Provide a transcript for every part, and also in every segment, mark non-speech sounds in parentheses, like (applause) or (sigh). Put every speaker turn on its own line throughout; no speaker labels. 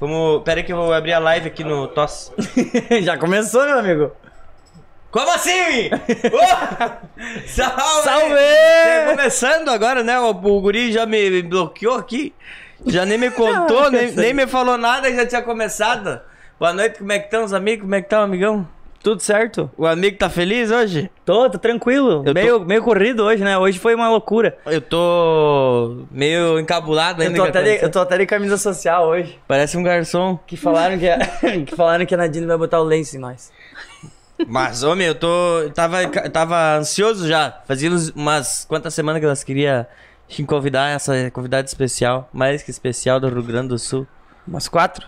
Vamos. Pera aí que eu vou abrir a live aqui no TOS.
(laughs) Já começou, meu amigo.
Como (laughs) assim? Ô, salve! é
Salve!
Começando agora, né? O, o guri já me, me bloqueou aqui. Já nem (laughs) me contou,
Não,
nem,
isso aí.
nem me falou nada, já tinha começado. Boa noite, como é que estão os amigos? Como é que tá o amigão?
Tudo certo?
O amigo tá feliz hoje?
Tô, tô
Eu
tranquilo.
tô-
Meio, meio corrido hoje, né? Hoje foi uma loucura.
Eu tô meio encabulado
Eu
ainda.
tô,
que é
até de, eu
aconteceu.
tô até de camisa social hoje.
Parece um garçom.
Que falaram
(laughs)
que, a, que falaram que a Nadine vai botar o lenço em nós.
Mas, homem, eu tô. eu Tava, eu tava ansioso já. Fazia uns- umas quantas semanas que elas queriam te convidar, essa convidada especial, mais que especial do Rio Grande do Sul.
Umas quatro?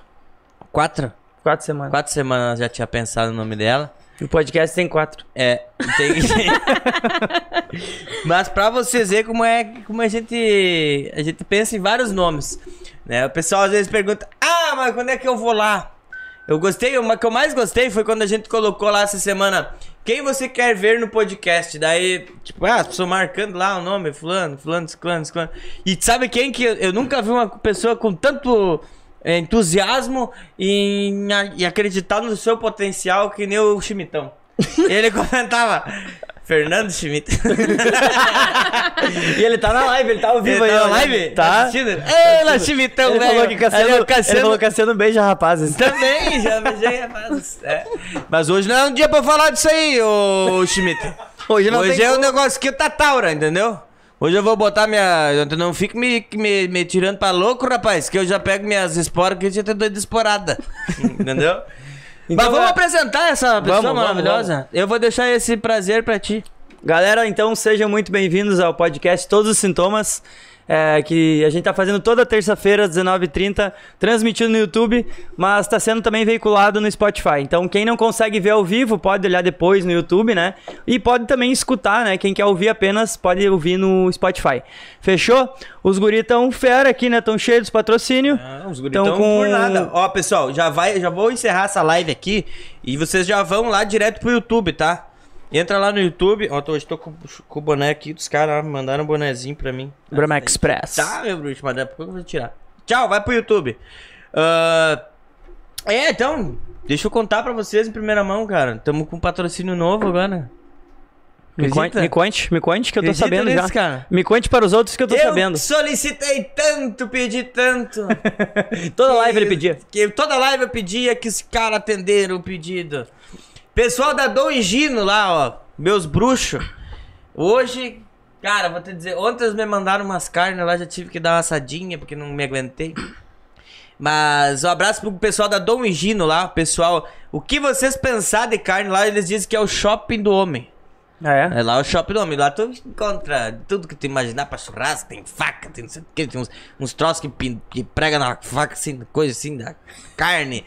Quatro?
Quatro semanas.
Quatro semanas já tinha pensado no nome dela.
O podcast tem quatro.
É, tem (laughs) Mas pra vocês verem como é como a gente a gente pensa em vários nomes, né? O pessoal às vezes pergunta: "Ah, mas quando é que eu vou lá?" Eu gostei, uma que eu mais gostei foi quando a gente colocou lá essa semana: "Quem você quer ver no podcast?" Daí, tipo, ah, as pessoas marcando lá o nome, fulano, fulano, ciclano, ciclano. E sabe quem que eu, eu nunca vi uma pessoa com tanto eh, entusiasmo em, a- e acreditar no seu potencial que nem o Chimitão. Ele comentava Fernando Schmidt. (laughs)
E ele tá na live, ele tá ao vivo
Ele tá
aí.
na
ó,
live?
Tá.
Assistindo? Ei, lá, Chimitão,
Ele
velho.
falou que
né? Ali,
Cassiano,
ó, Cassiano
ele falou que Cassiano beija
(laughs)
rapazes.
Também,
(laughs)
já beijei, mas... é. Mas hoje não é um dia pra falar disso aí, ô Schmidt.
Hoje não
hoje
tem
é um
como.
negócio que tá taura, entendeu? Hoje eu vou botar minha... eu Não fique me, me, me tirando pra louco, rapaz, que eu já pego minhas esporas, que eu já tenho doido de
(laughs)
esporada. Entendeu?
Então,
Mas vamos
é.
apresentar essa pessoa
Vamos, vamos,
maravilhosa? Eu vou deixar esse prazer pra ti.
Galera, então sejam muito bem-vindos ao podcast Todos os Sintomas, é, que a gente tá fazendo toda terça-feira, às 19h30, transmitido no YouTube, mas está sendo também veiculado no Spotify. Então, quem não consegue ver ao vivo, pode olhar depois no YouTube, né? E pode também escutar, né? Quem quer ouvir apenas, pode ouvir no Spotify. Fechou? Os guris tão fera aqui, né? Tão cheios dos patrocínio.
Ah, os
Tão
guritão por nada. Ó, pessoal, já vai, já vou encerrar essa live aqui e vocês já vão lá direto pro YouTube, tá? Entra lá no YouTube. Ó, tô, hoje tô com, com o boné aqui dos caras, ó, mandaram um bonezinho pra mim.
Brahma Express.
Tá, meu bruxo, mas daqui a pouco eu vou tirar. Tchau, vai pro YouTube. Ah, é, então, deixa eu contar pra vocês em primeira mão, cara. Tamo com um patrocínio novo agora.
Me conte,
Acredita?
me conte, me conte que eu tô
Acredita
sabendo
nisso,
já.
cara?
Me conte para os outros que eu tô sabendo.
solicitei tanto, pedi
(laughs)
tanto.
Toda
Que-
live ele pedia.
Que toda live eu pedia que os caras atenderam o pedido. Pessoal da Dom e Gino lá, ó. Meus bruxos. Hoje, cara, vou te dizer. Ontem eles me mandaram umas carnes lá, já tive que dar uma assadinha porque não me aguentei. Mas um abraço pro pessoal da Dom e Gino lá, pessoal. O que vocês pensar de carne lá, eles dizem que é o shopping do homem.
Ah, é?
É lá o shopping do homem. Lá tu encontra tudo que tu imaginar pra churrasco. Tem faca, tem não sei o que, tem uns, uns troços que, pin- que prega na faca, assim, coisa assim, da carne.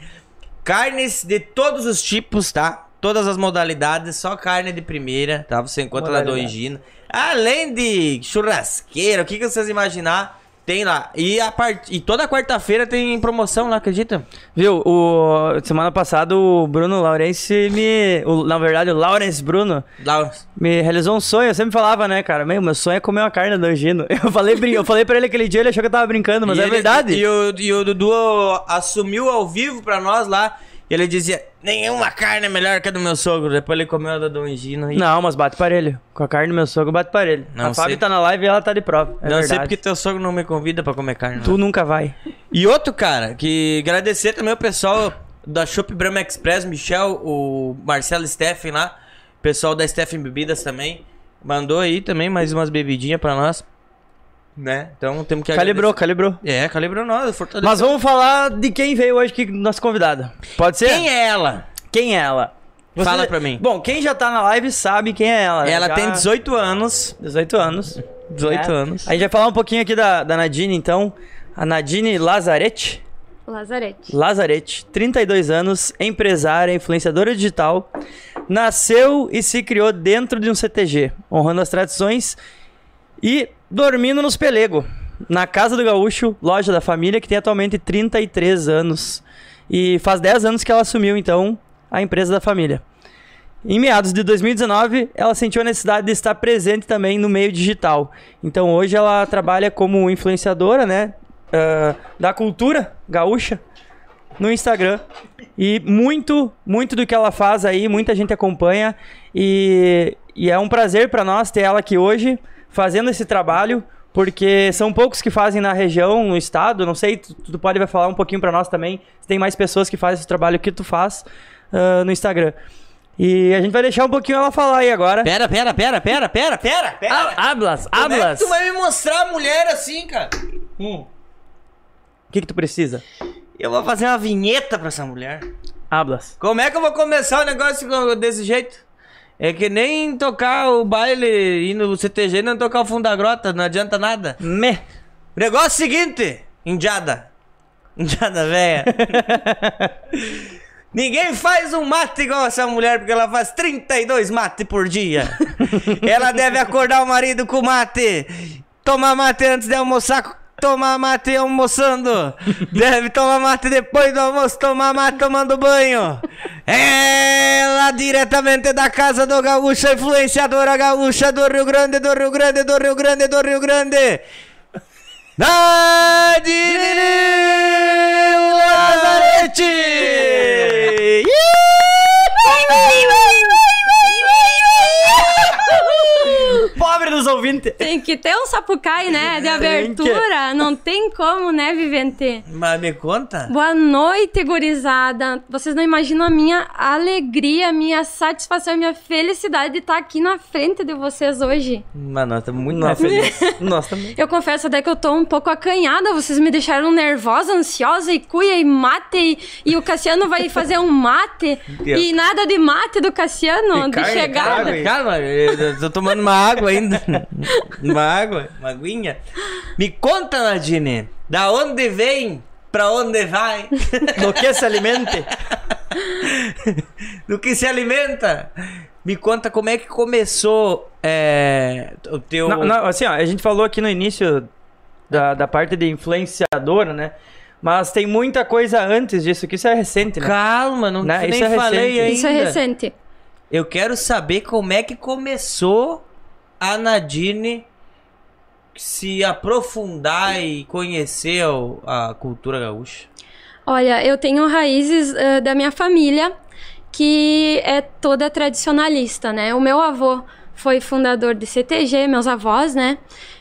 Carnes de todos os tipos, tá? Todas as modalidades, só carne de primeira, tá? Você encontra lá do
Modalidade.
Engino. Além de churrasqueira, o que, que vocês imaginar, tem lá. E, a part... e toda quarta-feira tem promoção lá, acredita?
Viu, o, semana passada o Bruno Laurence me. o- na verdade, o Laurence Bruno
Lá,
me realizou um sonho. Eu sempre falava, né, cara? Meu, meu sonho é comer uma carne do Angino. (laughs) Eu falei, brin- eu falei pra ele aquele dia, ele achou que eu tava brincando, mas
E
é
ele-
verdade.
E o, e o Dudu assumiu ao vivo pra nós lá. E ele dizia: nenhuma carne é melhor que a do meu sogro. Depois ele comeu a da Dom Gino. E...
Não, mas bate parelho. Com a carne do meu sogro, bate parelho.
Não
a
sei.
Fábio tá na live e ela tá de prova. É
Não
verdade.
sei porque teu sogro não me convida pra comer carne.
Tu nunca vai.
E outro cara, que agradecer também o pessoal da Shop Brahma Express, Michel, o Marcelo Steffen lá, pessoal da Steffen Bebidas também. Mandou aí também mais umas bebidinhas pra nós. Né? Então temos que
Calibrou, calibrou.
agradecer. É, calibrou nós, fortaleceu.
Mas vamos falar de quem veio hoje, que nossa convidada. Pode ser?
Quem é ela?
Quem é ela?
Fala pra mim.
Bom, quem já tá na live sabe quem é ela. né?
Ela
Já-
tem 18 anos.
18 anos.
18
É.
anos.
A gente vai falar um pouquinho aqui da, da Nadine, então. A Nadine Lazarete.
Lazarete.
Lazarete, 32 anos, empresária, influenciadora digital. Nasceu e se criou dentro de um CTG, honrando as tradições e dormindo nos pelego. Na Casa do Gaúcho, loja da família, que tem atualmente 33 anos. E faz 10 anos que ela assumiu, então, a empresa da família. Em meados de 2019, ela sentiu a necessidade de estar presente também no meio digital. Então hoje ela trabalha como influenciadora, né? ah, da cultura gaúcha. no Instagram. E muito, muito do que ela faz aí, muita gente acompanha. E, e é um prazer pra nós ter ela aqui hoje, fazendo esse trabalho, porque são poucos que fazem na região, no estado. Não sei, tu, tu pode vai falar um pouquinho pra nós também, se tem mais pessoas que fazem esse trabalho que tu faz ah, no Instagram. E a gente vai deixar um pouquinho ela falar aí agora.
Pera, pera, pera, pera, pera, pera.
Pera.
Ah, hablas,
Como é
hablas.
que tu vai me mostrar a mulher assim, cara?
O que, que tu precisa?
Eu vou fazer uma vinheta pra essa mulher.
Hablas.
Como é que eu vou começar o negócio com- desse jeito? É que nem tocar o baile, ir no CTG e não tocar o fundo da grota, não adianta nada.
Me.
Negócio seguinte, indiada. Indiada véia. Ninguém faz um mate igual essa mulher, porque ela faz 32 mate por dia. ela deve acordar o marido com mate, tomar mate antes de almoçar, tomar mate almoçando. Deve tomar mate depois do almoço, tomar mate tomando banho. Ela diretamente da casa do gaúcho, influenciadora gaúcha do Rio Grande, do Rio Grande, do Rio Grande, do Rio Grande. Nadine Lazarete!
Pobre dos ouvintes.
Tem que ter um sapucai, né? De abertura. Não tem como, né, Vivente?
Mas me conta?
Boa noite, gurizada. Vocês não imaginam a minha alegria, a minha satisfação, a minha felicidade de estar aqui na frente de vocês hoje.
Mas nós estamos muito
Nossa,
mais felizes.
Nós também.
Eu confesso até que eu tô um pouco acanhada. Vocês me deixaram nervosa, ansiosa e cuia e mate. E, e o Cassiano vai fazer um mate.
Deus.
E nada de mate do Cassiano,
E
de
carne,
chegada.
carne.
Calma, eu tô tomando uma água ainda. Uma água, uma aguinha. Me conta, Nadine, da onde vem, pra onde vai,
Do que se alimente?
do que se alimenta? Me conta como é que começou é, o teu...
Não, não, assim, ó, a gente falou aqui no início da, da parte de influenciador, né? Mas tem muita coisa antes disso, que isso é recente, né?
Calma, não,
Não,
nem
isso é
falei ainda.
recente.
Isso é recente.
Eu quero saber como é que começou a Nadine se aprofundar e conhecer o- a cultura gaúcha.
Olha, eu tenho raízes eh, da minha família que é toda tradicionalista, né? O meu avô foi fundador de CTG, meus avós, né?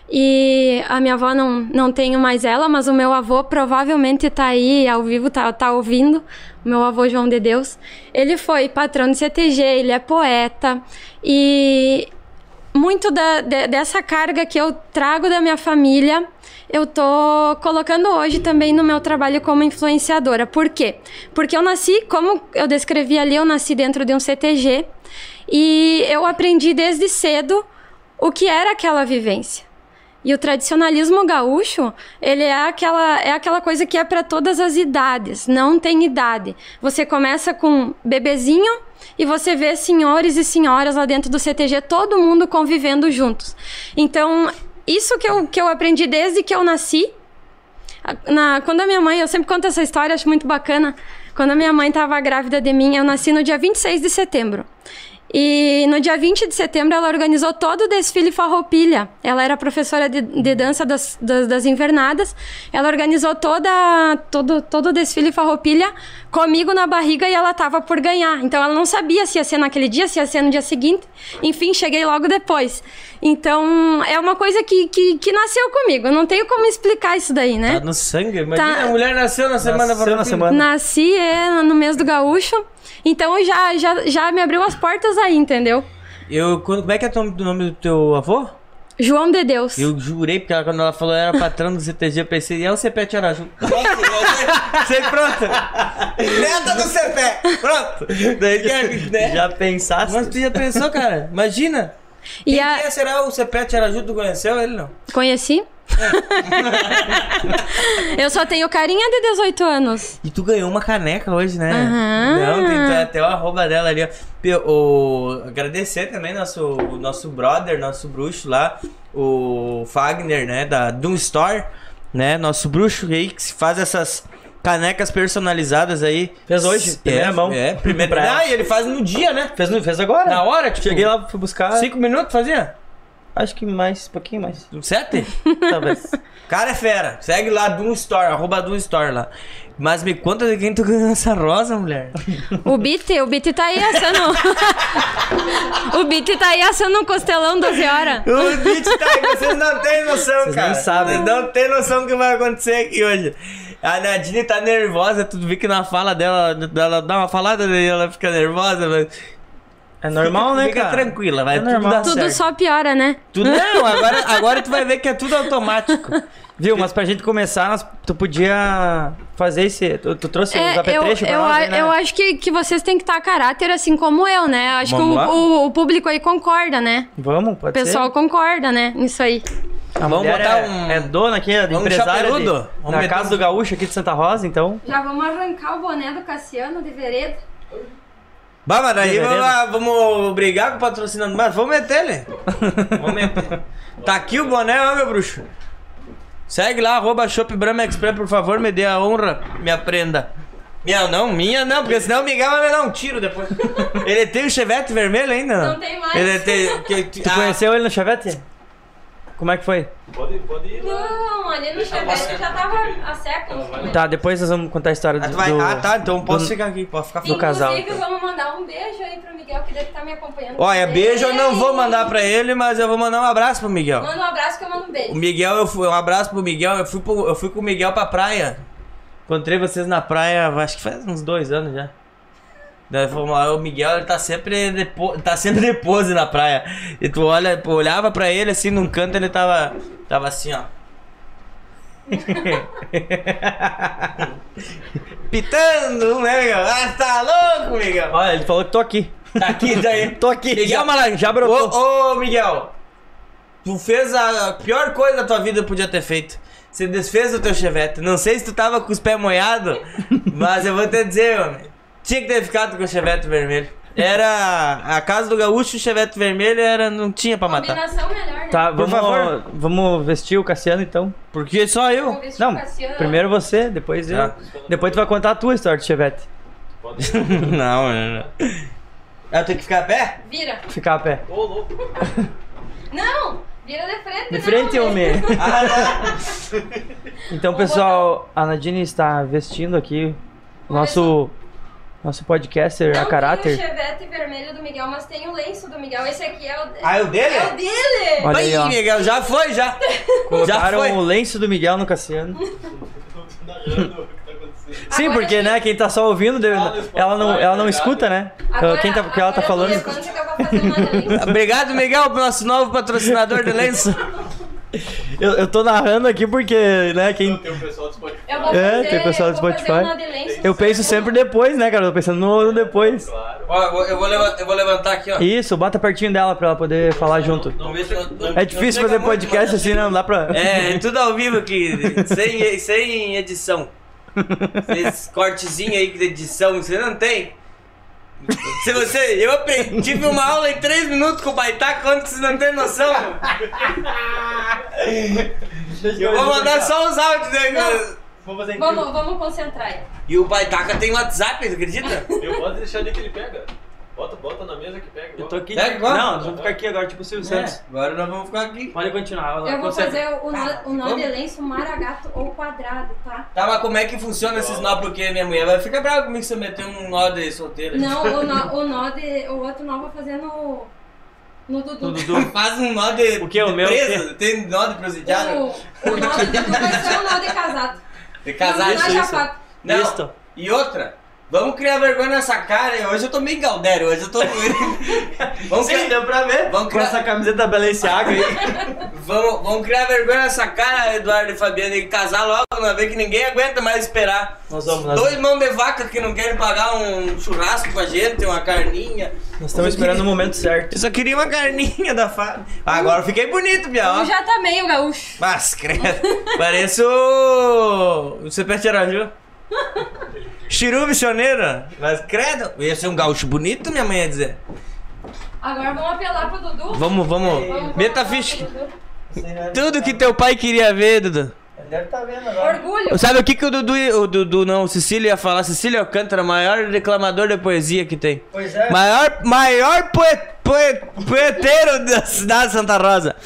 E a minha avó não, não tenho mais ela, mas o meu avô provavelmente tá aí ao vivo, tá, tá ouvindo. O meu avô João de Deus. Ele foi patrão de CTG, ele é poeta. E muito da- de- dessa carga que eu trago da minha família, eu tô colocando hoje também no meu trabalho como influenciadora. Por quê? Porque eu nasci, como eu descrevi ali, eu nasci dentro de um CTG e eu aprendi desde cedo o que era aquela vivência. E o tradicionalismo gaúcho, ele é aquela, é aquela coisa que é para todas as idades, não tem idade. Você começa com bebezinho e você vê senhores e senhoras lá dentro do CTG, todo mundo convivendo juntos. Então, isso que eu, que eu aprendi desde que eu nasci, a- na- quando a minha mãe, eu sempre conto essa história, acho muito bacana. Quando a minha mãe estava grávida de mim, eu nasci no dia 26 de setembro. E no dia 20 de setembro ela organizou todo o desfile Farroupilha. Ela era professora de, de dança das, das, das invernadas. Ela organizou toda, todo, todo o desfile Farroupilha comigo na barriga e ela estava por ganhar. Então ela não sabia se ia ser naquele dia, se ia ser no dia seguinte. Enfim, cheguei logo depois. Então é uma coisa que, que, que nasceu comigo. Eu não tenho como explicar isso daí, né?
Tá no sangue, imagina.
Tá.
A mulher nasceu na semana
Nasceu na
farroupilha.
semana.
Nasci é, no mês do gaúcho. Então já, já, já me abriu as portas aí, entendeu?
Eu, quando, como é que é o nome do nome do teu avô?
João de Deus.
Eu jurei, porque ela, quando ela falou era patrão do CTG, eu pensei, é o Cepete Araju. Sei, pronto. Neta do CP. Pronto. (laughs) Daí, que- né?
Já pensaste?
Mas tu já pensou, cara? Imagina.
E
Quem
a-
que é, será o Cepete Araju? Tu conheceu ele, não?
Conheci?
É.
eu só tenho carinha de 18 anos.
E tu ganhou uma caneca hoje, né?
Aham.
Não, tem até- até o arroba dela ali, ó. Pe- O... Agradecer também nosso, o nosso brother, nosso bruxo lá, o Fagner, né? Da Doom Store, né? Nosso bruxo aí que se faz essas canecas personalizadas aí.
Fez hoje, primeira
é,
mão.
É, primeiro.
Pra ela.
Ah, e ele faz no dia, né?
Fez, no- fez agora?
Na hora, tipo.
Cheguei lá, fui buscar.
Cinco minutos fazia?
Acho que mais, um
(laughs)
pouquinho mais.
Sete?
Talvez.
O Cara é fera. Segue lá Doom Store, arroba Doom Store lá. Mas me conta de quem tu ganhou essa rosa, mulher.
O Bit, o Bit tá aí assando. (laughs) o Bit tá aí assando um costelão 12 horas.
O Beat tá aí, vocês não têm noção,
Vocês não
cara.
sabem.
Vocês não têm noção do que vai acontecer aqui hoje. A Nadine tá nervosa, tu vê que na fala dela, ela dá uma falada né, e ela fica nervosa, mas.
É normal,
fica,
né,
fica
cara?
tranquila, vai
É
tudo
normal.
dar
Tudo
certo.
só piora, né?
Tu, não, agora, agora tu vai ver que é tudo automático. (laughs)
Viu, mas pra gente começar, nós- tu podia fazer esse... Tu, tu trouxe Tipo, os
É, eu,
apetrechos pra
eu,
nós,
a-
né?
eu acho que, que vocês têm que estar a caráter assim como eu, né? Eu Acho
Vamos
que
lá?
o, o- o público aí concorda, né?
Vamos, pode
O pessoal concorda, né? Isso aí.
ser? A
Vamos
mulher
botar
é,
um-
É dona aqui, é
Vamos
empresária de,
chaperudo? Vamos
na
meter
Casa
um-
do Gaúcho aqui de Santa Rosa, então...
Já vamos arrancar o boné do Cassiano de vereda.
Bah, mas daí
Deveremos.
vamos, lá, vamos brigar com o patrocinador. Mas vamos meter ele. Vamos meter.
(laughs)
Tá aqui o boné, ó, meu bruxo. Segue lá, arroba Shop Brahma Express, por favor, me dê a honra, me aprenda. Minha não, minha não, porque senão o Miguel vai me dar um tiro
(laughs)
depois. Ele tem o chevette vermelho ainda?
Não tem mais.
Ele
(laughs)
tem. que- que-
Tu
ah,
conheceu ele no Chevette? Como é que foi?
Pode, pode ir lá.
Não, ali no Chevette já tava a seca.
Tá, depois nós vamos contar a história
ah,
do...
tu vai-
do-
ah, tá, então posso
do-
ficar aqui, posso ficar
do casal. então.
Inclusive, vamos mandar um beijo aí pro Miguel, que deve estar me acompanhando.
é
Olha, beijo eu não vou mandar pra ele, mas eu vou mandar um abraço pro Miguel.
Manda um abraço que eu mando um beijo.
O Miguel, eu fui, um abraço pro Miguel. Eu fui, pro- eu fui com o Miguel pra praia. Encontrei vocês na praia, acho que faz uns dois anos já. Daí fomos lá, o Miguel ele tá sempre de, po- tá sempre de pose na praia. E tu olha, pô, olhava pra ele assim num canto, ele tava, tava assim,
(laughs)
ó. Pitando, né, Miguel? Ah, tá louco, Miguel?
Olha, Ah, ele falou que tô aqui.
Tá aqui, daí.
(laughs) Tô aqui.
Miguel
já,
Malan-
já brotou.
Ô, ô, Miguel, tu fez a pior coisa da tua vida podia ter feito. Você desfez o teu chevette. Não sei se tu tava com os pés
(laughs)
molhados, mas eu vou te dizer, homem. Tinha que ter ficado com o chevette vermelho. Era a casa do gaúcho, o chevette vermelho era não tinha pra matar.
Combinação melhor, né?
Ah, Tá,
Por
vamos,
favor.
vamos vestir o Cassiano então.
Porque só eu.
Vamos ver se o
Não,
Cassiano-
primeiro você, depois eu.
Tá.
Depois tu vai contar a tua história de Chevette.
Pode ir.
(laughs) não, não, não. Eu tenho que ficar a pé?
Vira.
Ficar a pé.
Ô, louco.
Não! Vira de frente,
De frente,
não, (laughs)
homem.
Ah, não.
Então, pessoal, a Nadine está vestindo aqui o nosso, nosso podcaster
Não
a caráter.
tem o chevette vermelho do Miguel, mas tem o lenço do Miguel. Esse aqui é o,
Ah, é o dele?
é o dele!
Olha aí,
Ih,
ó.
Miguel, já foi, já. já
Colocaram um
foi.
o lenço do Miguel no
(laughs)
Cassiano.
Tô te narrando o que tá acontecendo.
Sim,
Agora
porque,
sim.
né, quem tá só ouvindo, deve-
Fala,
ela não, ela não
Spotify,
escuta, né?
Agora-
quem tá, que ela tá
agora tu
falando.
levanta que eu vou fazer uma análise.
Obrigado, Miguel, pelo nosso novo patrocinador de lenço.
Eu, eu tô narrando aqui porque, né, quem,
Tem um pessoal do Spotify.
Eu
É,
vou fazer,
tem pessoal
eu
do
vou fazer
Spotify.
uma de lenço
Eu penso
só.
sempre depois, né, cara? Eu tô pensando no, no depois.
Claro.
Ó, eu vou, eu vou leva- eu vou levantar aqui, ó.
Isso, bota pertinho dela pra ela poder falar junto.
Não vê se eu- não-
É difícil fazer podcast assim, né? Não dá pra.
É, tudo ao vivo aqui, (laughs) sem, sem edição. Esses (laughs) cortezinhos aí de edição, você não tem. Se você. Eu aprendi- tive uma aula em 3 minutos com o Baitá, quanto vocês não tem noção? Eu vou mandar só os áudios aí. cara.
Vou fazer em
Vamos, vamos concentrar aí.
E o Baitaca tem WhatsApp, tu acredita?
grupo. Eu posso deixar ali que ele pega. Bota, bota na mesa que pega.
Eu tô aqui.
É, igual?
Não, nós vamos ficar aqui agora, tipo o Silvio Santos.
Agora nós vamos ficar aqui.
Pode continuar. ela
Eu vou
consegue.
fazer o, nó- o nó
vamos?
de lenço maragato ou quadrado, tá?
Tá, mas como é que funciona esses nó? Porque minha mulher vai ficar brava comigo se eu meter um nó de solteiro.
Não, o nó, o nó de. O outro nó eu vou fazer no. No Dudu.
(laughs)
O Dudu.
Faz um nó de.
O quê? O
de
meu? O
Preso? Tem nó de presidiário?
O, o nó do Dudu vai ser o nó de casado.
De casado.
Não, é não, já pago.
Não.
Isso.
E outra, vamos criar vergonha nessa cara. Hoje eu tô meio galdero, hoje eu tô. (laughs) vamos,
Sim,
criar,
deu pra ver.
Vamos
Com
criar-
essa camiseta Balenciaga aí.
vamos, vamos criar vergonha nessa cara, Eduardo e Fabiano, e casar logo uma vez que ninguém aguenta mais esperar.
Nós vamos, nós
Dois mãos de vaca que não querem pagar um churrasco pra gente, uma carninha.
(laughs) Nós estamos esperando o momento certo.
Eu só queria uma carninha da Fábio. Ah, Agora eu fiquei bonito, Bial.
Eu já tá meio gaúcho.
Mas, credo. (laughs) Pareço. o Cepete Araju. Chiru missioneiro. Mas, credo. Eu ia ser um gaúcho bonito, minha mãe ia dizer.
Agora vamos apelar pro Dudu.
Vamos, vamos.
Vamos
Metafiche.
colocar pro Dudu.
Tudo que teu pai queria ver, Dudu.
Deve estar vendo agora.
Orgulho.
Sabe o que, que o Dudu, o Dudu, não, o Cecília ia falar? Cecília Alcântara, maior declamador de poesia que tem.
Pois é.
Maior, maior poe, poe, poeteiro da cidade de Santa Rosa.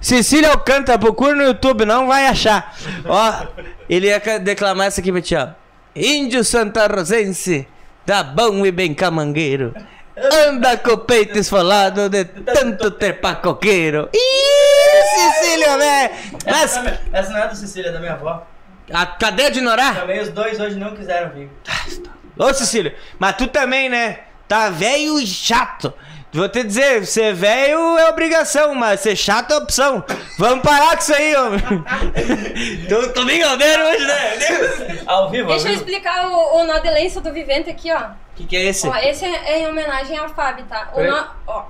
Cecília Alcântara, procura no YouTube, não vai achar. Ó, ele ia ca- declamar essa aqui pra ti, ó. Índio santarrosense, tá bom e bem camangueiro. Anda com o peito esfolado de tanto ter pacoqueiro. Ih, Cecília, velho! Mas,
Essa não é do Cecília, é da minha avó.
a, cadê a de Norá?
Também os dois hoje não quiseram vir.
Ô, Cecília, mas tu também, né? Tá velho e chato. Vou te dizer, ser velho é obrigação, mas ser chato é opção. Vamos parar com isso
(laughs)
aí, homem. tô, tô bem galdeiro hoje, né?
Ao vivo, ao
Deixa eu
vivo.
explicar o, o nó de lenço do vivente aqui, ó.
O que, que é esse?
Ó, esse é, é em homenagem ao Fábio, tá? O
Peraí.
nó, ó,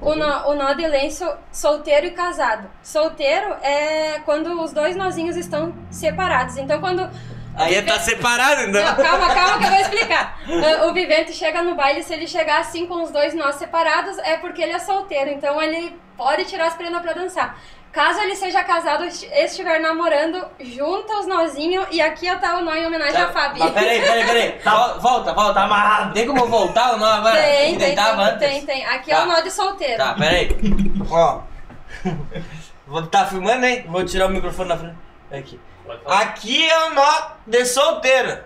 o, nó, o nó de lenço solteiro e casado. Solteiro é quando os dois nozinhos estão separados. Então, quando.
é
Aí tá separado,
Não,
então.
calma, calma que eu vou explicar. Ah, O vivente chega no baile, se ele chegar assim com os dois nós separados, é porque ele é solteiro. Então ele pode tirar as prendas pra dançar. Caso ele seja casado ou esti- estiver namorando, junta os nozinhos e aqui ó, tá o nó em homenagem ao Fábio.
Mas peraí, peraí, peraí. Tá, volta, volta, amarrado. Tem como voltar ou não agora?
Tem,
Que
tem,
deitava
tem,
antes?
tem, tem. Aqui é
Tá.
o nó de solteiro.
Tá, peraí.
(laughs) Ó. Vou tá filmando, hein? Vou tirar o microfone da frente. Aqui.
Pode falar.
Aqui é o nó de solteiro.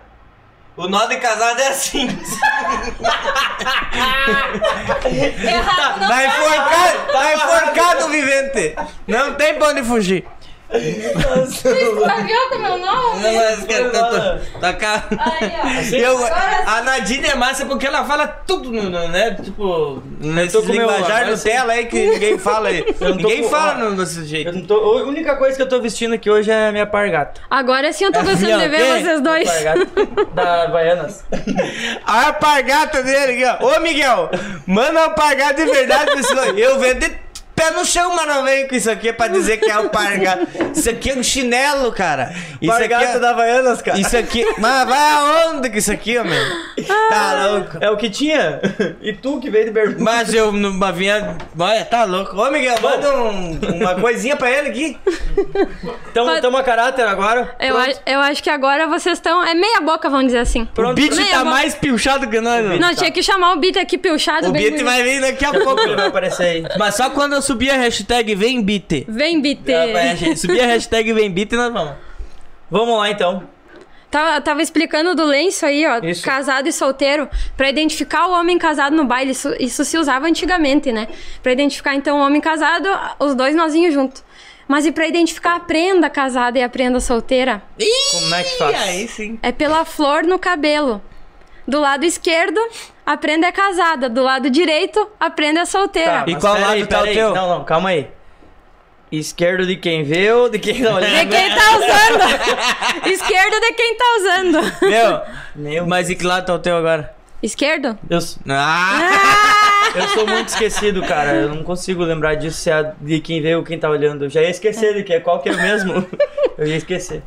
O nó de casado é assim.
Errado,
Tá
não tá.
enforcado, tá enforcado o vivente. Não tem pra onde fugir.
Tá viu como é o nome?
Não, mas Assim que- tá- tá- tá ca- (laughs)
Aí, ó.
Eu,
Agora sim.
a Nadine é massa porque ela fala tudo, no- no- né? Tipo, nesse
tô com meu-
linguajar
agora
do
sim.
tela aí que ninguém fala aí.
não tô
Ninguém
com-
fala
ó,
no, desse
Eu
jeito.
não tô- a única coisa que eu tô vestindo aqui hoje é a minha pargata.
Agora sim eu
Assim,
tô gostando de ver
ok?
vocês dois.
Pargata da Havaianas.
A alpargata dele aqui, ó. Ô, Miguel, manda a alpargata de verdade pra esse nome. Eu vendo de pé no chão, mas não vem com isso aqui pra dizer que é alpargata. Isso aqui é um chinelo, cara. Isso aqui
pargata
é...
da Havaianas, cara.
Isso aqui... Mas vai aonde que isso aqui, homem? Tá louco.
É o que tinha. E tu que veio de
(laughs)
bermuda.
Mas eu numa vinha. Olha, tá louco. Ô, Miguel, manda um- uma coisinha pra ele aqui.
Então,
Mas-
tamo a caráter agora.
Eu, a- eu acho que agora vocês estão. É meia boca, vamos dizer assim.
o Beat
Meia
tá
boca.
mais pilchado que nós, mano.
Não, tinha que chamar o Beat aqui pilchado.
tá. O
bem
Beat
bonito.
vai vir daqui a pouco.
Ele vai aparecer aí.
Mas só quando eu subir a hashtag Vem Beat.
Vem, Beat.
Subir Então, a hashtag Vem Beat, nós vamos.
Vamos lá, então.
Tava, Tá, tava explicando do lenço aí, ó,
Isso.
casado e solteiro, pra identificar o homem casado no baile. Isso, isso se usava antigamente, né? Pra identificar então o homem casado, os dois nozinhos junto. Mas e pra identificar a prenda casada e a prenda solteira?
Como é que faz?
sim.
É pela flor no cabelo. Do lado esquerdo, a prenda é casada. Do lado direito, a prenda é solteira.
E
mas
qual
peraí,
lado tá o
peraí.
teu?
Não, não, calma aí. Esquerdo de quem viu, de quem não.
De quem tá usando? esquerdo de quem tá
(laughs)
usando.
Meu,
Meu
mas e que lado tá o teu agora?
Esquerdo?
Eu,
Ah!
eu sou muito esquecido, cara. Eu não consigo lembrar disso se é de quem veio ou quem tá olhando. Eu já ia esquecer de que é qual que é mesmo. (laughs) Eu ia esquecer.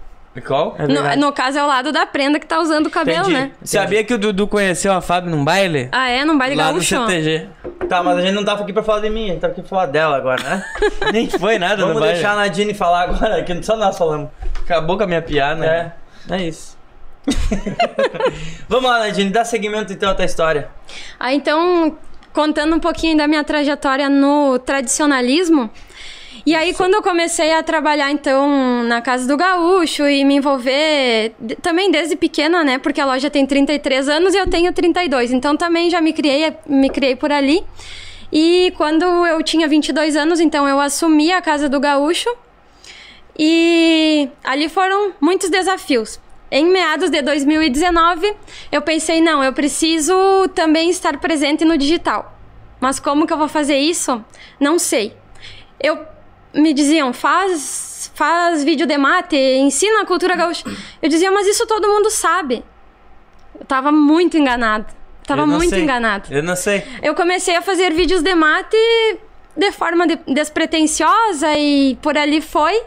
Qual?
É
No,
verdade.
no caso, é o lado da prenda que tá usando o cabelo, né?
Sabia que o Dudu conheceu a Fábio num baile?
Ah, é? Não baile
Lá no
gaúcho?
CTG.
Tá, mas a gente não tava aqui pra falar de mim, a gente tava aqui pra falar dela agora, né?
(laughs) Nem foi nada no
Vamos
baile.
deixar a Nadine falar agora, que só nós falamos.
Acabou com a minha piada. né?
É, é isso. (laughs) Vamos lá, Nadine, dá seguimento então à tua história.
Ah, então, contando um pouquinho da minha trajetória no tradicionalismo. E aí, quando eu comecei a trabalhar, então, na Casa do Gaúcho e me envolver, de- também desde pequena, né? Porque a loja tem 33 anos e eu tenho 32. Então, também já me criei, me criei por ali. E quando eu tinha 22 anos, então, eu assumi a Casa do Gaúcho. E ali foram muitos desafios. Em meados de 2019, eu pensei, não, eu preciso também estar presente no digital. Mas como que eu vou fazer isso? Não sei. Eu me diziam, faz, faz vídeo de mate, ensina a cultura gaúcha. Eu dizia, mas isso todo mundo sabe. Eu tava muito enganada. Tava
Eu não
muito
sei.
enganada.
Eu não sei.
Eu comecei a fazer vídeos de mate de forma de- despretensiosa e por ali foi.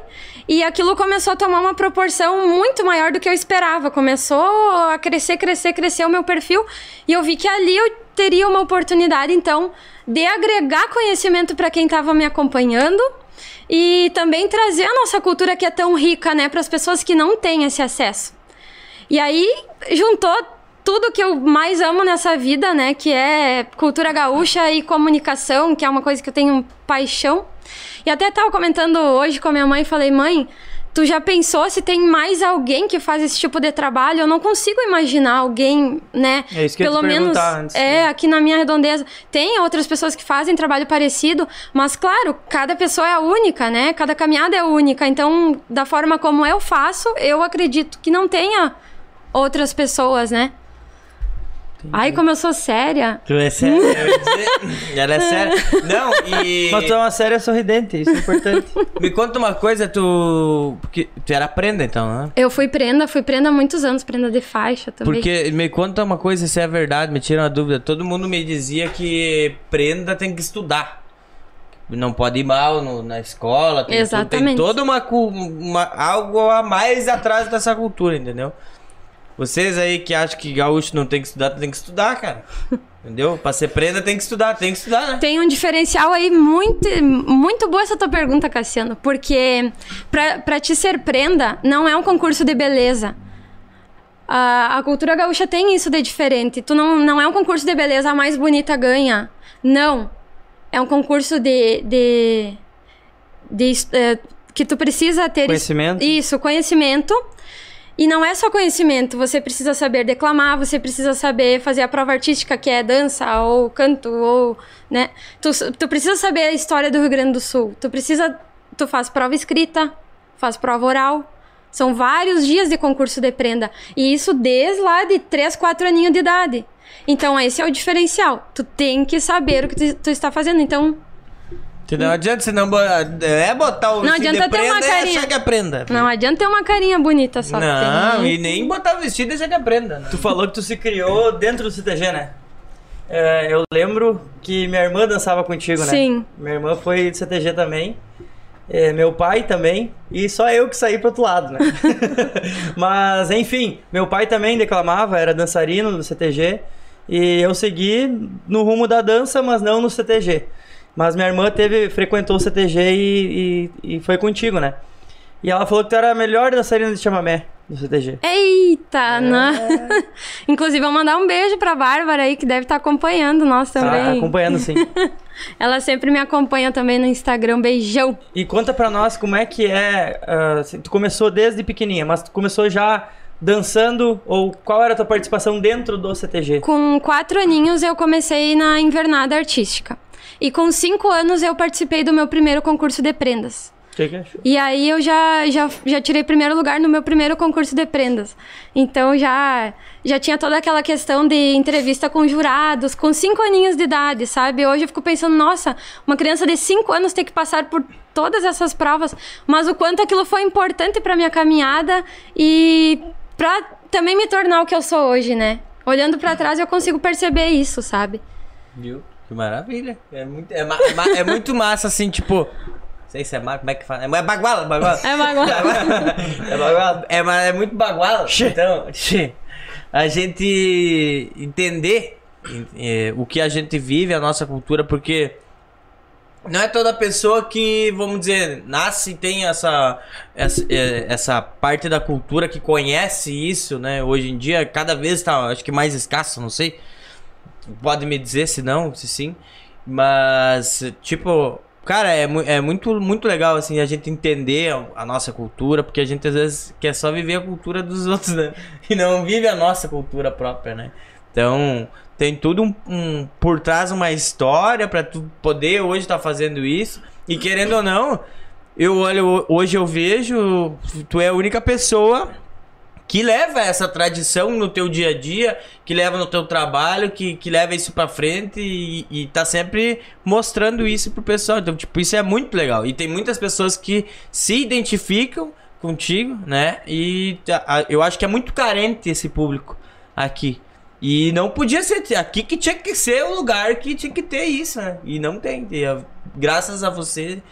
E aquilo começou a tomar uma proporção muito maior do que eu esperava. Começou a crescer, crescer, crescer o meu perfil. E eu vi que ali eu teria uma oportunidade, então, de agregar conhecimento para quem estava me acompanhando E também trazer a nossa cultura que é tão rica, né, para as pessoas que não têm esse acesso. E aí juntou tudo que eu mais amo nessa vida, né, que é cultura gaúcha e comunicação, que é uma coisa que eu tenho paixão. E até tava comentando hoje com a minha mãe, falei: "Mãe, tu já pensou se tem mais alguém que faz esse tipo de trabalho? Eu não consigo imaginar alguém, né,
É isso que eu ia
pelo
te
menos
perguntar antes, né?
é, aqui na minha redondeza tem outras pessoas que fazem trabalho parecido, mas claro, cada pessoa é única, né? Cada caminhada é única. Então, da forma como eu faço, eu acredito que não tenha outras pessoas, né? Ai, como eu sou séria.
Tu é sério? Eu ia dizer. (laughs) Ela é séria. Não, e.
Mas tu é uma séria sorridente, isso é importante.
Me conta uma coisa, tu. Porque tu era prenda então, né?
Eu fui prenda, fui prenda há muitos anos, prenda de faixa também.
Porque me conta uma coisa, se é verdade, me tira uma dúvida. Todo mundo me dizia que prenda tem que estudar. Não pode ir mal no- na escola. Tem, tudo- tem
Exatamente.
toda uma, cu- uma- algo a mais atrás dessa cultura, entendeu? Vocês aí que acham que gaúcho não tem que estudar, tem que estudar,
(laughs)
cara. Entendeu? Pra ser prenda tem que estudar, tem que estudar, né?
Tem um diferencial aí muito, muito boa essa tua pergunta, Cassiano, porque pra, pra te ser prenda não é um concurso de beleza. A, a cultura gaúcha tem isso de diferente. Tu não, não é um concurso de beleza, a mais bonita ganha. Não. É um concurso de. de, de es- eh, que tu precisa ter. es-
Conhecimento?
Isso, conhecimento. E não é só conhecimento, você precisa saber declamar, você precisa saber fazer a prova artística, que é dança ou canto ou, né? Tu, tu precisa saber a história do Rio Grande do Sul. Tu precisa, tu faz prova escrita, faz prova oral. São vários dias de concurso de prenda e isso desde lá de 3, 4 aninhos de idade. Então esse é o diferencial. Tu tem que saber o que tu, tu está fazendo. Então
Não adianta você não bo- é botar o
Não
vestido
adianta
de
ter uma
prenda e
carinha.
achar que é prenda.
não adianta ter uma carinha bonita só. que
Não,
tem-
e nem botar o vestido e achar que é prenda. Né?
Tu falou que tu se criou dentro do CTG, né? É, eu lembro que minha irmã dançava contigo, né?
Sim.
Minha irmã foi do CTG também. é, meu pai também. E só eu que saí pro outro lado,
(laughs)
né? Mas, enfim, meu pai também declamava, era dançarino do CTG. E eu segui no rumo da dança, mas não no CTG. Mas minha irmã teve, frequentou o CTG e, e- e foi contigo, né? E ela falou que tu era a melhor dançarina de chamamé do CTG. É.
Eita, né? (laughs) Inclusive, vou mandar um beijo pra Bárbara aí, que deve estar acompanhando nós
Tá,
também.
tá acompanhando, sim.
Ela sempre me acompanha também no Instagram. Beijão.
E conta pra nós como é que é. ah, se tu começou desde pequenininha, mas tu começou já dançando ou qual era a tua participação dentro do CTG?
Com quatro aninhos, eu comecei na invernada artística. E com cinco anos, eu participei do meu primeiro concurso de prendas.
O que, que achou?
E aí eu já, já, já tirei primeiro lugar no meu primeiro concurso de prendas. Então já, já tinha toda aquela questão de entrevista com jurados, com cinco aninhos de idade, sabe? Hoje eu fico pensando, nossa, uma criança de cinco anos tem que passar por todas essas provas, mas o quanto aquilo foi importante para minha caminhada e para também me tornar o que eu sou hoje, né? Olhando para trás eu consigo perceber isso, sabe?
Viu? Que maravilha. É muito, é, ma- ma- é muito massa, assim, tipo. Não sei se é mar, como é que fala? É, ma- é baguala, baguala.
É uma
é baguala. É, ma- é muito baguala. Então, xê, a gente entender eh, o que a gente vive, a nossa cultura, porque não é toda pessoa que, vamos dizer, nasce e tem essa, essa, eh, essa parte da cultura que conhece isso, né? Hoje em dia, cada vez tá, acho que mais escasso, não sei. Pode me dizer se não, se sim. Mas, tipo, cara, é, mu- é muito, muito legal, assim, a gente entender a- a nossa cultura, porque a gente às vezes quer só viver a cultura dos (laughs) outros, né? E não vive a nossa cultura própria, né? Então, tem tudo um, um- por trás uma história pra tu poder hoje estar fazendo isso. E querendo ou não, eu olho, hoje eu vejo, tu é a única pessoa que leva essa tradição no teu dia a dia, que leva no teu trabalho, que, que leva isso pra frente e, e tá sempre mostrando isso pro pessoal. Então, tipo, isso é muito legal. E tem muitas pessoas que se identificam contigo, né? E tá- a- eu acho que é muito carente esse público aqui. E não podia ser aqui que tinha que ser o lugar que tinha que ter isso, né? E não tem. E a- graças a você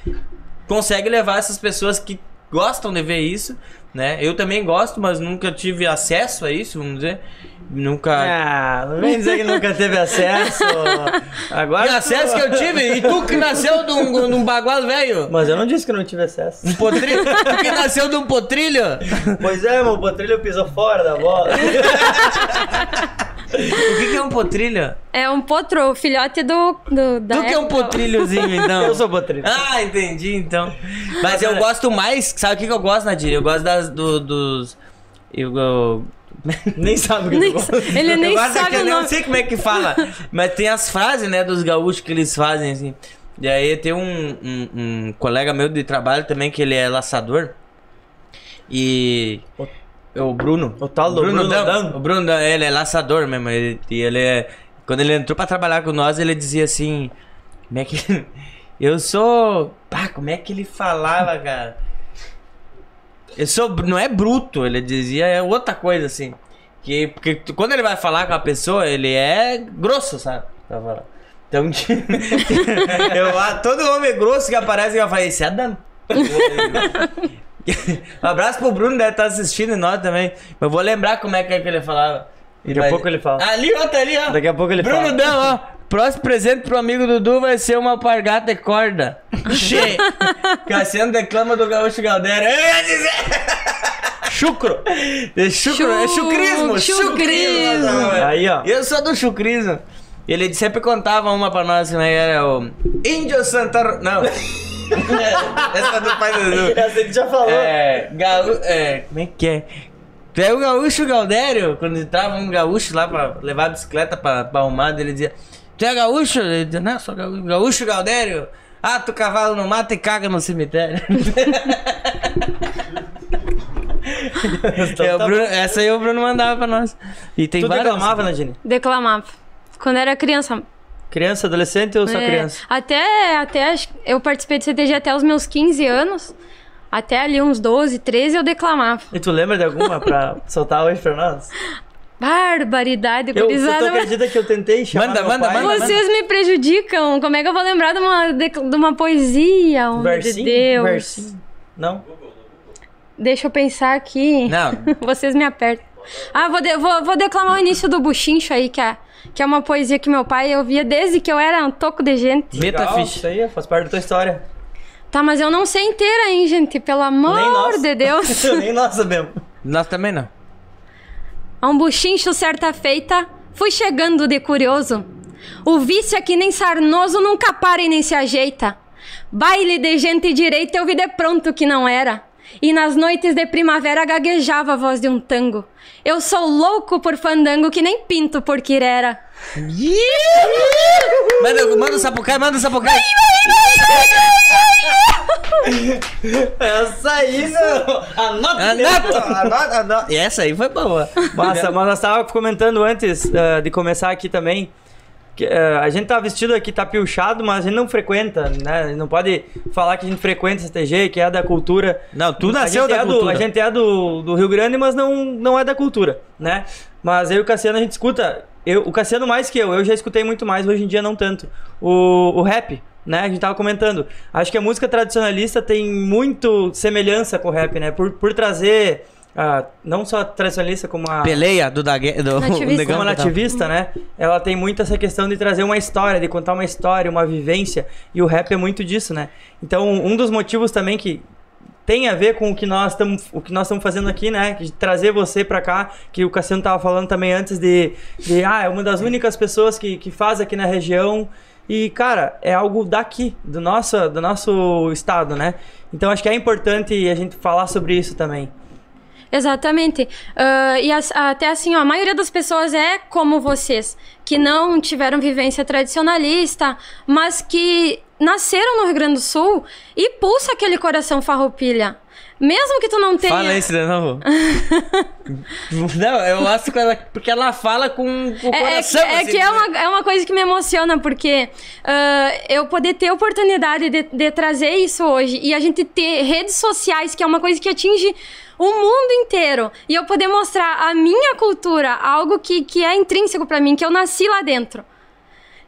consegue levar essas pessoas que gostam de ver isso, né? Eu também gosto, mas nunca tive acesso a isso, vamos dizer. Nunca. (laughs)
Ah, não vem dizer que nunca teve acesso. Agora.
E o acesso
tu-
que eu tive, e tu que nasceu de um, de um bagual velho?
Mas eu não disse que eu não tive acesso.
(laughs) Um potrilho? Tu que nasceu de um potrilho?
pois é, meu potrilho pisou fora da bola.
O que, que é um potrilho?
(laughs) É um potro, o filhote do. do da
Tu que é um
época.
potrilhozinho, então?
(laughs)
eu sou potrilho.
Ah, entendi, então. Mas eu gosto mais, sabe o que que eu gosto, Nadir? Eu gosto das, do- dos... Eu, eu- (laughs)
Nem sabe o que
Nem
eu
sa- Ele nem
Agora
sabe
que eu
o
não
nome.
sei como é que fala. Mas tem as frases, né, dos gaúchos que eles fazem, assim. E aí tem um, um- um colega meu de trabalho também, que ele é laçador. E... é O Bruno.
O tal do Bruno Dan.
O Bruno Dan, ele é laçador mesmo. Ele, e ele é... Quando ele entrou pra trabalhar com nós, ele dizia assim... Como é que... (laughs) Eu sou... Pá, como é que ele falava, cara? Eu sou... Não é bruto, ele dizia. É outra coisa, assim. Que, porque tu- quando ele vai falar com a pessoa, ele é grosso, sabe? Pra
Tá,
falar. Então, (laughs) eu, ah, todo homem grosso que aparece, eu falo, esse é Adam. (laughs) um abraço pro Bruno, deve estar assistindo nós também. Mas vou lembrar como é que, é que ele falava.
Daqui a
Mas-
pouco ele fala.
Ali, ó, tá ali, ó.
Daqui a pouco ele
Bruno
fala.
Dan, ó. Próximo presente pro amigo Dudu vai ser uma pargata e corda. Che. Cassiano declama do Gaúcho Galdério. Eu ia dizer.
Chucro!
É chucro, é chucrismo,
chucrismo.
chucrismo.
Aí, ó.
Eu sou do chucrismo. Ele sempre contava uma pra nós, né? Era o Índio Santa... Ro- Não. (laughs) Essa é do pai do Dudu.
Essa ele já falou.
É, gaú... é, como é que é? Tu é o gaúcho Galdério? Quando entrava um gaúcho lá pra levar a bicicleta pra, pra arrumada, ele dizia: Tu é gaúcho? Ele dizia: Não, sou gaúcho. Gaúcho Galdério? Ah, tu cavalo no mato e caga no cemitério. (laughs) É, o
tá
Bruno- essa aí o Bruno mandava pra nós. E tem
Tu
várias.
reclamava,
assim.
Nadine?
Declamava. Quando era criança.
Criança, adolescente ou só
É,
criança?
Até, até acho que eu participei do CTG até os meus 15 anos. Até ali, uns 12, 13, eu declamava.
E tu lembra de alguma pra soltar hoje pra nós?
Barbaridade,
Eu, se tu
gurizada.
acredita que eu tentei chamar
Manda,
meu
manda,
pai,
manda.
Vocês me prejudicam. Como é que eu vou lembrar de uma, dec- de uma poesia? Homem de
Versinho,
Deus.
versinho. Não?
Deixa eu pensar aqui.
Não,
(laughs) Vocês me apertam. Ah, vou, de- vou, vou declamar o início do Buchincho aí, que é, que é uma poesia que meu pai ouvia desde que eu era um toco de gente.
meta
Legal,
ficha.
Isso aí faz parte da tua história.
Tá, mas eu não sei inteira, hein, gente? Pelo
Nem
amor
nós. (laughs)
de Deus.
Nem nós sabemos.
Nós também não.
A um buchincho certa feita, fui chegando de curioso. O vício é que nem sarnoso nunca para e nem se ajeita. Baile de gente direita eu vi de pronto que não era. E nas noites de primavera gaguejava a voz de um tango. Eu sou louco por fandango que nem pinto por quirera.
Manda, manda o sapucai, manda o sapucai.
É Essa aí, não. Anota!
Anota, anota, anota. Ah, E essa aí foi boa.
Massa, mas nós tava comentando antes ah, de começar aqui também. Que, ah, a gente tá vestido aqui, tá piochado, mas a gente não frequenta, né? A gente Não pode falar que a gente frequenta esse TG, que é da cultura.
Não, tu
A
nasceu
gente
da
é do-
cultura.
a gente é do, do Rio Grande, mas não, não é da cultura, né? Mas eu e o Cassiano, a gente escuta... Eu, o Cassiano mais que eu, eu já escutei muito mais, hoje em dia não tanto. O, o rap, né? A gente tava comentando. Acho que a música tradicionalista tem muito semelhança com o rap, né? Por, por trazer... ah, não só tradicionalista, como a...
Peleia do Dague... (laughs) do
Nativista.
do Negão então.
Como
que tava.
nativista, né? Ela tem muito essa questão de trazer uma história, de contar uma história, uma vivência. E o rap é muito disso, né? Então, um dos motivos também que tem a ver com o que nós estamos o que nós estamos fazendo aqui, né? De trazer você pra cá, que o Cassiano tava falando também antes de, de ah, é uma das únicas pessoas que, que faz aqui na região. E cara, é algo daqui, do nosso do nosso estado, né? Então acho que é importante a gente falar sobre isso também.
Exatamente. Ah, e as- até assim, ó, a maioria das pessoas é como vocês, que não tiveram vivência tradicionalista, mas que nasceram no Rio Grande do Sul e pulsa aquele coração farroupilha. Mesmo que tu não tenha...
Fala isso de novo.
(laughs)
Não, eu acho que ela. Porque ela fala com o
É, é
coração.
que- é
assim,
que é
né?
uma, é uma coisa que me emociona, porque ah, eu poder ter a oportunidade de, de trazer isso hoje e a gente ter redes sociais, que é uma coisa que atinge o mundo inteiro, e eu poder mostrar a minha cultura, algo que, que é intrínseco pra mim, que eu nasci lá dentro.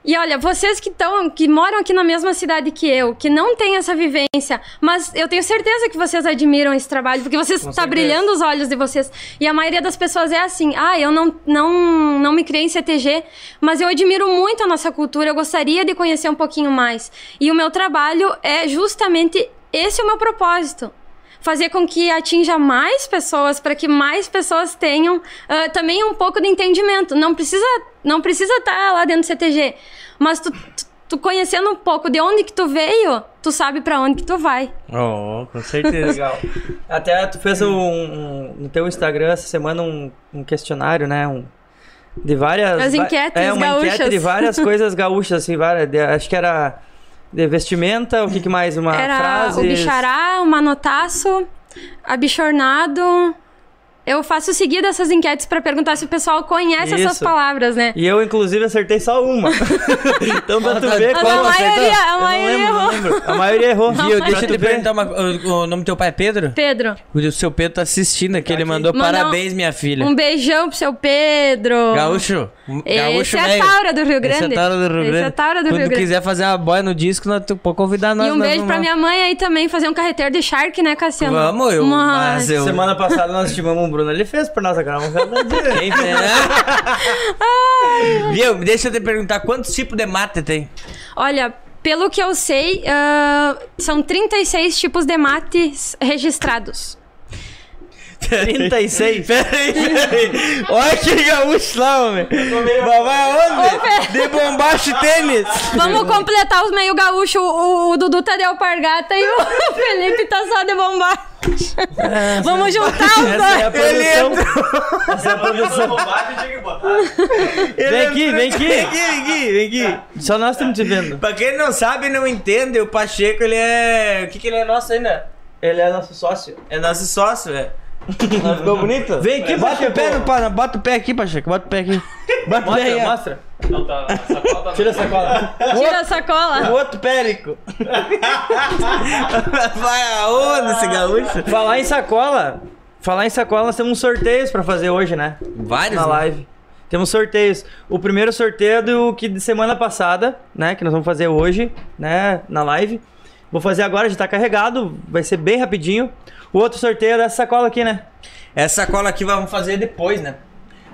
E olha, vocês que estão, que moram aqui na mesma cidade que eu, que não têm essa vivência, mas eu tenho certeza que vocês admiram esse trabalho, porque vocês
Com
tá
certeza.
brilhando os olhos de vocês. E a maioria das pessoas é assim: "Ah, eu não não não me criei em CTG, mas eu admiro muito a nossa cultura, eu gostaria de conhecer um pouquinho mais". E o meu trabalho é justamente esse é o meu propósito. Fazer com que atinja mais pessoas, para que mais pessoas tenham ah, também um pouco de entendimento. Não precisa não precisa estar lá dentro do CTG, mas tu, tu, tu conhecendo um pouco de onde que tu veio, tu sabe para onde que tu vai.
Oh, com
(laughs)
certeza.
Legal. Até tu fez um, um- no teu Instagram essa semana um, um questionário, né? Um, de várias.
As
va-
enquetes
É, uma enquete
gaúchas.
de
(laughs)
várias coisas gaúchas, assim, várias. de- acho que era de vestimenta, o que, que mais? Uma
Era
frase.
o bichará, o manotaço, abichornado. Eu faço seguida essas enquetes para perguntar se o pessoal conhece essas
Isso.
palavras, né?
E eu, inclusive, acertei só
(laughs)
uma. então, pra
Ah, tá.
tu ver
Mas
qual. tá?
a maioria, a
Eu não
maioria é
lembro, não
errou.
lembro. A maioria errou.
E eu, deixa eu te
Pra tu ver.
perguntar uma o, o nome do teu pai é Pedro?
Pedro,
O seu Pedro tá assistindo aqui, ele mandou
Mandar um-
parabéns, minha filha.
um beijão pro seu Pedro.
Gaúcho. um-
Esse
gaúcho
é a
velho.
Taura do Rio
Esse é
Grande.
a Taura do Rio
Esse é a
Grande.
Taura do
Quando
Rio Grande.
quiser fazer uma boia no disco, nós, tu pode convidar nós.
E um
nós
beijo pra
vamos lá.
minha mãe aí também, fazer um carreteiro de shark, né, Cassiano?
Vamos, eu. Mas eu.
Semana passada nós estimamos o Bruno, ele fez por nós um agora. Vamos
(laughs)
ver.
Quem será?
(laughs)
Viu? Deixa eu te perguntar, quantos tipos de mate tem?
Olha, pelo que eu sei, ah, são 36 tipos de mates registrados.
(laughs)
36. Peraí, peraí. Olha que gaúcho lá, homem. Vai, vai aonde? De bombacho e tênis.
Vamos completar os meio gaúcho. O, o Dudu tá de alpargata e o (laughs) Felipe tá só de bombar. Vamos juntar os
Essa é a
dois.
produção.
Essa roubada tinha que Ah, botar.
Vem
é
aqui, vem
Vem
aqui.
aqui, vem aqui, vem aqui.
Só nós estamos te vendo.
Pra quem não sabe e não entende, o Pacheco, ele é... O que que ele é nosso ainda?
Ele é nosso sócio.
É nosso sócio, velho. Ficou bonito?
Vem aqui, bota o pé no pano. Bota o pé aqui, Pacheco. Bota o pé (laughs) aqui. Bota o pé aí.
Mostra,
ó.
mostra.
Não, tá. Sacola tá.
Tira a sacola.
Tira a sacola.
O (laughs) outro périco.
Vai aonde esse gaúcho?
Falar em sacola. Falar em sacola, nós temos sorteios pra fazer hoje, né?
Vários,
na
né?
live. Temos sorteios. O primeiro sorteio é do que de semana passada, né? Que nós vamos fazer hoje, né? Na live. Vou fazer agora, já tá carregado. Vai ser bem rapidinho. O outro sorteio é dessa sacola aqui, né?
Essa É sacola aqui vamos fazer depois, né?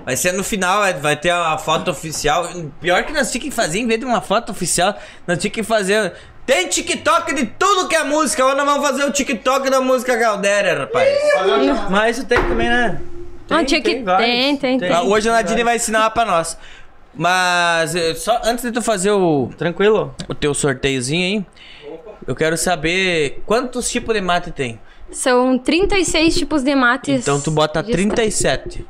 Vai ser no final, é, vai ter a foto oficial. Pior que nós tinha que fazer, em vez de uma foto oficial, nós tinha que fazer. Tem TikTok de tudo que é música. Agora nós vamos fazer o TikTok da música Galdera, rapaz.
Mas isso tem também, né?
Ah, tinha que-
vários.
tem, tem, tem.
Ah, Hoje a Nadine
vários.
vai ensinar pra nós. Mas eh, só antes de tu fazer o,
Tranquilo.
o teu sorteiozinho aí, eu quero saber quantos tipos de mate tem.
São 36 tipos de mates.
Então tu bota
registrados.
37.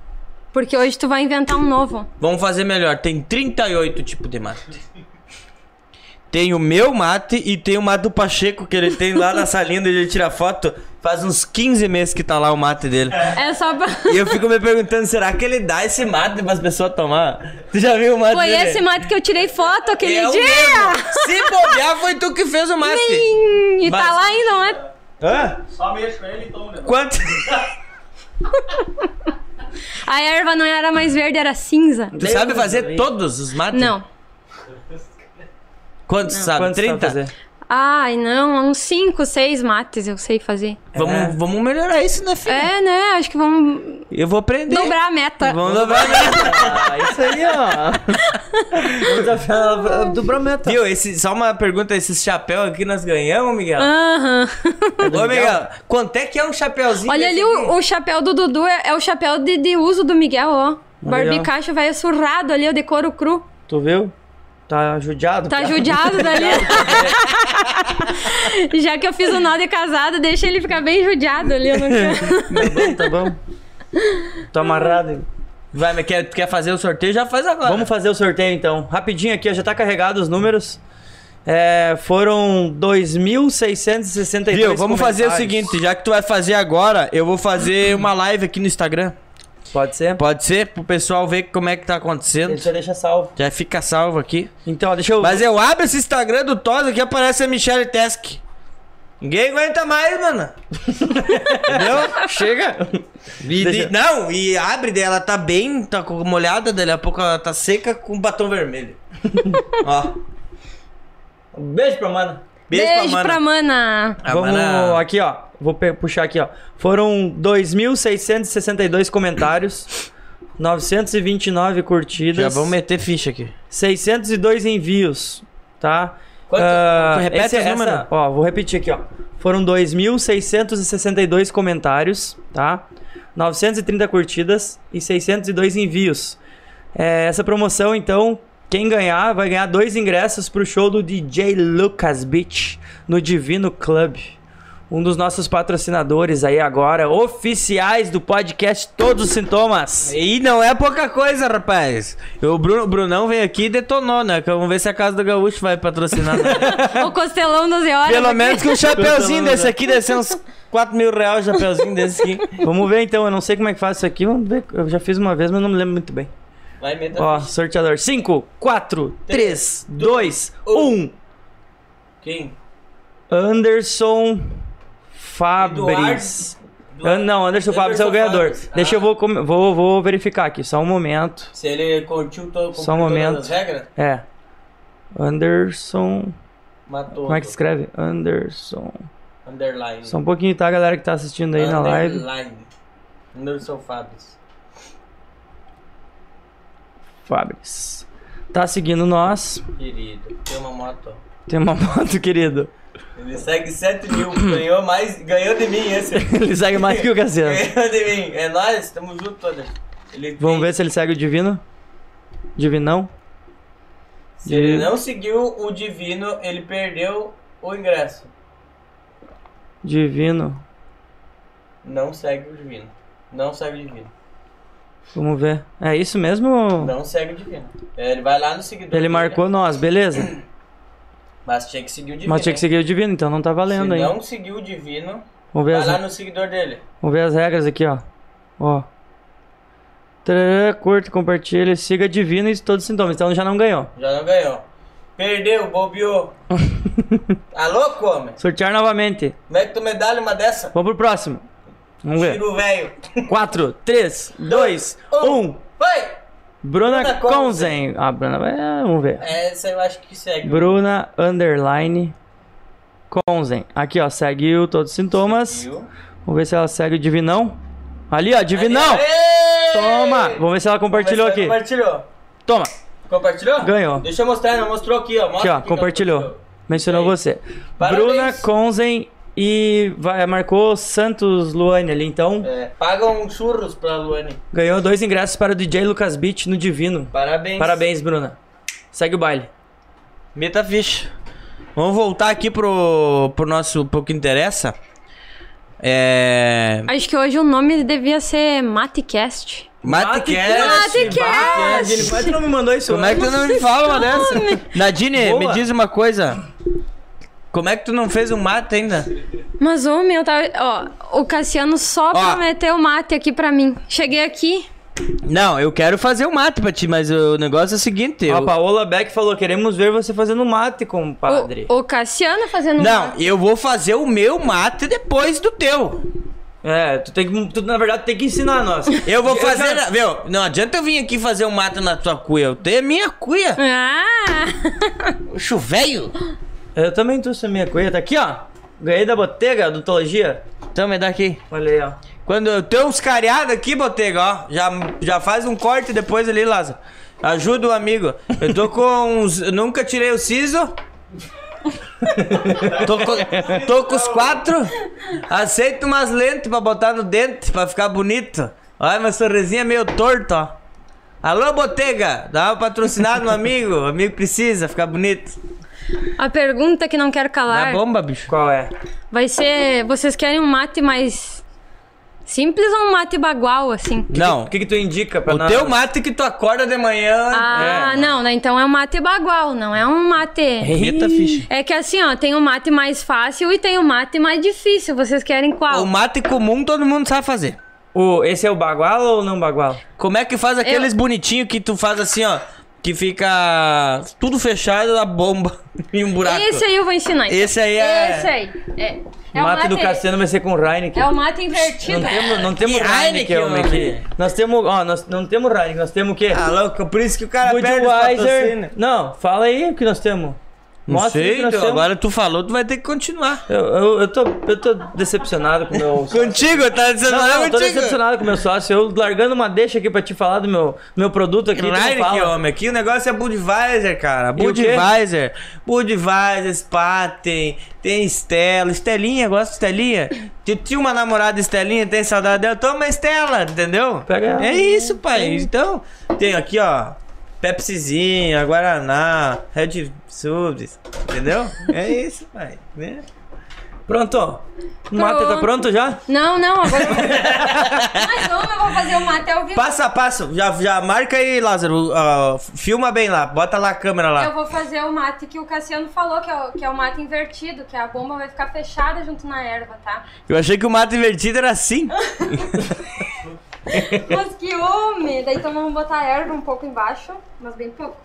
Porque hoje tu vai inventar um novo.
Vamos fazer melhor. Tem 38 tipos de mate. Tem o meu mate e tem o mate do Pacheco que ele tem lá na salinha onde ele tira foto. Faz uns 15 meses que tá lá o mate dele.
É só pra...
E eu fico me perguntando, será que ele dá esse mate pras pessoas tomar? Tu já viu o mate
Foi
dele?
esse mate que eu tirei foto aquele
é o
dia.
mesmo. Se bobear, foi tu que fez o mate.
Sim, e
Mas-
tá lá ainda, não é?
Hã?
Só mexe com ele e toma o negócio.
Quanto?
A erva não era mais verde, era cinza.
Tu sabe fazer todos os mates?
Não.
Quantos sabe?
Quantos
30?
tá fazer?
Ai, não, uns 5, 6 mates eu sei fazer.
Vamos, vamos melhorar isso, né, filho?
É, né? Acho que vamos
Eu vou aprender.
dobrar a meta.
Vamos dobrar a meta.
Ah, isso aí, ó.
(laughs)
Vou desafiar ela do Brometa.
Viu, esse, só uma pergunta, esses chapéus aqui nós ganhamos, Miguel?
Ah.
(laughs)
Aham.
Ô, Miguel, quanto é que é um chapéuzinho?
Olha
desse
ali
aqui?
o, o chapéu do Dudu, é, é o chapéu de, de uso do Miguel, ó. Barbicacho vai surrado ali, o decoro cru.
Tu viu? Tá judiado.
Tá
cara.
judiado
(laughs)
dali. Já que eu fiz o nó de casado, deixa ele ficar bem judiado ali. eu não quero.
Tá bom. Tô amarrado. hein?
Vai, mas quer, quer fazer o sorteio? Já faz agora.
Vamos fazer o sorteio então. Rapidinho aqui, ó, já tá carregado os números. É, foram 2.662.
Viu, vamos fazer o
comentários.
seguinte, já que tu vai fazer agora, eu vou fazer uma live aqui no Instagram.
Pode ser?
Pode ser? Pro pessoal ver como é que tá acontecendo.
Deixa, deixa salvo.
Já fica salvo aqui.
(laughs) Então, ó, deixa eu.
Mas eu abro esse Instagram do Tosa que aparece a Michelle Tesk. Ninguém aguenta mais, mano. (laughs)
Entendeu? Chega.
E
Deixa-
de- não, e abre dela, tá bem, tá com molhada, dali a pouco ela tá seca com
(laughs)
batom vermelho. Ó. Um beijo pra mana. Beijo,
Beijo
pra
pra
mana.
mana.
A
Vamos
mana-
aqui, ó. Vou pe- puxar aqui, ó. Foram 2.662 comentários, 929
Já
curtidas,
vamos meter ficha aqui.
602 envios, tá?
Quanto?
Ah,
Tu repete
esse-
os números?
essa- Ó, vou repetir aqui, ó. Foram 2.662 comentários, tá? 930 curtidas e 602 envios. É, essa promoção, então, quem ganhar vai ganhar dois ingressos pro show do DJ Lucas Beach no Divino Club. Um dos nossos patrocinadores aí agora, oficiais do podcast Todos os Sintomas.
E não é pouca coisa, rapaz. um O Bruno, o Brunão veio aqui e detonou, né? Que Vamos ver se a Casa do Gaúcho vai patrocinar. né?
O costelão 12 horas. né?
Pelo menos que um chapeuzinho
Detonou,
desse
né?
aqui deve ser uns 4 mil reais, um chapeuzinho desse aqui.
Vamos ver então, eu não sei como é que faz isso aqui, vamos ver. Eu já fiz uma vez, mas não me lembro muito bem.
Vai emendar.
Ó, sorteador. 5, 4, 3, 2, 1.
Quem?
Anderson Fabris. An- não, Anderson Fabris é o
Anderson
ganhador.
Fabris. Ah.
Deixa eu vou, com- vou, vou verificar aqui, só um
(laughs)
momento.
Se ele curtiu todo
Só um momento.
as regras,
É. Anderson.
matou.
Como é que se escreve? Anderson.
Underline.
Só um pouquinho, tá, galera que tá assistindo aí na live.
Underline. Anderson Fabris.
Fabris. Tá seguindo nós.
Querido, tem uma moto.
Tem uma (laughs) moto, querido.
Ele segue 7 mil, ganhou mais, ganhou de mim esse.
Ele segue mais que o Cassiano.
ganhou de mim, (laughs) é nóis, tamo junto todas. Ele
Vamos
tem-
ver se ele segue o Divino. Divinão.
Se ele não seguiu o divino, ele perdeu o ingresso.
Divino.
Não segue o divino. Não segue o divino.
Vamos ver. É isso mesmo?
Não segue o divino. É, Ele vai lá no seguidor.
Ele
dele,
marcou nós, beleza.
Mas tinha que seguir o divino. né?
Mas tinha que seguir o divino, então não tá valendo
Se
ainda.
não seguiu o divino,
Vamos ver,
vai lá
as,
no seguidor dele.
vamos ver as regras aqui, ó. Ó. Tarará, curta, compartilha, siga divino e todos os sintomas. Então já não ganhou.
Já não ganhou. Perdeu,
(laughs)
bobeou. tá louco, homem?
Sortear novamente.
Como é que tu me dá uma dessa?
Vamos pro próximo. Vamos ver.
Tiro velho. (laughs)
4, 3, 2,
um.
1.
Vai!
Bruna
Bruna
Konzen. Ah, Bruna vai. ah, Vamos ver.
Essa eu acho que segue.
Bruna Underline Konzen. Aqui, ó. Seguiu todos os sintomas.
Viu?
Vamos ver se ela segue o Divinão. Ali, ó, Divinão!
Aê!
Toma! Vamos ver se ela compartilhou
Começou,
aqui.
Compartilhou.
Toma!
Compartilhou?
Ganhou.
Deixa eu mostrar, não mostrou aqui, ó. Mostra
Aqui, ó,
aqui tá que ela
compartilhou. Mencionou
Aí.
você.
Parabéns.
Bruna Konzen e vai, marcou Santos Luane ali, então.
É, pagam churros pra Luane.
Ganhou dois ingressos para o DJ Lucas Beach no Divino.
Parabéns.
Parabéns, Bruna. Segue o baile.
Meta ficha. Vamos voltar aqui pro, pro nosso, pro que interessa. É...
Acho que hoje o nome devia ser Matecast.
Matecast.
Matecast.
A Jenny quase não me mandou isso.
Como é que tu não me fala uma dessa? Nadine,
Boa.
me diz uma coisa. Como é que tu não fez um mate ainda?
Mas, homem, eu tava. Ó, o Cassiano só
Ó.
prometeu mate aqui pra mim. Cheguei aqui.
Não, eu quero fazer um mate pra ti, mas o negócio é o seguinte.
A
Eu...
Paola Beck falou: queremos ver você fazendo mate, compadre.
O, o Cassiano fazendo
Não,
mate.
eu vou fazer o meu mate depois do teu.
É, tu tem que. Tu, na verdade, tem que ensinar
(laughs)
nós.
Eu vou fazer.
já-
Viu? Não adianta eu vir aqui fazer um mate na tua cuia. Eu tenho a minha cuia.
Ah!
Oxo, velho.
Eu também trouxe a minha coisa. Tá aqui, ó. Ganhei da Botega, Odontologia.
Então me dá aqui.
Olha aí, ó.
Quando eu tenho uns cariados aqui, Botega, ó. Já, já faz um corte depois ali, Lázaro. Ajuda o amigo. Eu tô com uns. eu nunca tirei o siso. tô, com, tô com os quatro. Aceito umas lentes pra botar no dente, pra ficar bonito. Olha, meu sorrisinho é meio torto, ó. Alô, Botega! Dá uma patrocinada no amigo. O amigo precisa ficar bonito.
(laughs) A pergunta que não quero
Dá
calar
bomba, bicho.
Qual é?
vai ser: vocês querem um mate mais simples ou um mate bagual, assim?
Não.
O que, que tu indica pra
O
nós?
teu mate é que tu acorda de manhã.
Ah,
É.
não, né? Então é um mate bagual, não é um mate.
Eita, ficha.
É que assim, ó, tem o mate mais fácil e tem o mate mais difícil. Vocês querem qual?
O mate comum todo mundo sabe fazer.
O, esse é o bagual ou não bagual?
Como é que faz aqueles bonitinhos que tu faz assim, ó? Que fica tudo fechado, a bomba (laughs) e um buraco.
Esse aí eu vou ensinar. então.
Esse aí é-
Esse aí. É. É o
mate do
mate-
Cassiano vai ser com Heineken.
É o mate
Não
invertido.
temos, não temos
Que
Heineken,
Heineken,
homem,
homem.
aqui. Nós temos, ó, nós não temos Heineken, nós temos o quê?
Ah, louco, por isso que o cara perde os
Budweiser.
patrocínios.
Não, fala aí o que nós temos.
Não
Mostra aí o
sei,
que nós
então,
temos.
agora tu falou, tu vai ter que continuar.
Eu, eu, eu tô, eu tô decepcionado com
(laughs)
o meu
Contigo, tá dizendo,
Não, é não, eu tô
contigo.
decepcionado com o meu sócio. Eu largando uma deixa aqui pra te falar do meu, meu produto aqui. tu não
Heineken,
fala.
homem, aqui o negócio é Budweiser, cara.
E o quê?
Budweiser. Budweiser, Spaten, tem Estela. Estelinha, gosto de
(coughs)
Estelinha. Tu tinha uma namorada Estelinha, tem saudade dela. Toma Estela, entendeu?
Pega ela.
É isso, pai. Então, tem aqui, ó. Pepsizinha, Guaraná, Red Subs, entendeu? É isso, pai. Né?
Pronto. O Mate tá
Pronto.
pronto já?
Não, não, agora.
(laughs)
Mais uma, eu vou fazer o mate ao vivo.
Passo a passo, já, já marca aí, Lázaro. ó, filma bem lá, bota lá a câmera lá.
Eu vou fazer o mate que o Cassiano falou, que é o, que é o mate invertido, que a bomba vai ficar fechada junto na erva, tá?
Eu achei que o mato invertido era assim.
Mas que homem! Daí então vamos botar a erva um pouco embaixo, mas bem pouco.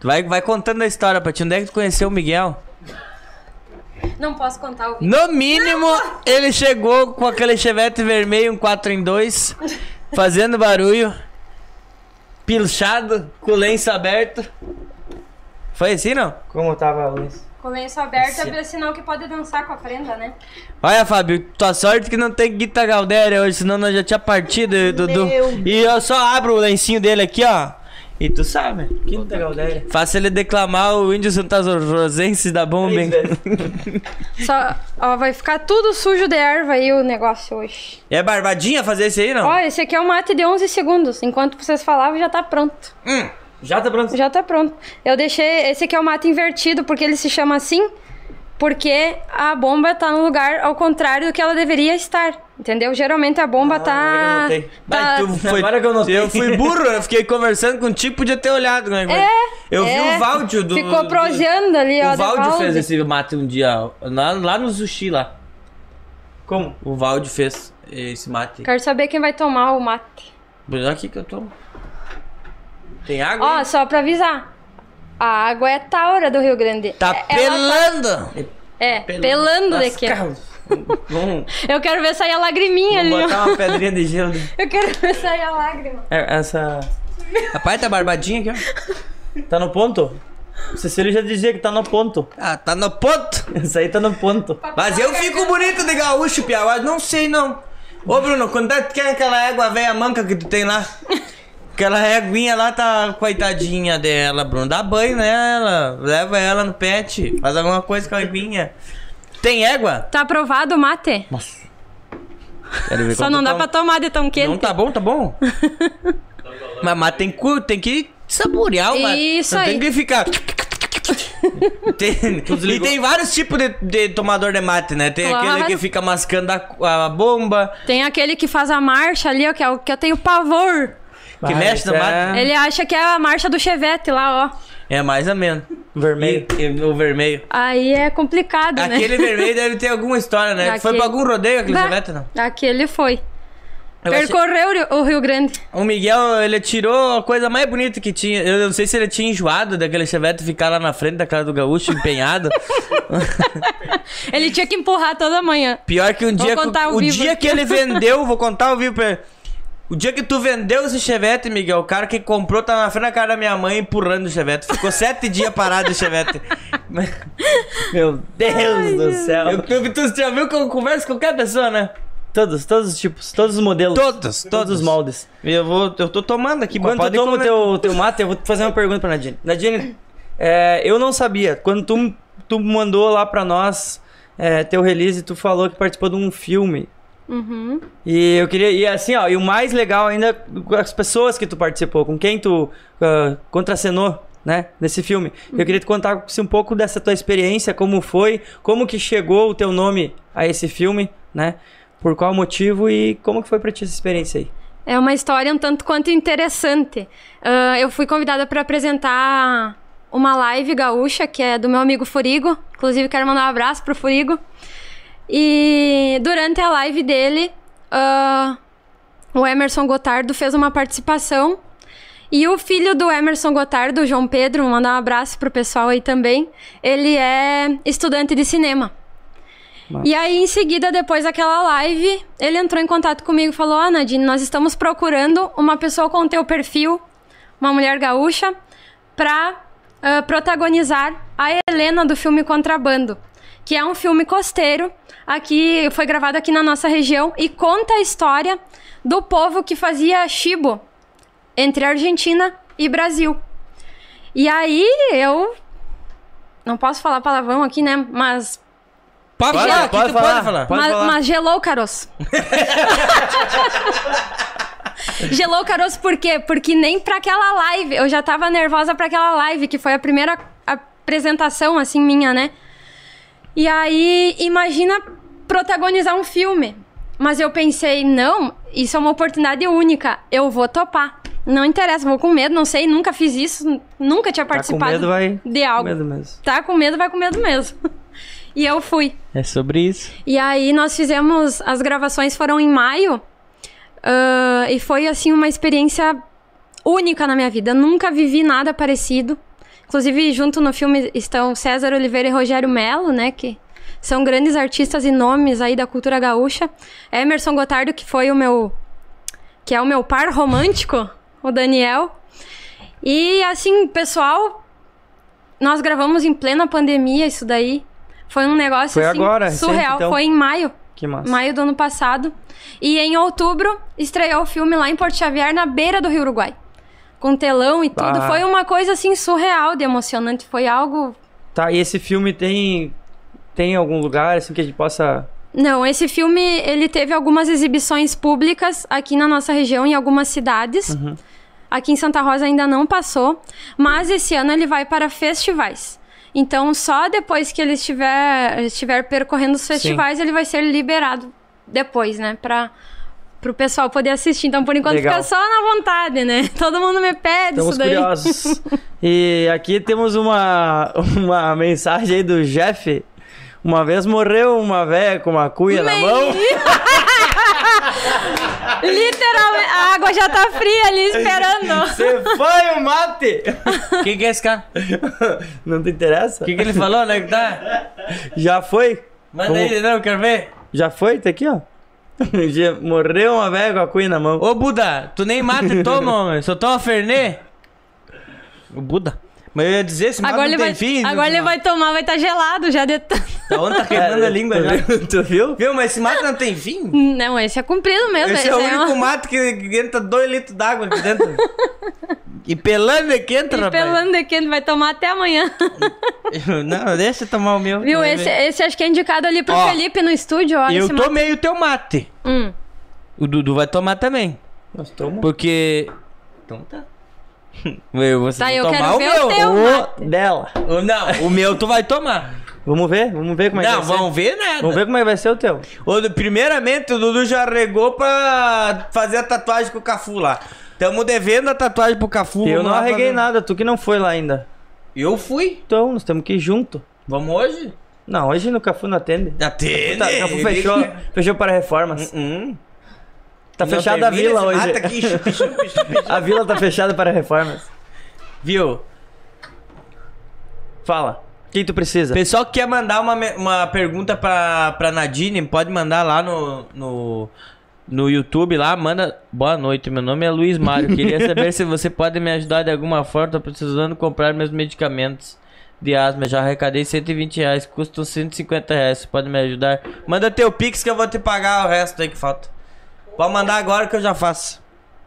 Tu Vai, vai contando a história pra ti. Onde é que tu conheceu o Miguel?
Não posso contar o vídeo.
No mínimo, ele chegou com aquele chevette vermelho, um 4 em 2, fazendo barulho, pilchado, com o lenço aberto. Foi assim, não?
Como tava a luz?
Com o lenço aberto é sinal que pode dançar com a prenda, né?
Olha, Fábio, tua sorte que não tem Guita Galdéria hoje, senão nós já tinha partido, eh, Dudu. E eu só abro o lencinho dele aqui, ó. E tu
Ah,
sabe.
Quinta Galdéria.
Faço ele declamar o índio santarosense da bomba, hein?
Só, ó, vai ficar tudo sujo de erva aí o negócio hoje.
É barbadinha fazer isso aí, não?
Ó, esse aqui é um mate de 11 segundos. Enquanto vocês falavam, já tá pronto.
Já tá pronto?
Já tá pronto. Eu deixei. Esse aqui é o mato invertido, porque ele se chama assim. Porque a bomba tá no lugar ao contrário do que ela deveria estar. Entendeu? Geralmente a bomba
Ah,
tá.
agora que eu notei.
tá-
Ai, tu foi-
Agora que eu notei.
Eu fui burro, eu fiquei conversando um contigo, podia ter olhado, né? eu vi
é,
o Valdio do.
Ficou né,
do-
proseando ali, ó.
O
de
Valdio
balde.
fez esse mate um dia, ó, lá, lá
um
no sushi lá.
Como?
O Valdio fez esse mate.
Quero saber quem vai tomar o mate.
Olha aqui que eu tomo. Tem água?
Ó,
hein?
só pra avisar. A água é taura do Rio Grande.
tá
Ela
pelando!
(laughs) É, pelando
Nas
daqui.
carros. Vamos,
Eu quero ver sair a lagriminha
vamos
ali, ó.
botar uma pedrinha de gelo.
(laughs) Eu quero ver sair a lágrima.
É, Essa.
Rapaz, tá barbadinha aqui, ó.
Tá no ponto? O Cecílio já dizia que tá no ponto. (laughs)
Ah, tá no ponto!
Isso aí tá no ponto.
Mas eu fico bonito de gaúcho, Piauá. Não sei, não. Ô, Bruno, quando é que tu quer aquela égua velha manca que tu tem lá? Aquela éguinha lá tá coitadinha dela, Bruno. Dá banho nela, leva ela no pet, faz alguma coisa com a éguinha. Tem égua?
Tá aprovado o mate?
Quero ver tá
Só não dá pra tomar de tão quente.
um- Não tá bom, tá
(laughs)
bom? mas, mas tem, cu- tem que saborear o mate.
Isso
não
aí.
Tem que
(laughs)
ficar. Tem- e tem vários tipos de, de tomador de mate, né? Tem
Claro.
aquele que fica mascando a, a bomba,
Tem aquele que faz a marcha ali, ó, que é o que eu tenho pavor.
que
Ah,
mexe
isso
no
é
mate.
Ele acha que é a marcha do Chevette lá, ó.
É mais ou menos.
Vermelho.
E- e o vermelho.
Aí é complicado,
Aquele
(laughs) né?
vermelho deve ter alguma história, né?
Aquele-
Foi pra algum rodeio aquele
Bah,
chevette, não?
Aquele foi.
Eu achei-
Percorreu o Rio- o Rio Grande.
O Miguel, ele tirou a coisa mais bonita que tinha. Eu não sei se ele tinha enjoado daquele chevette ficar lá na frente da casa do gaúcho,
(laughs)
empenhado.
Ele tinha que empurrar toda manhã.
Pior que um
Vou
dia. que-
contar ao
o
vivo
dia
aqui.
que
(laughs)
ele vendeu, vou contar ao vivo pra ele. O dia que tu vendeu esse chevette, Miguel, o cara que comprou tá na frente da cara da minha mãe empurrando o chevette. Ficou sete dias parado o chevette.
Meu Deus do céu.
Eu, tu, tu já viu que eu converso com qualquer pessoa, né?
Todos, todos os tipos, todos os modelos.
Todos,
Todos os moldes.
Eu, vou, eu tô tomando aqui, mas
Quando tu
pode
toma o
comer.
teu, teu mate, eu vou fazer uma pergunta pra Nadine. Nadine, é, eu não sabia. Quando tu, tu mandou lá pra nós é, teu release, tu falou que participou de um filme.
Uhum.
E eu queria. E assim, ó, e o mais legal ainda, com as pessoas que tu participou, com quem tu ah, contracenou, né, nesse filme. Eu queria te contar assim, um pouco dessa tua experiência, como foi, como que chegou o teu nome a esse filme, né? Por qual motivo e como que foi pra ti essa experiência aí?
É uma história um tanto quanto interessante. Ah, eu fui convidada para apresentar uma live gaúcha, que é do meu amigo Furigo. Inclusive, quero mandar um abraço pro Furigo. E durante a live dele, ah, o Emerson Gotardo fez uma participação. E o filho do Emerson Gotardo, o João Pedro, mandar um abraço pro pessoal aí também. Ele é estudante de cinema. E aí, em seguida, depois daquela live, ele entrou em contato comigo e falou: Ó, Nadine, nós estamos procurando uma pessoa com teu perfil, uma mulher gaúcha, pra ah, protagonizar a Helena do filme Contrabando, que é um filme costeiro, aqui foi gravado aqui na nossa região e conta a história do povo que fazia chibo entre Argentina e Brasil. E aí, eu. Não posso falar palavrão aqui, né? Mas
Pode
Fala,
falar, aqui
pode
tu
falar.
pode falar.
Pode
mas,
falar.
mas gelou o
(laughs)
caroço. gelou o caroço por quê? Porque nem pra aquela live, eu já tava nervosa pra aquela live, que foi a primeira apresentação, assim, minha, né? E aí, imagina protagonizar um filme. Mas eu pensei, não, isso é uma oportunidade única, eu vou topar. Não interessa, vou com medo, não sei, nunca fiz isso, nunca tinha
Tá com
participado
medo, vai.
de
Com
algo.
medo mesmo.
Tá com medo, vai com medo mesmo. (laughs) E eu fui.
É sobre isso.
E aí nós fizemos, as gravações foram em maio ãh, e foi assim uma experiência única na minha vida. Eu Nunca vivi nada parecido. Inclusive junto no filme estão César Oliveira e Rogério Melo, né? Que são grandes artistas e nomes aí da cultura gaúcha. Emerson Gotardo que foi o meu, que é o meu par romântico, o Daniel. E assim pessoal, nós gravamos em plena pandemia isso daí. Foi um negócio
Foi
assim,
agora, recente,
surreal.
então?
Foi em maio.
Que massa.
Maio do ano passado. E em outubro estreou o filme lá em Porto Xavier, na beira do Rio Uruguai. Com telão e tudo.
Bah.
Foi uma coisa assim surreal de emocionante. Foi algo.
Tá, e esse filme tem tem algum lugar assim que a gente possa
Não, esse filme ele teve algumas exibições públicas aqui na nossa região, em algumas cidades.
Uhum.
Aqui em Santa Rosa ainda não passou. Mas esse ano ele vai para festivais. Então, só depois que ele estiver, estiver percorrendo os festivais, ele vai ser liberado depois, né? Pra, pro pessoal poder assistir. Então, por enquanto,
Legal.
fica só na vontade, né? (laughs) Todo mundo me pede
Estamos
isso daí. (laughs)
curiosos. e aqui temos uma uma mensagem aí do Jeff. Uma vez morreu uma véia com uma cuia na
(laughs)
mão.
Literalmente, a água já tá fria
(laughs) É
ali esperando.
Você foi o mate! (laughs)
Quem que é esse cara? O
Não te interessa?
que, que ele falou, né? Que tá?
Já foi?
Manda aí, não, quero ver.
Já foi? Tá aqui, ó. Já Morreu uma velha com a cuia na mão.
Ô, Buda, tu nem mata (laughs) e toma, homem. Só toma Fernê. O Buda. Mas eu ia dizer, esse
Agora
mato
ele,
não tem
vai,
fim. né?
agora ele vai tomar, vai estar gelado já. De...
Tá onde tá quebrando a língua
É,
(laughs)
tu
já.
Viu? Tu viu?
Viu, mas esse mato não tem fim?
(laughs) Não, esse é comprido mesmo.
Esse é o
esse
único
uma-
mato que, que entra 2 litros d'água aqui dentro. e pelando é que entra,
E
rapaz.
pelando aqui, ele vai tomar até amanhã.
Não, deixa eu tomar o meu.
Viu?
Vai
Esse,
ver.
esse acho que é indicado ali pro
Ó,
Felipe no estúdio, ó.
Eu
esse ma-
tomei o teu mate.
Hum.
O Dudu vai tomar também.
Nós tomamos.
Porque. Então tá. Eu, você
Tá,
vai
eu
tomar
quero
o
ver o
meu.
teu.
O dela.
O- Não, o meu tu vai tomar.
Vamos ver? Vamos ver como é que
não,
vai ser.
vão ver nada.
Vamos ver como é que vai ser o teu.
Ô, Du- primeiramente, o Dudu já regou pra fazer a tatuagem com o Cafu lá. Tamo devendo a tatuagem pro Cafu.
Eu
vamos
não
lá
arreguei
fazer.
nada, tu que não foi lá ainda.
Eu fui.
Então, nós temos que ir junto.
Vamos hoje?
Não, hoje no Cafu não atende.
Atende.
Tá, Cafu fechou, fechou para reformas.
Hum.
Tá
Não
fechada a
termina
vila
esse
hoje.
mato aqui, chup, chup, chup.
A vila tá fechada para reformas.
(laughs) Viu?
Fala. Quem tu precisa?
Pessoal que quer mandar uma, me- uma pergunta pra, pra Nadine, pode mandar lá no, no, no YouTube lá, manda. Boa noite, meu nome é Luiz Mário. Queria saber se você pode me ajudar de alguma forma. Tô precisando comprar meus medicamentos de asma. Já arrecadei 120 reais, custam 150 reais. Você pode me ajudar? Manda teu Pix que eu vou te pagar o resto aí que falta. Pode mandar agora que eu já faço.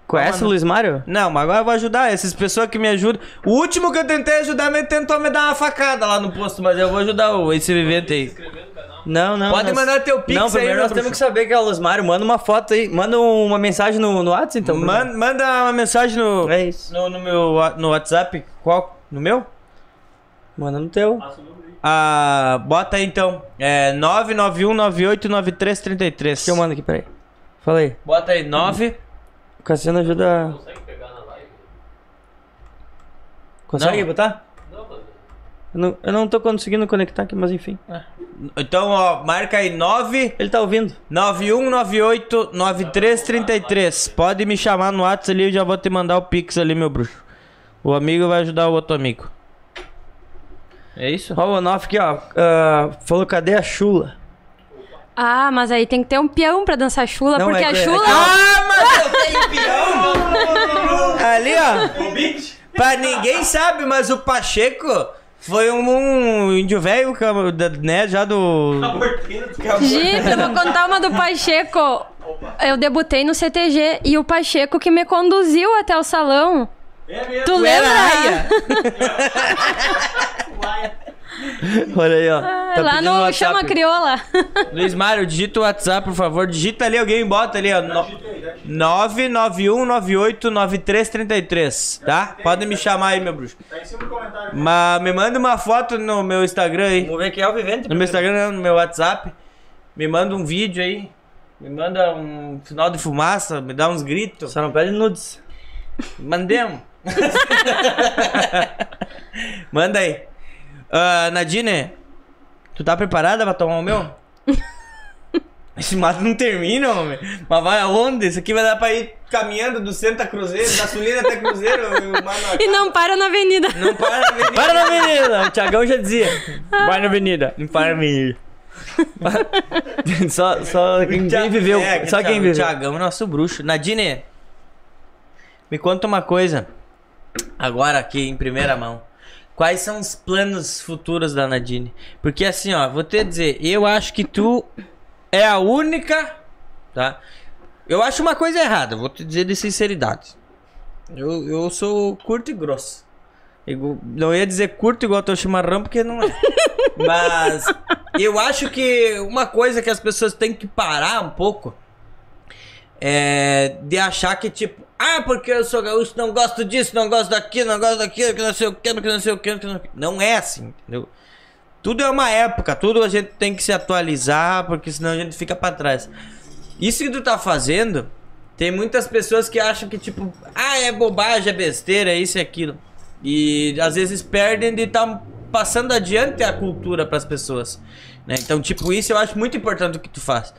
Conhece o Luiz Mário?
Não, mas agora eu vou ajudar essas pessoas que me ajudam. O último que eu tentei ajudar, ele tentou me dar uma facada lá no posto, mas eu vou ajudar o- esse vivente aí.
Não, não.
Pode mandar teu pix
Não,
aí,
primeiro
meu
nós
bruxo.
temos que saber que é o Luiz Mário. Manda uma foto aí. Manda uma mensagem no, no WhatsApp, então. Bruno.
Man- manda uma mensagem no,
É isso.
no, no meu wa- no WhatsApp. Qual? No meu?
Manda no teu.
Ah, bota aí então. É 991989333.
Que eu mando aqui, peraí. Fala aí.
Bota aí 9.
O Cassiano ajuda.
Consegue pegar na live?
Consegue
Não.
botar?
Não, mano.
Eu não, eu não tô conseguindo conectar aqui, mas enfim.
Então, ó, marca aí 9
Ele tá ouvindo.
91989333. Pode me chamar no WhatsApp ali, eu já vou te mandar o pix ali, meu bruxo. O amigo vai ajudar o outro amigo. É isso?
Ó, o Onof aqui, ó. ah, falou, cadê a chula?
Ah, mas aí tem que ter um peão pra dançar chula,
Não,
Tá, porque
é
a
que- é
chula.
que-
Ah, mas eu tenho peão! Ali, ó.
O beat.
Pra ninguém sabe, mas o Pacheco foi um, um índio velho, que é o da- né, já do...
Abortando.
Gente, eu vou contar uma do Pacheco.
Opa.
Eu debutei no CTG e o Pacheco que me conduziu até o salão.
É mesmo.
Tu
Era
lembra?
aia.
(laughs) Olha aí, ó.
Ah,
Tá
Lá
pedindo
no
WhatsApp.
Chama Crioula. (laughs)
Luiz Mário, digita o WhatsApp, por favor. Digita ali, alguém bota ali, ó. No... 991989333, tá? Podem me chamar aí, meu bruxo.
Tá em cima do comentário.
Mas me manda uma foto no meu Instagram aí.
Vamos ver quem é o vivente.
No meu Instagram, não, no meu WhatsApp. Me manda um vídeo aí. Me manda um final de fumaça, me dá uns gritos.
Só não pede nudes.
Mandemos. (laughs) Manda aí. Ah, Nadine, tu tá preparada pra tomar o meu? Esse mato não termina, homem. Mas vai aonde? Isso aqui vai dar pra ir caminhando do Santa Cruzeiro, da Sulina até Cruzeiro. o mar
E não para na avenida.
Não para, menino.
Para na avenida! O Tiagão já dizia. Vai na avenida.
Não para,
(laughs)
menino.
Só, só quem quem viveu.
É,
Só quem viveu.
Tiagão, nosso bruxo. Nadine, me conta uma coisa. Agora aqui, em primeira mão. Quais são os planos futuros da Nadine? Porque assim, ó, vou te dizer, eu acho que tu é a única, tá? Eu acho uma coisa errada, vou te dizer de sinceridade. Eu, eu sou curto e grosso. Igu- Não ia dizer curto igual teu chimarrão, porque não é. Mas eu acho que uma coisa que as pessoas têm que parar um pouco é de achar que, tipo, ah, porque eu sou gaúcho, não gosto disso, não gosto daquilo, não gosto daquilo, que não sei o que, que não sei o que, que não sei o que. Não é assim, entendeu? Tudo é uma época, tudo a gente tem que se atualizar, porque senão a gente fica pra trás. Isso que tu tá fazendo, tem muitas pessoas que acham que, tipo, ah, é bobagem, é besteira, é isso e aquilo. E às vezes perdem de estar passando adiante a cultura pras pessoas. né? Então, tipo, isso eu acho muito importante o que tu faz.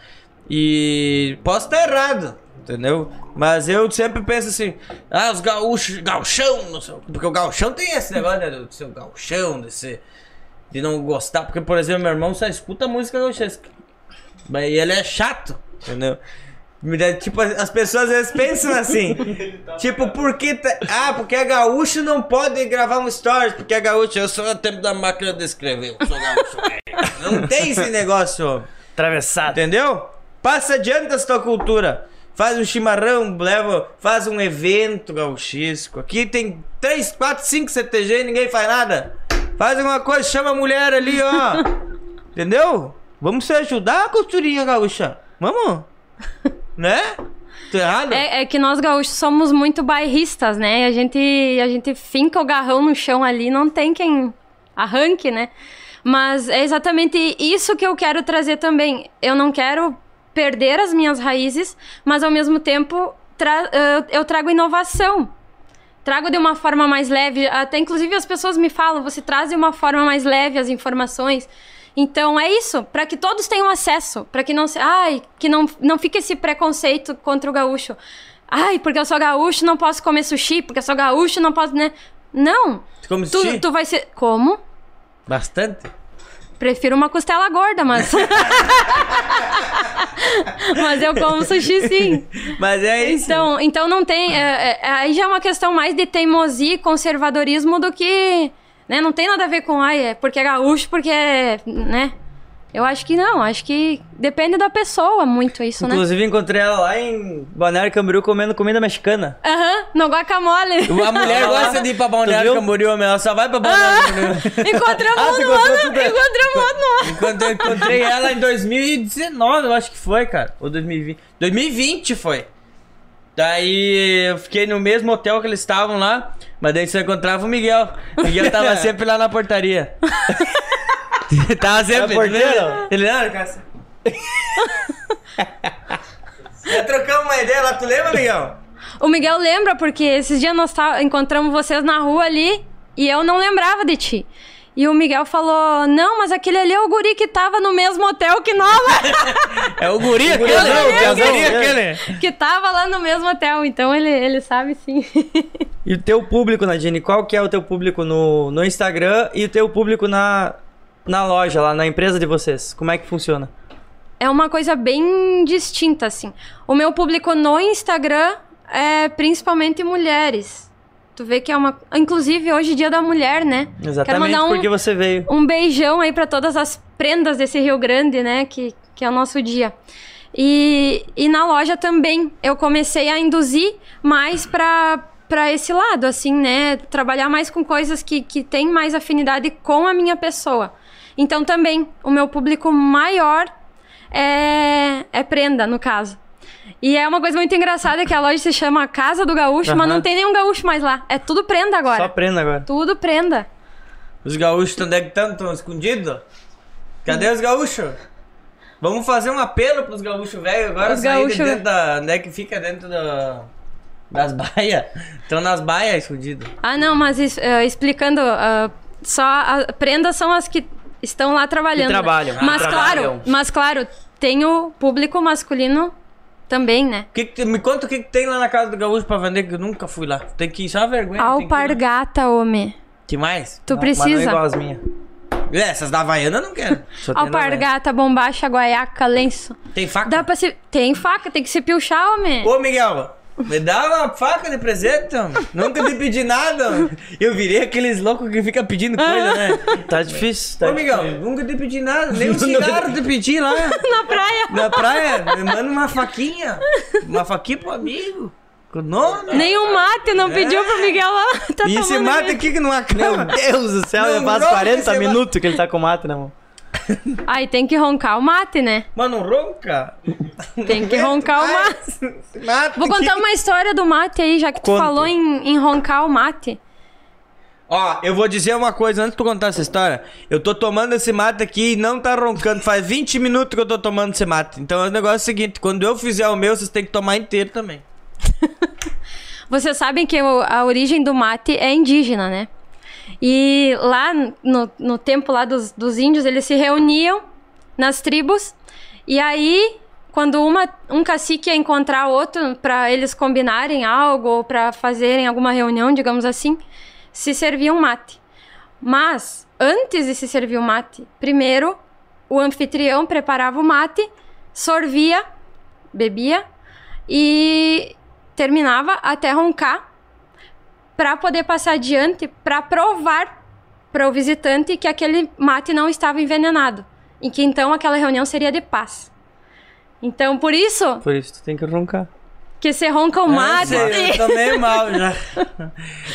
E posso estar errado, entendeu? Mas eu sempre penso assim, ah, os gaúchos, gauchão, não sei, o quê. porque o gauchão tem esse negócio, né, do seu gauchão, de ser de não gostar, porque, por exemplo, meu irmão só escuta música gauchesca. Mas ele é chato, entendeu? Me dá- Tipo, as as pessoas às vezes pensam assim. tipo, por que. tá- Ah, porque é gaúcho não pode gravar um stories, porque é gaúcho. Eu sou o tempo da máquina de escrever. Eu sou gaúcho. não tem esse negócio, homem.
Atravessado.
Entendeu? Passa adiante essa tua cultura. Faz um chimarrão, leva, faz um evento gauchesco. Aqui tem 3, 4, 5 CTG e ninguém faz nada. Faz alguma coisa, chama a mulher ali, (laughs) ó. Entendeu? Vamos se ajudar, costurinha gaúcha. (laughs) Vamos? né? Tô errado?
É, é que nós gaúchos somos muito bairristas, né? A gente, a gente finca o garrão no chão ali, não tem quem arranque, né? Mas é exatamente isso que eu quero trazer também. Eu não quero perder as minhas raízes, mas ao mesmo tempo tra- eh, eu trago inovação. Trago de uma forma mais leve. Até inclusive as pessoas me falam, você traz de uma forma mais leve as informações. Então é isso, para que todos tenham acesso, para que não se, ai, que não não fique esse preconceito contra o gaúcho. Ai, porque eu sou gaúcho, não posso comer sushi, porque eu sou gaúcho, não posso, né? Não.
Tu come
Tu,
sushi?
tu vai ser como?
Bastante?
Prefiro uma costela gorda, mas (laughs) Mas eu como sushi sim.
Mas é isso.
Então, então não tem. é, é, aí já é uma questão mais de teimosia e conservadorismo do que. Né, não tem nada a ver com. Ai, é porque é gaúcho, porque é. Né? Eu acho que não. Acho que depende da pessoa muito isso, né?
Inclusive, encontrei ela lá em Balneário Camboriú comendo comida mexicana.
Aham, no guacamole.
(laughs)
(laughs)
A mulher gosta de ir pra Balneário
Tu viu?
Camboriú, mas ela só vai pra Balneário Camboriú.
(laughs) Encontramos
Ah,
um
tu
no
encontrou
ano.
tudo.
Encontramos um no ano.
Quando eu encontrei ela em 2019, eu acho que foi, cara. Ou 2020. 2020 foi. Daí eu fiquei no mesmo hotel que eles estavam lá, mas daí só encontrava o Miguel. O Miguel (laughs) tava sempre lá na (laughs) portaria. tava sempre.
É porteiro?
Ele não, cara. (laughs) Já trocamos uma ideia lá, tu lembra, Miguel?
O Miguel lembra, porque esses dias nós tá- encontramos vocês na rua ali e eu não lembrava de ti. E o Miguel falou: Não, mas aquele ali é o guri que tava no mesmo hotel que nós.
É o guri aquele,
gurizão,
né? o
gurizão,
guri
né?
aquele.
que tava lá no mesmo hotel, então ele, ele sabe sim. (laughs)
E o teu público, Nadine, qual que é o teu público no, no Instagram e o teu público na, na loja, lá na empresa de vocês? Como é que funciona?
é uma coisa bem distinta, assim. O meu público no Instagram é principalmente mulheres. Tu vê que é uma. Inclusive, hoje, é dia da mulher, né?
Exatamente
mandar um-
porque você veio.
um beijão aí pra todas as prendas desse Rio Grande, né? Que, que é o nosso dia. E, e na loja também eu comecei a induzir mais pra para esse lado, assim, né? Trabalhar mais com coisas que, que têm mais afinidade com a minha pessoa. Então também o meu público maior é, é prenda, no caso. E é uma coisa muito engraçada que a loja se chama Casa do Gaúcho, mas
Aham.
não tem nenhum gaúcho mais lá. É tudo prenda agora.
Só prenda agora.
Tudo prenda.
Os gaúchos onde é que estão? Estão escondidos? Cadê os gaúchos? Vamos fazer um apelo pros gaúchos velho agora
Os
sair de
gaúcho-
dentro da. Onde é que fica dentro da. Das (laughs) baias? Estão nas baias escondidos.
Ah, não, mas es- eh, explicando, ah, só a- prendas são as que estão lá trabalhando. né?
Que trabalham.
Mas
Ah,
claro,
trabalham.
mas claro, tem o público masculino também,
É,
né?
Que que- me conta o que, que tem lá na casa do gaúcho pra vender, que eu nunca fui lá. Tem que ir, só uma vergonha. tem que ir lá.
Alpargata, homem.
Que mais?
Tu
Mas não é
precisa.
igual as minhas.
É, essas da Havaiana eu não quero.
Só tem da velha.
Alpargata, bombacha, guaiaca, lenço.
Tem faca?
Dá pra se. Tem faca, tem que se pilchar, homem.
Ô, Miguel, me dá uma faca de presente, homem. Nunca te pedi nada. homem. Eu virei aqueles loucos que fica pedindo
Ah.
coisa, né?
Tá difícil. Tá
Ô, Miguel, (laughs) nunca te pedi nada. Nem um cigarro te pedi (laughs) lá.
Na praia.
Na praia, me manda uma faquinha. Uma faquinha pro amigo. Com o nome.
Nenhum mate não pediu pro Miguel lá. (laughs) Tá
E esse
tomando
mate
vinho.
aqui que não
Meu
acaba.
Deus do céu,
Não,
já faz
não,
40
você vai-
minutos que ele tá com mate na mão.
Aí tem que roncar o mate, né?
Mano, ronca.
Tem que roncar
é.
o mate.
Mate
Vou
aqui.
contar um- uma história do mate aí, já que tu
Conta.
falou em, em roncar o mate.
Ó, eu vou dizer uma coisa antes de tu contar essa história. Eu tô tomando esse mate aqui e não tá roncando. Faz 20 minutos que eu tô tomando esse mate. Então o negócio é o seguinte: quando eu fizer o meu, vocês têm que tomar inteiro também.
Vocês sabem que o- a origem do mate é indígena, né? E lá no, no tempo lá dos, dos índios, eles se reuniam nas tribos. E aí, quando uma, um cacique ia encontrar outro para eles combinarem algo ou para fazerem alguma reunião, digamos assim, se servia um mate. Mas, antes de se servir o mate, primeiro o anfitrião preparava o mate, sorvia, bebia e terminava até roncar para poder passar adiante para provar para o visitante que aquele mate não estava envenenado e que então aquela reunião seria de paz. Então, por isso
Por isso tu tem que roncar.
que você ronca o
É,
(laughs) mate.
Eu, sei, eu tô meio mal
(laughs)
já.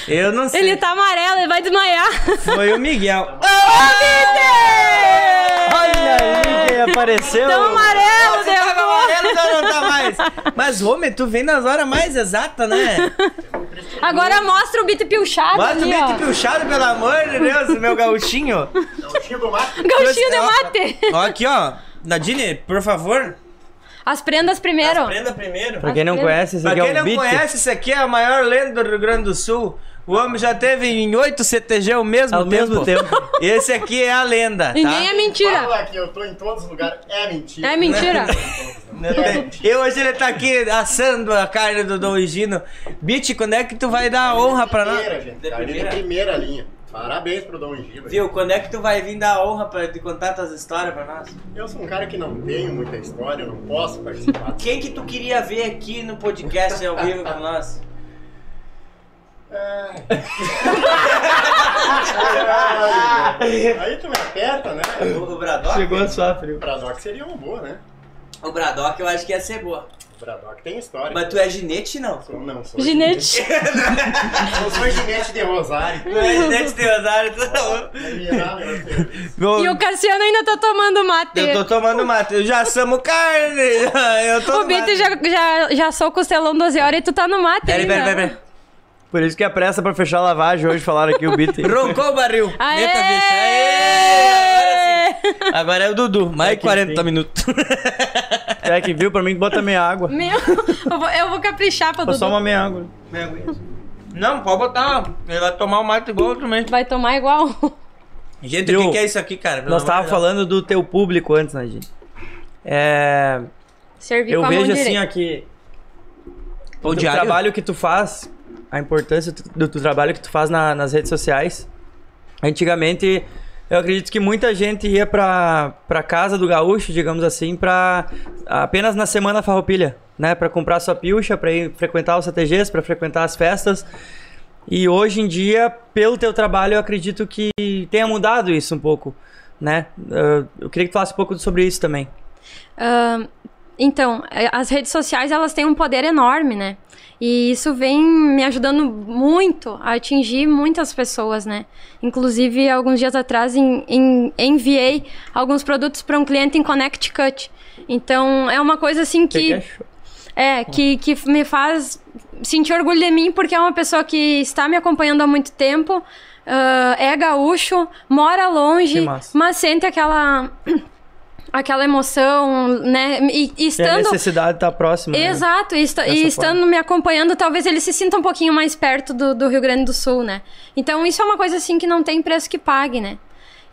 Eu não sei.
Ele tá amarelo, ele vai desmaiar.
Foi o Miguel. É.
Olha aí quem apareceu.
Então,
Tão Tá amarelo,
Você tava
Deus.
amarelo, não, não tá mais. Mas, homem, tu vem nas horas mais exatas, né?
Agora mostra o bit pilchado
Bota o
ali, ó.
bico puxado, pelo amor de Deus, meu gauchinho.
Não, Chico, mata.
Gauchinho de
Ó,
mate.
Ó, aqui, ó. Nadine, por favor,
As prendas primeiro.
Prenda primeiro.
Pra quem não conhece, esse
Pra
aqui é
quem
um
não
beat.
conhece, isso aqui é a maior lenda do Rio Grande do Sul. O homem já teve em 8 CTG ao mesmo
Ao
tempo.
É mesmo tempo.
Esse aqui é a lenda, tá?
Ninguém é mentira.
Fala que eu tô em todos os lugares. É mentira.
É mentira.
Não tem- E hoje ele tá aqui assando a carne do Dom Higino. Bitch, quando é que tu vai dar a honra pra nós?
Primeira, gente.
De
Carne
primeira.
de primeira linha. Parabéns pro Dom Giba.
Viu, quando é que tu vai vir dar a honra pra te contar tuas histórias pra nós?
Eu sou um cara que não tenho muita história, eu não posso participar. (laughs)
Quem que tu queria ver aqui no podcast ao vivo com nós?
Aí tu me aperta, né?
O, o Bradock?
Chegou a suar frio.
O Bradock seria uma boa, né?
O Bradock eu acho que ia ser boa.
O Bradock tem história.
Mas tu é ginete, não?
Eu Não, sou
Ginete.
Eu sou ginete de Rosário.
Tu é ginete de Rosário, tu é não.
E o Cassiano ainda tá tomando mate.
Eu tô tomando mate, eu já assamo carne. (laughs) Eu tô
O Bito
mate.
já, já, já sou costelão 12 horas e tu tá no mate
Peraí,
ainda.
peraí, peraí.
Por isso que a pressa pra fechar a lavagem hoje falaram aqui
(laughs)
o beat.
Roncou o barril.
Aê!
Eita, bicho. Aê! Agora sim. Agora é o Dudu, mais
que
40
enfim.
minutos. (laughs)
É que viu pra mim que bota meia água.
Meu, (laughs) eu vou, eu vou caprichar pra
Pô,
Dudu.
Só uma meia água.
Não, pode botar. Ele vai tomar o mate igual também.
Vai tomar igual.
Gente,
Viu?
o que, que é isso aqui, cara? Pelo
Nós
amor
tava
de Deus.
falando do teu público antes, né, gente? É.
Servir
eu
com a mão
vejo
direita.
assim aqui.
O
O
diário?
trabalho que tu faz, a importância do, do trabalho que tu faz na- nas redes sociais. Antigamente, Eu acredito que muita gente ia pra, pra casa do gaúcho, digamos assim, pra apenas na semana farroupilha, né? Pra comprar sua pilcha, pra ir frequentar os CTGs, pra frequentar as festas. E hoje em dia, pelo teu trabalho, eu acredito que tenha mudado isso um pouco, né? Eu- Eu queria que tu falasse um pouco sobre isso também.
Ah, então, eh, as redes sociais elas têm um poder enorme, né? E isso vem me ajudando muito a atingir muitas pessoas, né? Inclusive, alguns dias atrás em- em- enviei alguns produtos para um cliente em Connecticut. Então, é uma coisa assim que. É, que, que me faz sentir orgulho de mim, porque é uma pessoa que está me acompanhando há muito tempo, ah, é gaúcho, mora
Que
longe,
massa.
mas sente aquela, (clears throat) aquela emoção, né? E, e
E a
estando.
necessidade tá próxima. né?
Exato, e, esta- e
Dessa
estando me acompanhando, talvez ele se sinta um pouquinho mais perto do, do Rio Grande do Sul, né? Então isso é uma coisa assim que não tem preço que pague, né?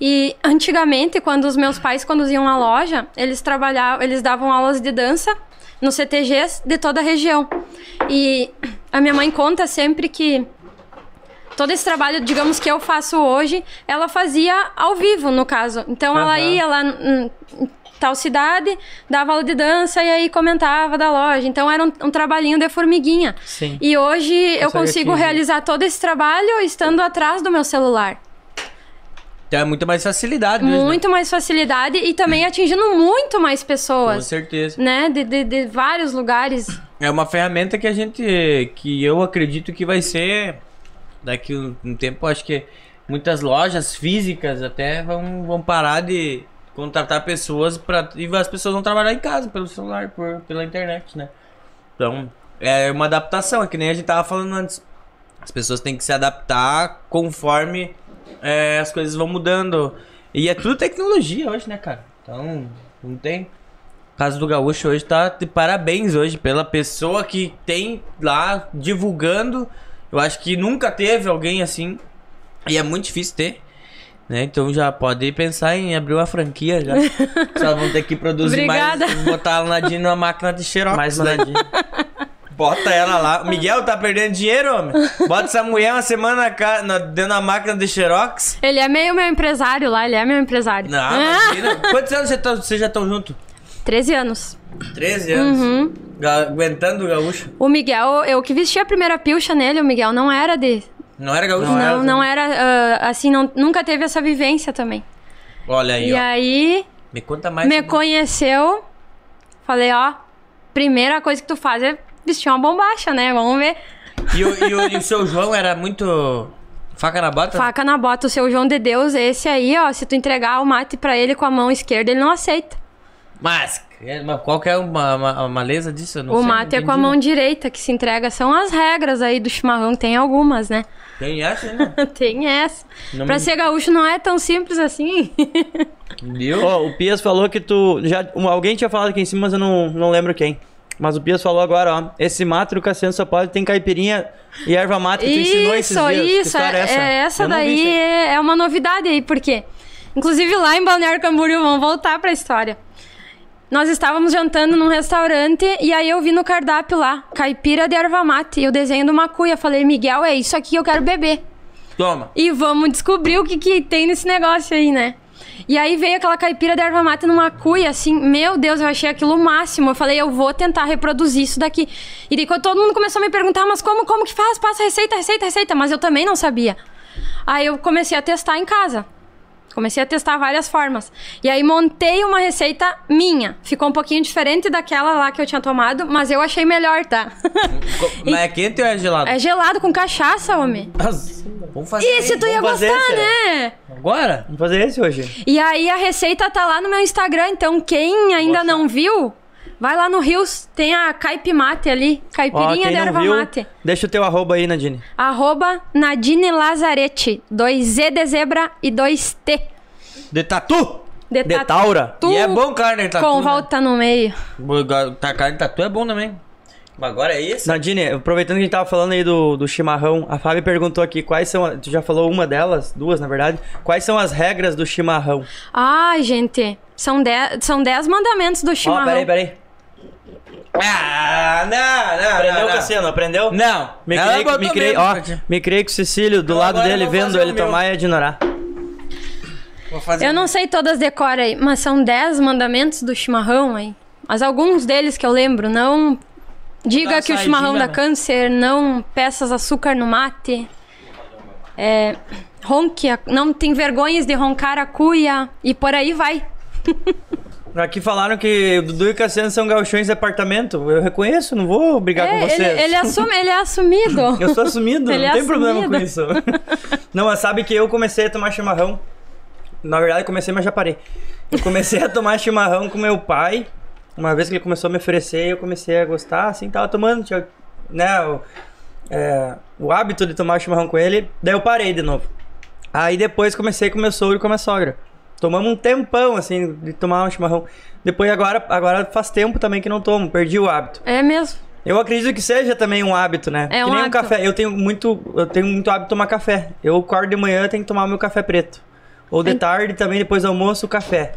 E antigamente, quando os meus pais conduziam a loja, eles trabalhavam, eles davam aulas de dança nos CTGs de toda a região. E a minha mãe conta sempre que todo esse trabalho, digamos que eu faço hoje, ela fazia ao vivo, no caso. Então ela
Aham.
ia lá em em tal cidade, dava aula de dança e aí comentava da loja. Então era um, um trabalhinho de formiguinha.
Sim.
E hoje eu
Consegue
consigo
atingir.
realizar todo esse trabalho estando atrás do meu celular.
Então é muito mais facilidade mesmo. né?
Muito mais facilidade e também atingindo muito mais
Com
pessoas,
certeza.
né? De, de, de vários lugares.
É uma ferramenta que a gente. que eu acredito que vai ser. Daqui um, um tempo, acho que muitas lojas físicas até vão, vão parar de contratar pessoas para E as pessoas vão trabalhar em casa, pelo celular, por, pela internet, né? Então, é uma adaptação, é que nem a gente tava falando antes. As pessoas têm que se adaptar conforme é, as coisas vão mudando. E é tudo tecnologia hoje, né, cara? Então, não tem. O caso do Gaúcho hoje tá de parabéns hoje pela pessoa que tem lá divulgando. Eu acho que nunca teve alguém assim. E é muito difícil ter. Né? Então já pode pensar em abrir uma franquia já. Só vão ter que produzir
Obrigada.
mais. Botar a Nadine numa máquina de xerox.
Mais
né?
nadinha.
(laughs) Bota ela lá. Miguel tá perdendo dinheiro, homem. Bota essa mulher uma semana na ca- na- dentro da máquina de Xerox.
Ele é meio meu empresário lá, ele é meu empresário. Ah,
Não,
(laughs)
imagina. Quantos anos você tá- vocês já estão juntos?
13 anos.
13 anos.
Uhum.
Ga- aguentando o gaúcho.
O Miguel, eu que vesti a primeira pilcha nele, o Miguel não era de.
Não era gaúcho?
Não, não era, ah, assim, não- nunca teve essa vivência também.
Olha aí,
e
ó.
aí,
Me conta mais.
me
sobre-
conheceu, falei, ó, primeira coisa que tu faz é vestir uma bombacha, né? Vamos ver.
E o, e, o, e o seu João era muito. Faca na bota?
Faca na bota, o seu João de Deus, esse aí, ó, se tu entregar o mate pra ele com a mão esquerda, ele não aceita.
Mas, é, mas qual que é uma, uma, a maleza disso? Eu não
o
sei,
mate
não
é com a
entendi.
mão direita que se entrega. São as regras aí do chimarrão, tem algumas, né? (laughs)
Quem acha, né?
tem essa.
Não
pra
me-
ser gaúcho não é tão simples assim. (laughs)
Viu?
Ó, o Pias falou que tu. Já, um- alguém tinha falado aqui em cima, mas eu não, não lembro quem. Mas o Pias falou agora, ó. Esse mato do Cassiano só pode tem caipirinha e erva mata que tu ensinou esses
Isso,
dias. Que
isso.
história
É, é essa
Eu não vi
daí
isso aí.
é, é uma novidade aí, porque inclusive lá em Balneário Camboriú vão voltar pra história. Nós estávamos jantando num restaurante e aí eu vi no cardápio lá, caipira de erva mate e o desenho de uma cuia. Falei, Miguel, é isso aqui que eu quero beber.
Toma.
E vamos descobrir o que, que tem nesse negócio aí, né? E aí veio aquela caipira da erva mate numa cuia, assim, meu Deus, eu achei aquilo o máximo. Eu falei, eu vou tentar reproduzir isso daqui. E daí quando todo mundo começou a me perguntar, mas como, como que faz? Passa a receita, receita, receita. Mas eu também não sabia. Aí eu comecei a testar em casa. Comecei a testar várias formas. E aí montei uma receita minha. Ficou um pouquinho diferente daquela lá que eu tinha tomado, mas eu achei melhor, tá? (laughs)
Co- Mas é quente ou é gelado?
é gelado com cachaça, homem.
Vamos fazer.
E se tu ia
Vamos fazer
gostar,
esse,
né?
Agora?
Vamos fazer esse hoje.
E aí a receita tá lá no meu Instagram, então quem ainda não viu, vai lá no Rios, tem a caipimate ali,
Ó,
caipirinha de
quem
erva
não viu,
mate. Tá
deixa o teu arroba aí, Nadine.
Arroba Nadine Lazarete, 2Z de zebra e 2T.
De tatu!
De,
De
tatu,
Taura.
E é bom carne de tatu.
com
né?
volta no meio.
Bo- ga- Tá carne de tatu é bom também. Mas agora é isso?
Nadine, aproveitando que a gente tava falando aí do, do chimarrão, a Fábio perguntou aqui quais são. a- Tu já falou uma delas, duas na verdade. Quais são as regras do chimarrão?
Ai, gente, são 10 são dez mandamentos do
Ó,
chimarrão.
peraí, peraí.
Ah, não, não,
Aprendeu,
não, não.
Cassiano? Aprendeu?
Não.
Me
Ela
criei,
botou
me criei,
medo,
ó,
Paty.
me criei com o Cecílio do
Então
lado
agora eu
dele,
vou
vendo
fazer
ele
o meu.
tomar e admirar.
Vou fazer.
Eu não sei todas decora aí, mas são 10 mandamentos do chimarrão aí. Mas alguns deles que eu lembro, não diga
Dá
que o
saidinha,
chimarrão dá
né?
câncer, não peças açúcar no mate. É, ronque, a- não tem vergonhas de roncar a cuia e por aí vai.
Aqui falaram que o Dudu e o Cassiano são gauchões de apartamento. Eu reconheço, não vou brigar com
É,
vocês.
ele, ele assume, ele é assumido.
(laughs) Eu sou assumido,
Ele
não
é
tem problema com
assumido.
isso. (laughs) Não, mas sabe que eu comecei a tomar chimarrão. Na verdade, eu comecei, mas já parei. Eu comecei a tomar chimarrão com meu pai. Uma vez que ele começou a me oferecer, eu comecei a gostar, assim, tava tomando, tinha, né, o, é, o hábito de tomar chimarrão com ele. Daí eu parei de novo. Aí depois comecei com meu sogro e com a minha sogra. Tomamos um tempão, assim, de tomar um chimarrão. Depois agora, agora faz tempo também que não tomo, perdi o hábito.
É mesmo.
Eu acredito que seja também um hábito, né?
É
que
um
nem um
hábito.
café. Eu tenho muito, eu tenho muito hábito de tomar café. Eu acordo de manhã, eu tenho que tomar meu café preto. Ou de tarde também, depois do almoço, o café.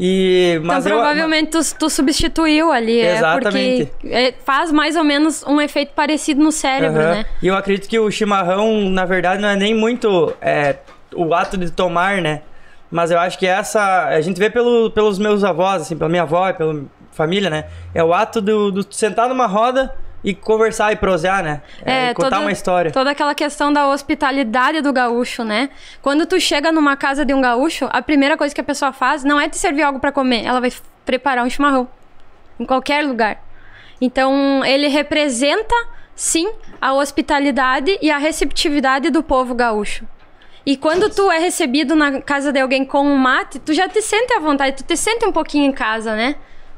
E mas
então,
eu-
provavelmente, tu, tu substituiu ali. É
Exatamente.
porque é, faz mais ou menos um efeito parecido no cérebro,
Aham.
né?
E eu acredito que o chimarrão, na verdade, não é nem muito é, o ato de tomar, né? Mas eu acho que essa. A gente vê pelo, pelos meus avós, assim, pela minha avó, e pela família, né? É o ato do, do sentar numa roda e conversar e prosear, né? e contar uma história.
É, Toda aquela questão da hospitalidade do gaúcho, né? Quando tu chega numa casa de um gaúcho, a primeira coisa que a pessoa faz não é te servir algo pra comer, ela vai f- preparar um chimarrão em qualquer lugar. Então, ele representa sim a hospitalidade e a receptividade do povo gaúcho. E quando tu é recebido na casa de alguém com um mate, tu já te sente à vontade, tu te sente um pouquinho em casa, né?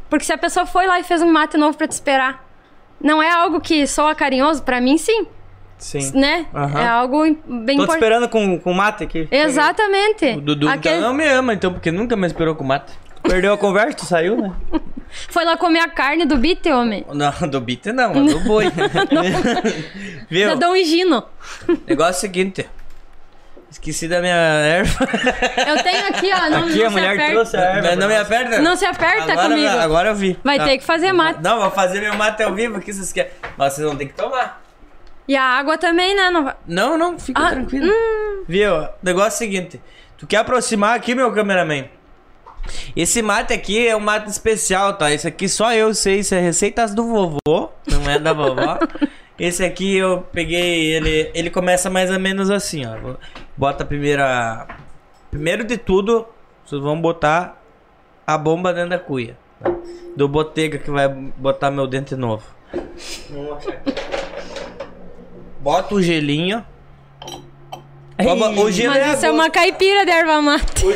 Porque se a pessoa foi lá e fez um mate novo pra te esperar, não é algo que soa carinhoso pra mim, sim
Sim.
né?
Aham.
É algo im- bem
Tô te
importante.
esperando tá- com, com mate aqui.
Exatamente.
O Dudu
Aquele-
então não me ama, então, porque nunca me esperou com mate.
Perdeu a conversa, tu saiu, né?
Foi lá comer a carne do Bite, homem.
Não, (laughs) do Bita não, é do
(laughs)
boi. Viu?
Da Dom e Gino.
Negócio é seguinte. Esqueci da minha (laughs) erva.
Eu tenho aqui, ó. Não,
Aqui
não
a
se
mulher
aperta.
trouxe a erva.
Mas não me aperta?
Não se aperta
agora,
comigo.
Agora eu vi.
Vai
Tá.
ter que fazer mate.
Não, vou fazer meu mate ao vivo, o que vocês querem? Mas vocês vão ter que tomar.
E a água também, né? Não vai-
Tá
Não, não, fica
Ah,
tranquilo. Viu? O negócio é o seguinte. Tu quer aproximar aqui, meu cameraman? Esse mate aqui é um mate especial, tá? Esse aqui só eu sei, isso é receitas do vovô, não é da vovó. Esse aqui eu peguei, ele, ele começa mais ou menos assim, ó. Bota a primeira... Primeiro de tudo, vocês vão botar a bomba dentro da cuia. tá? Do Botega que vai botar meu dente novo. Bota o gelinho. Boba- o gelo é
Mas isso é
a
uma caipira de erva mate.
O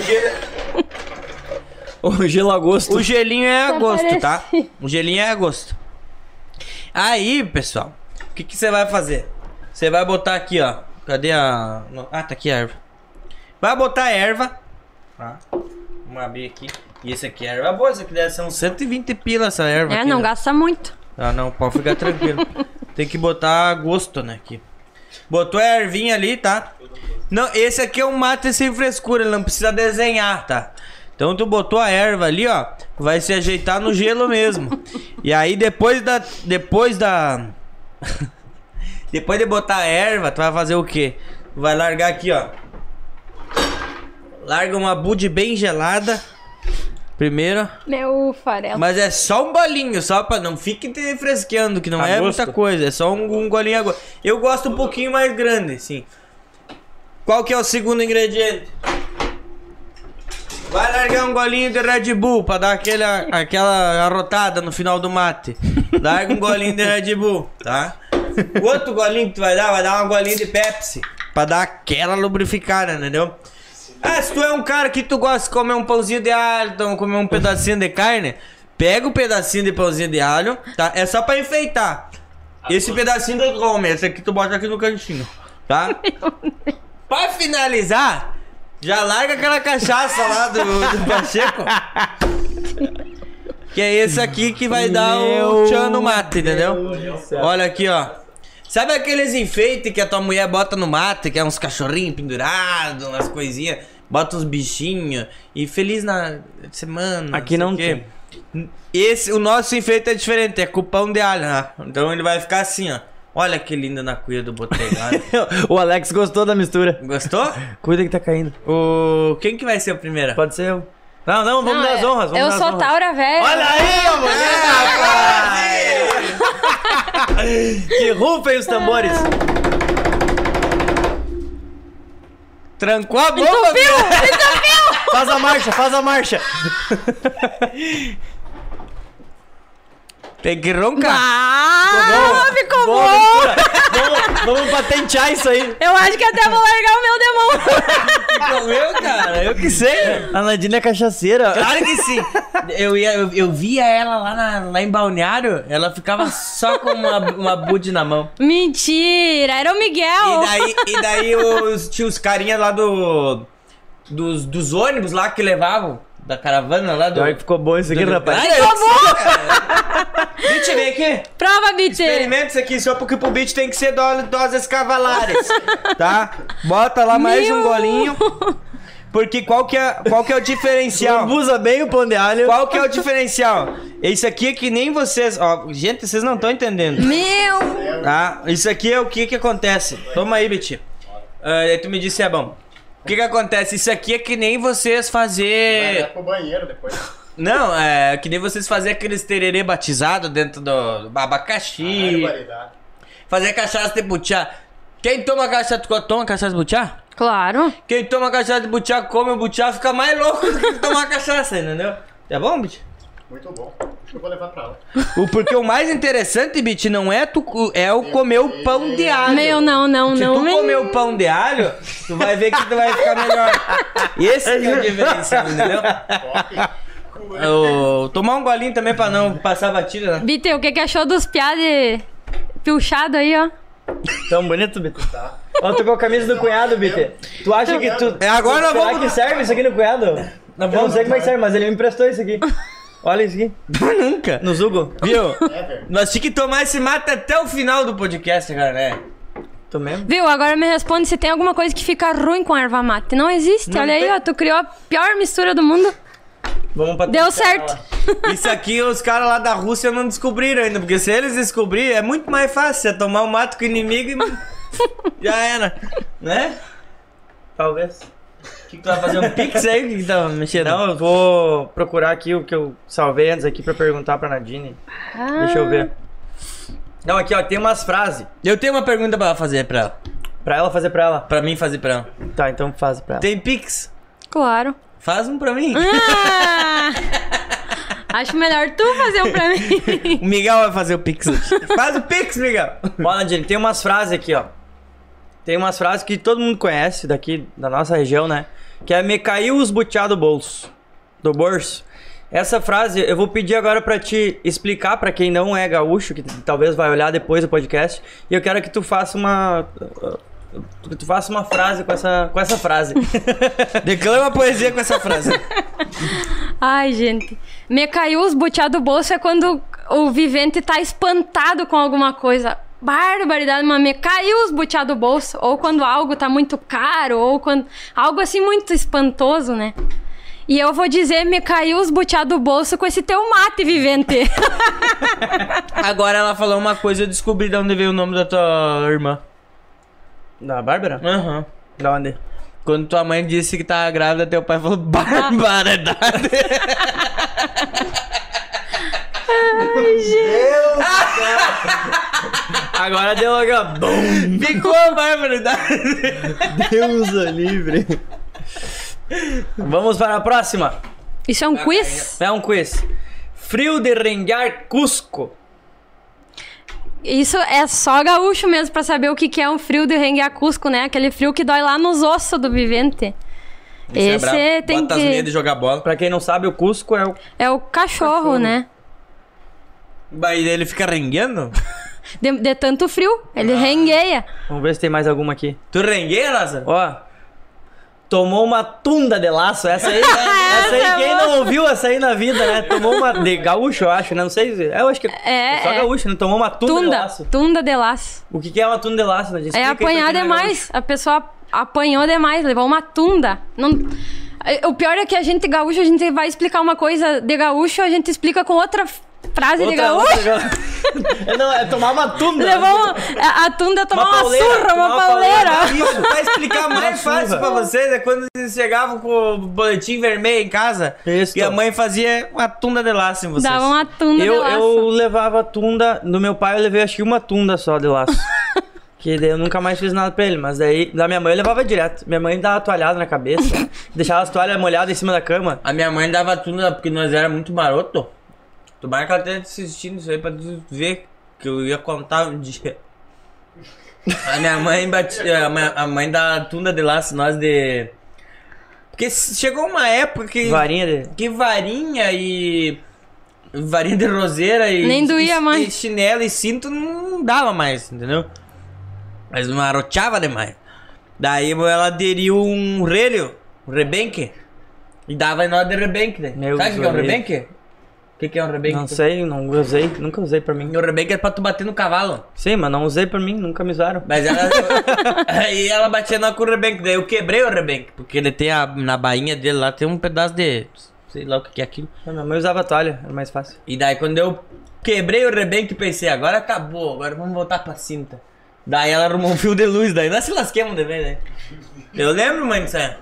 gelo a gosto.
O gelinho é
Tá
agosto, tá?
parecendo.
O gelinho é agosto. Aí, pessoal, o que que você vai fazer? Você vai botar aqui, ó. Cadê a. não, Ah, tá aqui a erva. Vai botar a erva. Tá? Vamos abrir aqui. E esse aqui é erva boa, isso aqui deve ser uns 120 pila essa erva.
É,
aqui,
não
né?
gasta muito.
Ah, não, pode ficar tranquilo. Tem que botar gosto, né, aqui. Botou a ervinha ali, tá? Não, esse aqui é um mate sem frescura, ele não precisa desenhar, tá? Então tu botou a erva ali, ó, vai se ajeitar no gelo mesmo. E aí depois da depois da (laughs) depois de botar a erva, tu vai fazer o quê? Tu vai largar aqui, ó. Larga uma bud bem gelada. Primeiro.
Meu farelo.
Mas é só um bolinho, só pra não fique te fresqueando, que não
A
é
gosto.
muita coisa, é só um, um golinho agora. Eu gosto um pouquinho mais grande, sim. Qual que é o segundo ingrediente? Vai largar um golinho de Red Bull pra dar aquela, aquela arrotada no final do mate. Larga um golinho de Red Bull, tá? O outro golinho que tu vai dar, vai dar um golinho de Pepsi. Pra dar aquela lubrificada, entendeu? Ah, se tu é um cara que tu gosta de comer um pãozinho de alho, então comer um pedacinho de carne, pega um pedacinho de pãozinho de alho, tá? É só pra enfeitar. Esse pedacinho tu come, esse aqui tu bota aqui no cantinho, tá? Pra finalizar, já larga aquela cachaça lá do, do Pacheco. Que é esse aqui que vai dar o tchan no mate, entendeu? Olha aqui, ó. Sabe aqueles enfeites que a tua mulher bota no mate, que é uns cachorrinhos pendurados, umas coisinhas, bota uns bichinhos e feliz na semana.
Aqui
sei
não
o quê. Esse, o nosso enfeite é diferente, é com pão de alho, né? Então ele vai ficar assim, ó. Olha que linda na cuia do
(laughs)
Botelhado.
(laughs) o Alex gostou da mistura.
Gostou?
Cuida que tá caindo.
O... Quem que vai ser o primeiro?
Pode ser eu. Não, não, vamos
Não,
dar as
eu-
honras. Vamos
eu
dar as
sou
honras.
Taura Velha.
Olha aí,
É,
amor! que rufem os tambores!
Trancou a
Então
bomba,
É.
Faz a marcha, faz a marcha!
Tem que roncar.
Ah, ficou
Boa
bom!
mistura. Vamos, vamos patentear isso aí!
Eu acho que até vou largar o meu demônio.
Não, eu, cara, eu que
(laughs)
sei.
A Nadine é cachaceira.
Claro que sim. Eu, ia, eu, eu via ela lá, na- lá em Balneário, ela ficava só com uma, uma bud na mão.
Mentira, era o
Oh.
Miguel.
E daí, e daí os, tinha os carinha lá do. Dos, dos ônibus lá que levavam, da caravana lá do.
Olha que ficou bom isso aqui, rapaz.
Ai, eu que sei, cara. Gente, vem aqui.
Prova, BT.
Experimenta isso aqui só porque pro beat tem que ser do- doses
(laughs)
cavalares.
Tá? Bota lá mais um
Meu!
golinho.
Porque qual que é, qual que é o diferencial?
Abusa bem o pão de alho.
Qual que é o diferencial? Isso aqui é que nem vocês. Ó, gente, vocês não estão entendendo.
Meu.
Tá? Isso aqui é o que que acontece. Toma aí, Bit. Ah, aí tu me disse se é bom. O que que acontece? Isso aqui é que nem vocês
Vai
fazer.
pro banheiro depois.
Não, é que nem vocês fazer aqueles tererê batizado dentro do do abacaxi.
Barbaridade.
fazer cachaça de butiá. Quem toma cachaça de toma cachaça de butiá?
Claro.
Quem toma cachaça de butiá come o butiá fica mais louco do que tomar cachaça, entendeu? Tá bom, Bit?
Muito bom. Acho que eu vou levar pra lá.
O, porque o mais interessante, Bit, não é tu co- é o comer o pão de alho.
Meu, não, não,
Se
não.
tu
meu.
comer o pão de alho, tu vai ver que tu vai ficar melhor. Esse que é o diferencial, entendeu?
Top.
Eu- tomar um golinho também pra não passar batida, né?
BT, o que, que achou dos piá de pilchado aí, ó?
Tão bonito, Bito. Ó, tu com a camisa do cunhado, Bito. Tu acha que tu.
É, agora nós
Será
vamos-
que serve isso aqui no cunhado? Eu não sei como é que serve, mas ele me emprestou isso aqui. Olha isso aqui.
Nunca.
No Zugo.
Viu?
Ever.
Nós tinha que tomar esse mate até o final do podcast, cara, né?
Tu mesmo?
Viu? Agora me responde se tem alguma coisa que fica ruim com a erva mate. Não existe. Olha aí, ó. Tu criou a pior mistura do mundo.
Vamos pra
Deu certo.
Isso aqui os caras lá da Rússia não descobriram ainda, porque se eles descobrirem, é muito mais fácil. É tomar um mato com o inimigo e. Já era. Né?
Talvez.
O que, que tu vai fazer? Um pix aí? O que, que tá mexendo?
Não, eu vou procurar aqui o que eu salvei antes aqui pra perguntar pra Nadine. Deixa eu ver.
Ah.
Não, aqui ó, tem umas frases
Eu tenho uma pergunta pra fazer pra ela.
pra ela fazer pra ela.
Pra mim fazer pra ela.
Tá, então faz pra ela.
Tem pix?
Claro.
Faz um pra mim.
Ah, acho melhor tu fazer um pra mim.
O Miguel vai fazer o pix hoje. Faz o pix, Miguel.
Ó, Nadine, tem umas frases aqui, ó. Tem umas frases que todo mundo conhece daqui da nossa região, né? Que é me caiu os butiá do bolso. Do bolso. Essa frase eu vou pedir agora pra te explicar pra quem não é gaúcho, que talvez vai olhar depois do podcast, e eu quero que tu faça uma uh, que tu faça uma frase com essa com essa frase.
Declama a poesia com essa frase.
Ai, gente. Me caiu os butiá do bolso é quando o vivente tá espantado com alguma coisa. Barbaridade, mas me caiu os butiá do bolso. Ou quando algo tá muito caro, ou quando. Algo assim muito espantoso, né? E eu vou dizer, me caiu os butiá do bolso com esse teu mate vivente.
Agora ela falou uma coisa, eu descobri de onde veio o nome da tua irmã.
Da Bárbara?
Aham.
Da onde?
Quando tua mãe disse que tava grávida, teu pai falou (laughs) barbaridade.
Agora deu logo. Bum!
Ficou a barbaridade.
Deus o livre. Vamos para a próxima.
Isso é um quiz?
É um quiz. Frio de rengar Cusco.
Isso é só gaúcho mesmo pra saber o que, que é um frio de rengue a Cusco, né? Aquele frio que dói lá nos ossos do vivente. Esse, tem
é Bota as
que.
meias de jogar bola.
Pra quem não sabe, o Cusco é o.
É o cachorro, né?
Mas ele fica rengueando?
De, de tanto frio, ele rengueia.
Vamos ver se tem mais alguma aqui.
Tu rengueia, Lázaro?
Ó. Tomou uma tunda de laço. Essa
(laughs)
aí, né? essa
é
aí quem não ouviu essa aí na vida, né? Tomou uma. De gaúcho, eu acho, né? Não sei. se- Eu acho que. É, só
é.
gaúcho, né? Tomou uma tunda, de
Tunda,
laço.
tunda de laço.
O que que é uma tunda de laço, né? Explica
É
aí pra
apanhar
quem não é
demais. A pessoa apanhou demais, levou uma tunda. Não... O pior é que a gente gaúcho, a gente vai explicar uma coisa de gaúcho, a gente explica com outra f- frase e
Outra,
ligar. Ui!
outra jogada.
(laughs)
Não, é tomar uma tunda.
Levou um uma, a a Tunda tomou uma,
pauleira,
surra, uma,
uma
pauleira.
Isso, pra explicar mais fácil pra vocês, é quando vocês chegavam com o boletim vermelho em casa
Isso.
e a mãe fazia uma tunda de laço em vocês.
Dava uma Tunda de
Eu,
laço.
eu levava tunda. Do meu pai eu levei acho que uma tunda só de
(laughs)
laço. que daí eu nunca mais fiz nada pra ele. Mas daí da minha mãe eu levava direto. Minha mãe dava toalhada na
(laughs)
cabeça, deixava as toalhas molhadas em cima da cama.
A minha mãe dava tunda porque nós era muito maroto. Tomara que ela esteja assistindo isso aí pra tu ver que eu ia contar um dia. A minha mãe batia. A minha- a mãe da tunda de laço, nós de. Porque chegou uma época que.
Varinha de.
Que varinha e. Varinha de roseira e.
Nem doía
e-
mais.
E chinelo e cinto não dava mais, entendeu? Mas maroteava demais. Daí ela aderiu um relho, um rebenque. E dava em nós de rebenque, né?
Meu
Sabe o que que é um
Deus.
rebenque? O que que é um rebenque?
Não sei, não usei, nunca usei pra mim.
Um rebenque é pra tu bater no cavalo.
Sim, mas não usei pra mim, nunca me usaram.
Mas ela. (laughs) aí ela batia na com o rebenque. Daí eu quebrei o rebenque. Porque ele tem a. Na bainha dele lá tem um pedaço de. Sei lá o que que é aquilo.
Não, Minha mãe usava toalha, era mais fácil.
E daí quando eu quebrei o rebenque, pensei, agora acabou, agora vamos voltar pra cinta. Daí ela arrumou um fio de luz, daí nós se lasquemos de vez, né? Eu lembro, mãe, é. disso aí.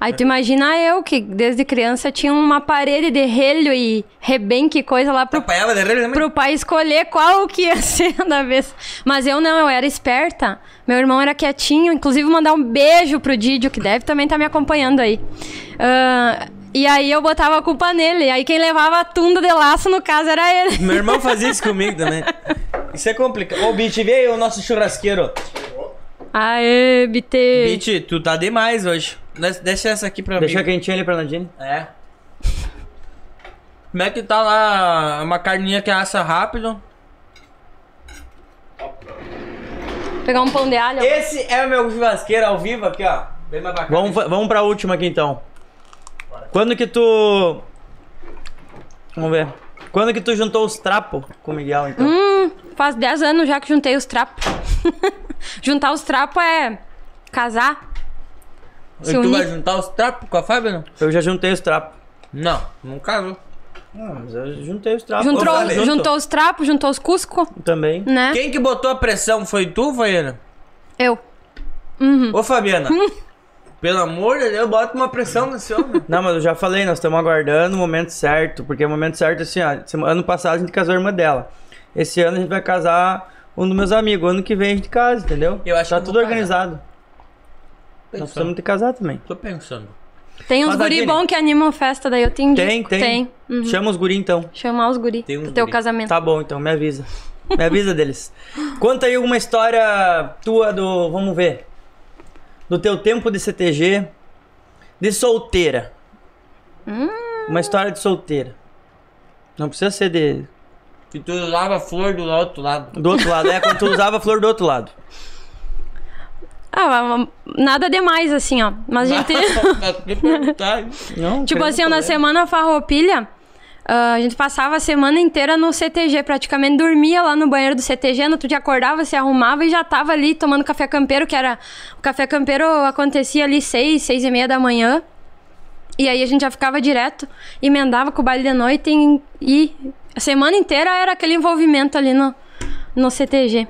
Aí tu imagina eu, que desde criança tinha uma parede de relho e rebenque e coisa lá pro
Apanhava de relho, né, mãe?
pro pai escolher qual que ia (laughs) ser da vez. Mas eu não, eu era esperta. Meu irmão era quietinho. Inclusive, mandar um beijo pro Didio, que deve também estar me acompanhando aí. Ah, e aí eu botava a culpa nele. Aí quem levava a tunda de laço, no caso, era ele.
Meu irmão fazia isso comigo também. Isso é complicado. Ô, Bitch, veio o nosso churrasqueiro.
Aê, BT.
Bitch, tu tá demais hoje. Nós- Deixa essa aqui pra
Deixa
mim.
quentinha ali pra Nadine.
É. Como é que tá lá uma carninha que assa rápido?
Pegar um pão de alho.
Esse é o meu churrasqueiro ao vivo aqui, ó. Bem mais bacana.
Vamos, fa- vamos pra última aqui então. Quando que tu. Vamos ver. Quando que tu juntou os trapos com o Miguel, então?
Hum, faz 10 anos já que juntei os trapos. (laughs) Juntar os trapos é casar.
E
Se
tu vai
unir.
juntar os trapos com a Fábio, não?
Eu já juntei os trapos.
Não, não casou.
Não, Ah, mas eu juntei os trapos.
Juntou-
Eu junto
juntou os trapos, juntou os cusco,
Também.
né?
Quem que botou a pressão? Foi tu, Fabiana?
Eu. Hum.
Ô, Fabiana. Pelo amor de Deus, bota uma pressão nesse
(laughs)
homem.
Não, mas eu já falei, nós estamos aguardando o momento certo, porque o momento certo, assim, ó, sema- ano passado a gente casou a irmã dela. Esse ano a gente vai casar um dos meus amigos. Ano que vem a gente casa, entendeu?
Eu acho
tá
que eu
tudo
vou
organizado. Nós
Pensando.
precisamos de casar também.
Tô pensando.
Tem uns
Mas,
guri
Aline-
bom que animam festa, daí eu tenho
Tem,
disco.
tem.
Uhum.
Chama os guri então.
Chamar os guri
Tem uns
pro teu
guri.
casamento.
Tá bom, então, me avisa. Me avisa deles. Conta aí uma história tua do. Vamos ver. Do teu tempo de CTG. De solteira. Uma história de solteira. Não precisa ser de.
Que tu lava a flor do outro lado.
Do outro lado, é quando tu usava a flor do outro lado.
Ah, mas nada demais, assim, ó. Mas a
(laughs)
gente. (laughs)
Não,
tipo
creio
assim, ó,
que
na
eu lembro.
semana farroupilha, ah, a gente passava a semana inteira no CTG, praticamente dormia lá no banheiro do CTG, no outro dia acordava, se arrumava e já tava ali tomando café campeiro, que era. O café campeiro acontecia ali seis, seis e meia da manhã. E aí a gente já ficava direto, emendava com o baile de noite e, e a semana inteira era aquele envolvimento ali no, no CTG.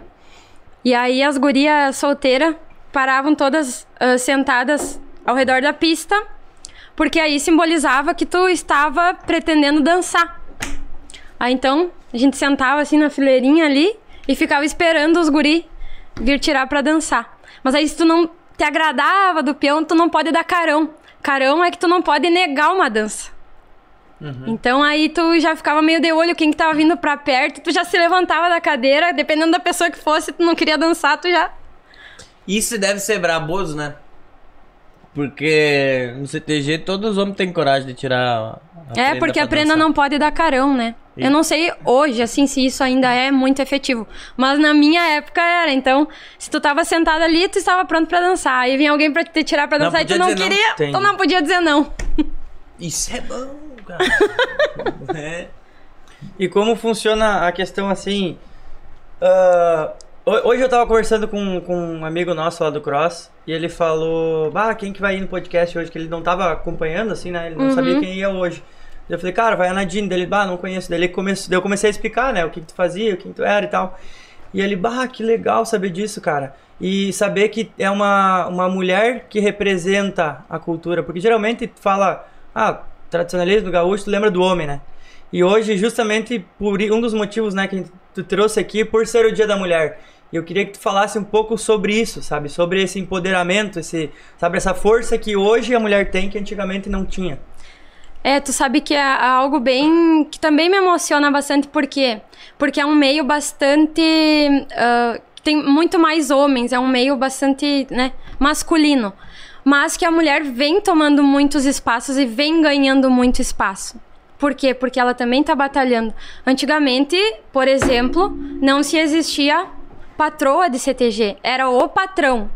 E aí as gurias solteiras paravam todas ah, sentadas ao redor da pista, porque aí simbolizava que tu estava pretendendo dançar. Aí então a gente sentava assim na fileirinha ali e ficava esperando os guri vir tirar pra dançar. Mas aí se tu não te agradava do peão, tu não pode dar carão. Carão é que tu não pode negar uma dança. Então aí tu já ficava meio de olho quem que tava vindo pra perto, tu já se levantava da cadeira, dependendo da pessoa que fosse, tu não queria dançar, tu já.
Isso deve ser braboso, né? Porque no CTG todos os homens têm coragem de tirar a
é, porque a prenda não pode dar carão, né? Eu não sei hoje, assim, se isso ainda é muito efetivo. Mas na minha época era. Então, se tu tava sentado ali, tu estava pronto pra dançar. Aí vinha alguém pra te tirar pra
Não
dançar e tu
podia
não
dizer não.
queria, tu
Entendi.
não podia dizer não.
Isso é bom,
(laughs)
cara. é.
E como funciona a questão assim. ah, ho- hoje eu tava conversando com, com um amigo nosso lá do Cross e ele falou: Bah, quem que vai ir no podcast hoje? Que ele não tava acompanhando, assim, né? Ele não sabia quem ia hoje. Eu falei, cara, vai a Nadine. Dele, bah, não conheço. Daí, ele começou, daí eu comecei a explicar, né, o que, que tu fazia, o que, que tu era e tal. E ele, bah, que legal saber disso, cara. E saber que é uma, uma mulher que representa a cultura. Porque geralmente tu fala, ah, tradicionalismo gaúcho, tu lembra do homem, né? E hoje, justamente por i- um dos motivos, né, que a gente- tu trouxe aqui, por ser o Dia da Mulher. E eu queria que tu falasse um pouco sobre isso, sabe? Sobre esse empoderamento, esse, sabe, essa força que hoje a mulher tem que antigamente não tinha.
É, tu sabe que é algo bem. que também me emociona bastante, por quê? Porque é um meio bastante. ah, tem muito mais homens, é um meio bastante né, masculino. Mas que a mulher vem tomando muitos espaços e vem ganhando muito espaço. Por quê? Porque ela também está batalhando. Antigamente, por exemplo, não se existia patroa de CTG, era o patrão.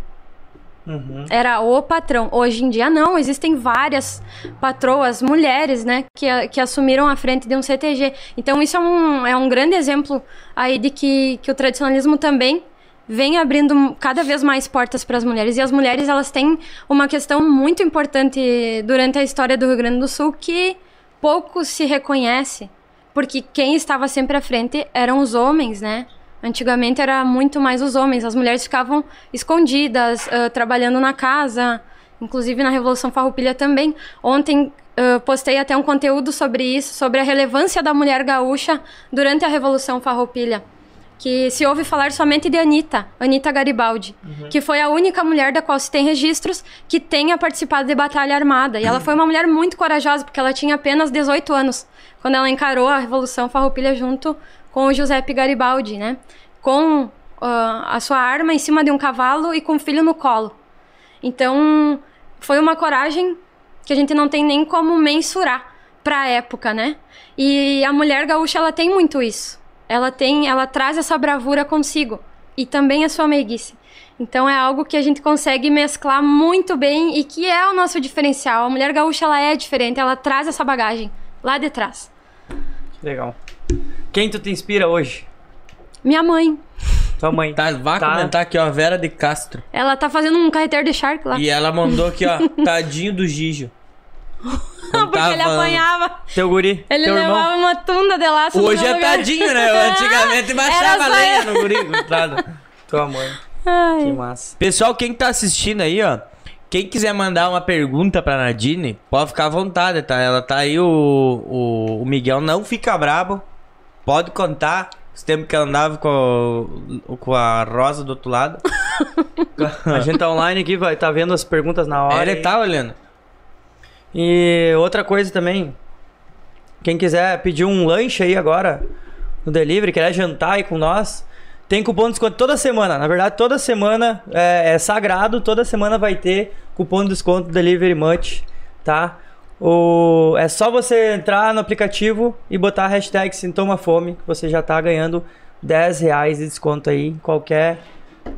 Era o patrão. Hoje em dia, não. Existem várias patroas, mulheres, né? Que, a- que assumiram a frente de um CTG. Então, isso é um, é um grande exemplo aí de que, que o tradicionalismo também vem abrindo cada vez mais portas para as mulheres. E as mulheres, elas têm uma questão muito importante durante a história do Rio Grande do Sul que pouco se reconhece. Porque quem estava sempre à frente eram os homens, né? Antigamente era muito mais os homens, as mulheres ficavam escondidas, ãh, trabalhando na casa, inclusive na Revolução Farroupilha também. Ontem ãh, postei até um conteúdo sobre isso, sobre a relevância da mulher gaúcha durante a Revolução Farroupilha. Que se ouve falar somente de Anitta, Anitta Garibaldi, que foi a única mulher da qual se tem registros que tenha participado de batalha armada. E ela foi uma mulher muito corajosa, porque ela tinha apenas 18 anos quando ela encarou a Revolução Farroupilha junto com o Giuseppe Garibaldi, né? Com ah, a sua arma em cima de um cavalo e com o filho no colo. Então, foi uma coragem que a gente não tem nem como mensurar pra época, né? E a mulher gaúcha, ela tem muito isso. Ela tem, ela traz essa bravura consigo e também a sua meiguice. Então é algo que a gente consegue mesclar muito bem e que é o nosso diferencial. A mulher gaúcha ela é diferente, ela traz essa bagagem lá de trás.
Legal. Quem tu te inspira hoje?
Minha mãe,
Tua mãe.
Tá, vá
Tá.
comentar aqui, ó, Vera de Castro.
ela tá fazendo um carreteiro de charque lá.
E ela mandou aqui, ó, tadinho do Gijo. Quando
(laughs) Porque
tava
ele
falando.
apanhava,
Teu guri.
ele é
teu
levava
irmão.
uma tunda de laço no
Hoje
meu
é
lugar.
tadinho,
(laughs)
né? Antigamente baixava
Era só
lenha
eu.
no guri, coitado.
Tua mãe.
Ai.
Que massa.
Pessoal, quem tá assistindo aí, ó. Quem quiser mandar uma pergunta pra Nadine, pode ficar à vontade, tá? Ela tá aí, o, o, o Miguel não fica brabo. Pode contar os tempos que ela andava com, o- com a Rosa do outro lado.
A gente tá online aqui, vai, tá vendo as perguntas na hora.
Ela
hein?
tá olhando.
E outra coisa também, quem quiser pedir um lanche aí agora no delivery, quer jantar aí com nós, tem cupom de desconto toda semana. Na verdade, toda semana é, é sagrado, toda semana vai ter cupom de desconto Delivery Much, tá? O, é só você entrar no aplicativo e botar a hashtag Sintoma Fome, que você já tá ganhando 10 reais de desconto aí em qualquer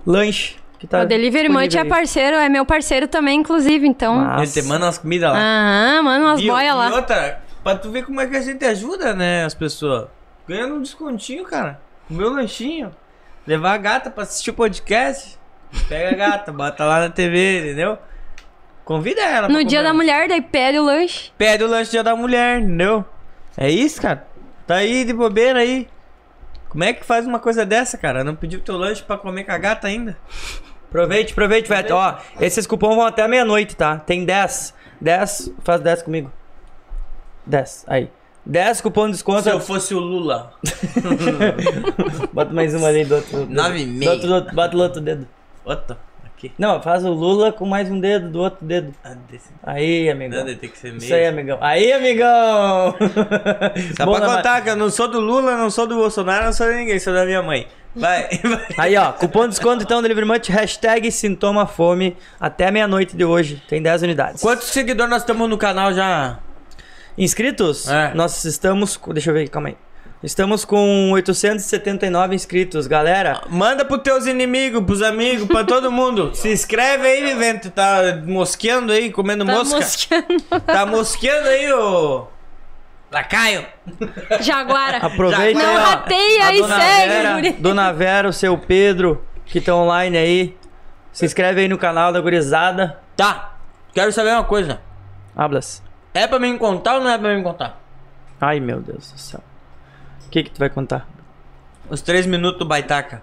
lanche que tá
O Delivery Munch é
disponível aí.
parceiro, é meu parceiro também, inclusive, então.
Massa.
Ele te manda umas comidas lá.
Aham, manda umas
E- e
boias lá.
outra, pra tu ver como é que a gente ajuda, né, as pessoas. Ganhando um descontinho, cara. O meu lanchinho. Levar a gata pra assistir o podcast. Pega a gata, (laughs) bota lá na TV, entendeu? Convida ela.
No
Tá pra
dia
comer.
da mulher, daí pede o lanche.
Pede o lanche dia da mulher, entendeu? É isso, cara. Tá aí de bobeira aí. Como é que faz uma coisa dessa, cara? Não pediu teu lanche pra comer com a gata ainda?
Aproveite, aproveite, vai. Ó, esses cupons vão até meia-noite, tá? Tem 10. 10, faz 10 comigo. 10, aí. 10 cupom de desconto.
Se (laughs) eu fosse o Lula.
Bota mais uma ali do outro.
Nove e
do
meia.
outro- do outro- Bota do outro dedo.
Outra. Aqui.
Não, faz o Lula com mais um dedo do outro dedo.
Ah, desse-
Aí, amigão.
Não, tem que ser meio.
Isso aí, amigão. Aí, amigão!
(laughs) Só
Bom,
pra
né,
contar que eu não sou do Lula, não sou do Bolsonaro, não sou de ninguém, sou da minha mãe. Vai, (laughs) vai.
Aí, ó, cupom de desconto então, Delivermante, hashtag sintoma fome, até meia-noite de hoje, tem 10 unidades.
Quantos seguidores nós estamos no canal já?
Inscritos?
É.
Nós estamos. com- Deixa eu ver, calma aí. Estamos com 879 inscritos, galera.
Manda pros teus inimigos, pros amigos, pra todo (laughs) mundo. Se inscreve aí, Vivento. Tá mosqueando aí, comendo
Tá
mosca.
mosqueando.
(laughs) Tá mosqueando aí, ô. Lacaio.
Jaguara.
Aproveita
Não
aí, ó.
rateia
a
aí,
Dona Vera,
segue, guri.
Dona Vera, o seu Pedro, que estão online aí. Se inscreve aí no canal da Gurizada.
Tá, quero saber uma coisa.
Hablas.
É pra me contar ou não é pra me contar?
Ai, meu Deus do céu. O que que tu vai contar?
Os três minutos do Baitaca.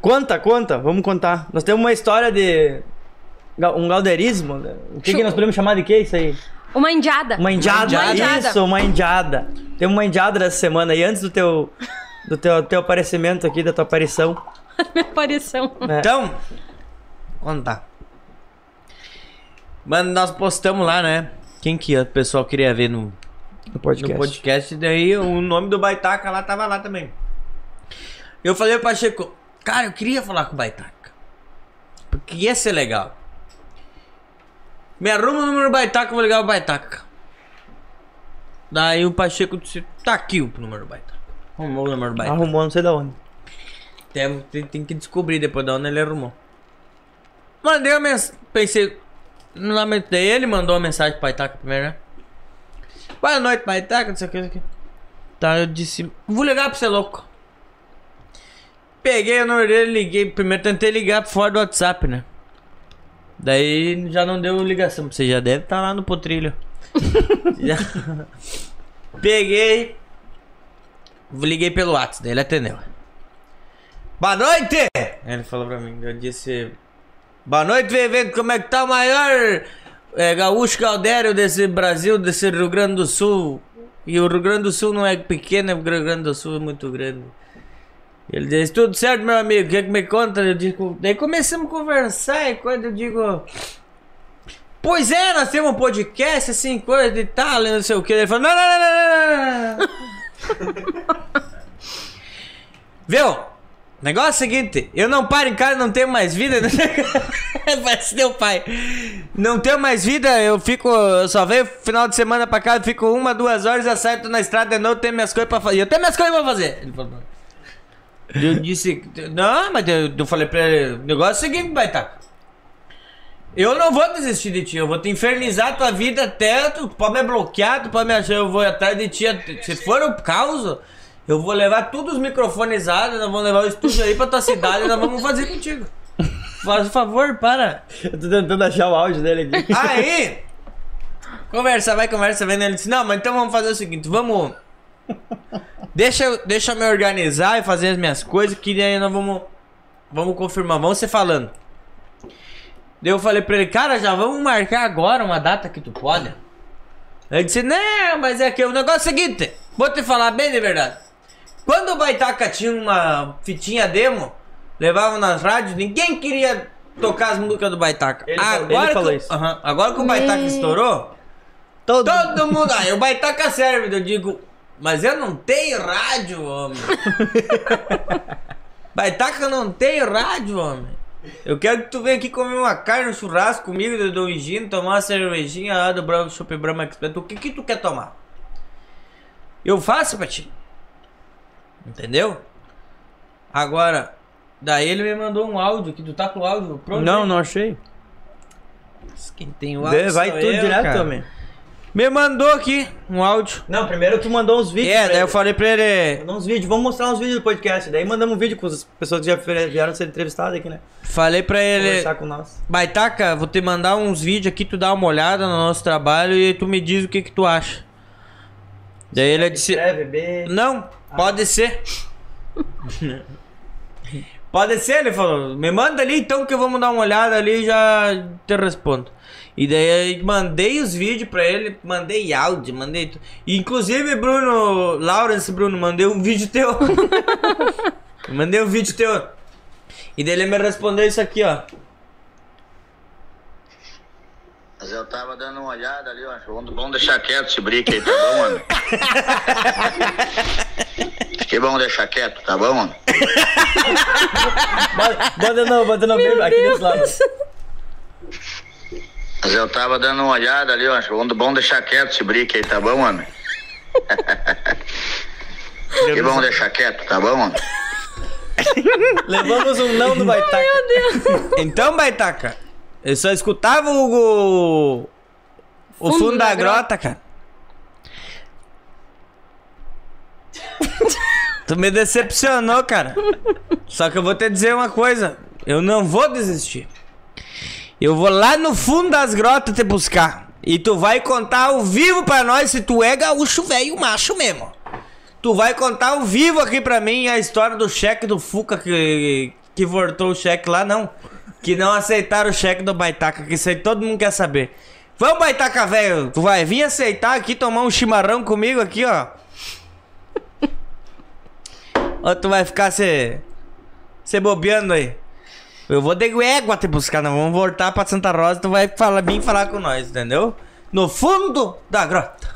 Conta, conta, vamos contar. Nós temos uma história de. ga- Um galdeirismo? né? O que, que nós podemos chamar de que isso aí?
Uma indiada.
Uma indiada.
Uma indiada.
Isso, uma indiada. Temos uma indiada dessa semana aí, antes do teu. Do teu, teu aparecimento aqui, da tua aparição.
Minha aparição.
Tá
Então, contar. Mano, nós postamos lá, né? Quem que o pessoal queria ver no,
No
no podcast, daí o nome do Baitaca lá tava lá também. Eu falei pro Pacheco, cara, eu queria falar com o Baitaca. Porque ia ser legal. Me arruma o número do Baitaca, eu vou ligar o Baitaca. Daí o Pacheco disse, tá aqui o número do Baitaca. Arrumou o número do Baitaca.
Arrumou, não sei da onde.
Tem, tem, tem que descobrir depois da onde ele arrumou. Mandei uma mensagem. Pensei. Não lamentei ele, mandou uma mensagem pro Paitaca primeiro, né? Boa noite, Paitaca, não sei o que, não sei o que. Tá, eu disse. Vou ligar pra você, louco. Peguei o número dele, liguei. Primeiro tentei ligar fora do WhatsApp, né? Daí já não deu ligação. Você já deve estar lá no potrilho. Já- Peguei. Liguei pelo WhatsApp, daí ele atendeu. Boa noite! Ele falou pra mim, eu disse. Boa noite, Vivendo, como é que tá o maior é, gaúcho caldério desse Brasil, desse Rio Grande do Sul? E o Rio Grande do Sul não é pequeno, é o Rio Grande do Sul é muito grande. Ele disse, tudo certo, meu amigo, o que, é que me conta? Eu digo, daí começamos a conversar e quando eu digo. Pois é, nós temos um podcast, assim, coisa e tal, não sei o que. Ele falou, não, não, não, não, não, não, não. (laughs) Viu? Negócio é o seguinte, eu não paro em casa, não tenho mais vida. né? (laughs) Parece teu pai. Não tenho mais vida, eu fico. Eu só venho final de semana pra casa, fico uma, duas horas, já saio tô na estrada de novo, tenho minhas coisas pra fazer. Eu tenho minhas coisas pra fazer. Ele falou. Eu disse. Não, mas eu, eu falei pra ele, o negócio é o seguinte, baitaca. Eu não vou desistir de ti, eu vou te infernizar tua vida até. Tu pode me bloquear, tu pode me achar, eu vou atrás de ti. Se for o caos, eu vou levar todos os microfonizados, nós vamos levar o estúdio aí pra tua cidade, nós vamos fazer contigo. Faz o favor, para.
Eu tô tentando achar o áudio dele
(laughs)
aqui.
Aí! Conversa, vai, conversa, vendo. Ele disse: Não, mas então vamos fazer o seguinte, vamos. Deixa, eu- deixa eu me organizar e fazer as minhas coisas, que daí nós vamos. Vamos confirmar, vamos se falando. Daí eu falei pra ele, cara, já vamos marcar agora uma data que tu pode. Ele disse, não, mas é que o negócio é o seguinte, vou te falar bem de verdade. Quando o Baitaca tinha uma fitinha demo, levavam nas rádios, ninguém queria tocar as músicas do Baitaca.
Ele falou- ele
que-
falou isso.
Aham, agora que o Baitaca
Meu.
estourou,
Todo.
todo mundo, aí o Baitaca serve, eu digo, mas eu não tenho rádio, homem. Baitaca não tem rádio, homem. Eu quero que tu venha aqui comer uma carne, um churrasco comigo, do Dom Higino, tomar uma cervejinha lá do Bravo Shop Brahma Express. O que que tu quer tomar? Eu faço pra ti. Entendeu? Agora, daí ele me mandou um áudio, que tu tá com o áudio pronto?
Não,
né?
não achei.
Quem tem o áudio
Dê, Vai
sou
tudo
eu,
direto
cara.
também.
Me mandou aqui um áudio.
Não, primeiro tu mandou uns vídeos.
É,
pra
daí eu
ele.
falei pra ele.
Mandou uns vídeos, vamos mostrar uns vídeos do podcast. Daí mandamos um vídeo com as pessoas que já vieram ser entrevistadas aqui, né?
Falei pra ele.
Conversar com nós.
Baitaca, vou te mandar uns vídeos aqui, tu dá uma olhada no nosso trabalho e aí tu me diz o que que tu acha. Daí ele disse,
Escreve, bebê.
não, pode ser. pode ser, ele falou, me manda ali então que eu vou dar uma olhada ali e já te respondo. E daí eu mandei os vídeos pra ele, mandei áudio, mandei... tu- Inclusive, Bruno, Lawrence Bruno, mandei um vídeo teu. mandei um vídeo teu. E daí ele me respondeu isso aqui, ó.
Mas eu tava dando uma olhada ali, ó. Vamos, vamos deixar quieto esse brick aí, tá bom, homem? que bom deixar quieto, tá bom, homem?
Bota não, bota não, bebê. Aqui desse lado.
Mas eu tava dando uma olhada ali, ó. Vamos, vamos deixar quieto esse brick aí, tá bom, (laughs) homem? que bom deixar quieto, tá bom, homem?
Levamos um não do Baitaca.
Então, Baitaca, eu só escutava o. O, o fundo, da, grota, cara. tu me decepcionou, cara. Só que eu vou te dizer uma coisa: eu não vou desistir. Eu vou lá no fundo das grotas te buscar. E tu vai contar ao vivo pra nós se tu é gaúcho velho macho mesmo. Tu vai contar ao vivo aqui pra mim a história do cheque do Fuca que, que voltou o cheque lá, não. Que não aceitaram o cheque do Baitaca, que isso aí todo mundo quer saber. Vamos, Baitaca, velho. Tu vai vir aceitar aqui, tomar um chimarrão comigo aqui, ó. Ou tu vai ficar se... se bobeando aí. Eu vou de égua te buscar, não. Vamos voltar pra Santa Rosa, tu vai falar, vir falar com nós, entendeu? No fundo da grota.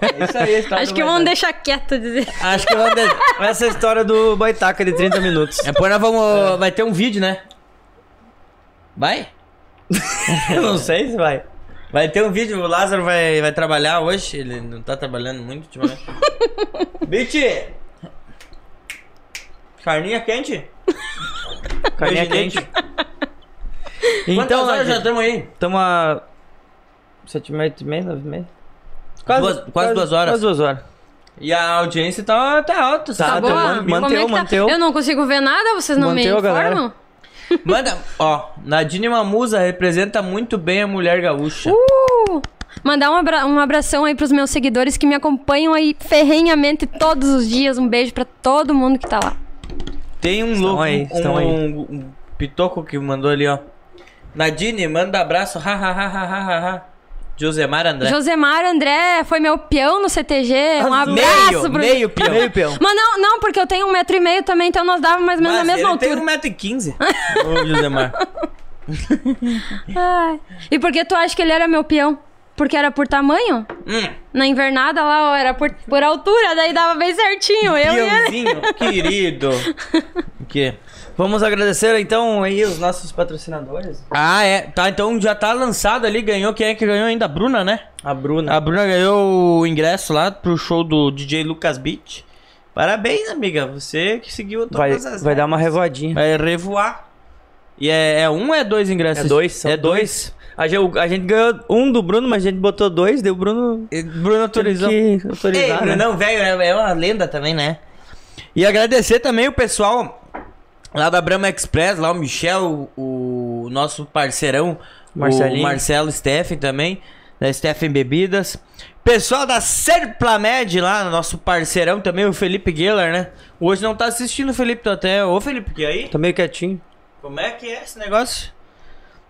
É isso aí, a história
Acho
do
que
Boitaca.
vamos deixar quieto dizer.
Acho que vamos... (laughs) De...
Essa é a história do Boitaca de 30 minutos.
Depois É, nós vamos... Vai ter um vídeo, né? Vai?
Eu não sei se vai.
Vai ter um vídeo, o Lázaro vai, vai trabalhar hoje, ele não tá trabalhando muito ultimamente. Bitch! Carninha quente?
Carninha
Hoje nem-
quente.
Quantas
Então,
horas já
gente,
estamos aí?
tamo a... Sete e meia, oito e meia, nove e meia. Quase
Duas- quase duas horas.
Quase duas horas.
E a audiência tá, tá alta,
Tá,
Tá
sabe?
então
boa?
man- manteu,
Como é que tá?
manteu.
(laughs) Eu não consigo ver nada, vocês não
Manteu,
me
galera.
informam?
Manda, ó, Nadine Mamusa representa muito bem a mulher gaúcha.
Uh! Mandar um, abra um abração aí pros meus seguidores que me acompanham aí ferrenhamente todos os dias. Um beijo pra todo mundo que tá lá.
Tem um louco,
aí,
um,
estão aí.
um- um pitoco que mandou ali, ó. Nadine, manda abraço, ha, ha, ha, ha, ha, ha, ha. Josemar André. Ah,
Josemar André foi meu peão no CTG. Um
meio,
abraço pro.
meio peão.
Meio peão.
Mas não, não, porque eu tenho um metro e meio também, então nós dava mais ou menos
Mas
na mesma
ele
altura.
tem 1,15m, o Josemar. um-
Ai. E por que tu acha que ele era meu peão? Porque era por tamanho?
Hum.
Na invernada lá, ó, era por, por altura, daí dava bem certinho. Eu e ele.
(laughs)
Peãozinho, querido. O quê?
Vamos agradecer, então, aí os nossos patrocinadores.
Ah, é. Tá, então já tá lançado ali, ganhou. Quem é que ganhou ainda? A Bruna, né?
A Bruna.
A Bruna ganhou o ingresso lá pro show do DJ Lucas Beat. Parabéns, amiga. Você que seguiu
Vai,
todas as
vai dar uma revoadinha.
Vai revoar. E é, é um ou é dois ingressos?
É dois, são
É dois.
dois. A gente, a gente ganhou um do Bruno, mas a gente botou dois, daí o Bruno
E Bruno autorizou.
teve que autorizar, né?
Não, velho, é uma lenda também, né? E agradecer também o pessoal lá da Brahma Express, lá o Michel, o, o nosso parceirão,
Marcelinho.
o Marcelo Steffen também, da Steffen Bebidas. Pessoal da Serplamed lá, nosso parceirão também, o Felipe Geller, né? Hoje não tá assistindo o Felipe, tô até. Ô Felipe, que aí?
Tô meio quietinho.
Como é que é esse negócio?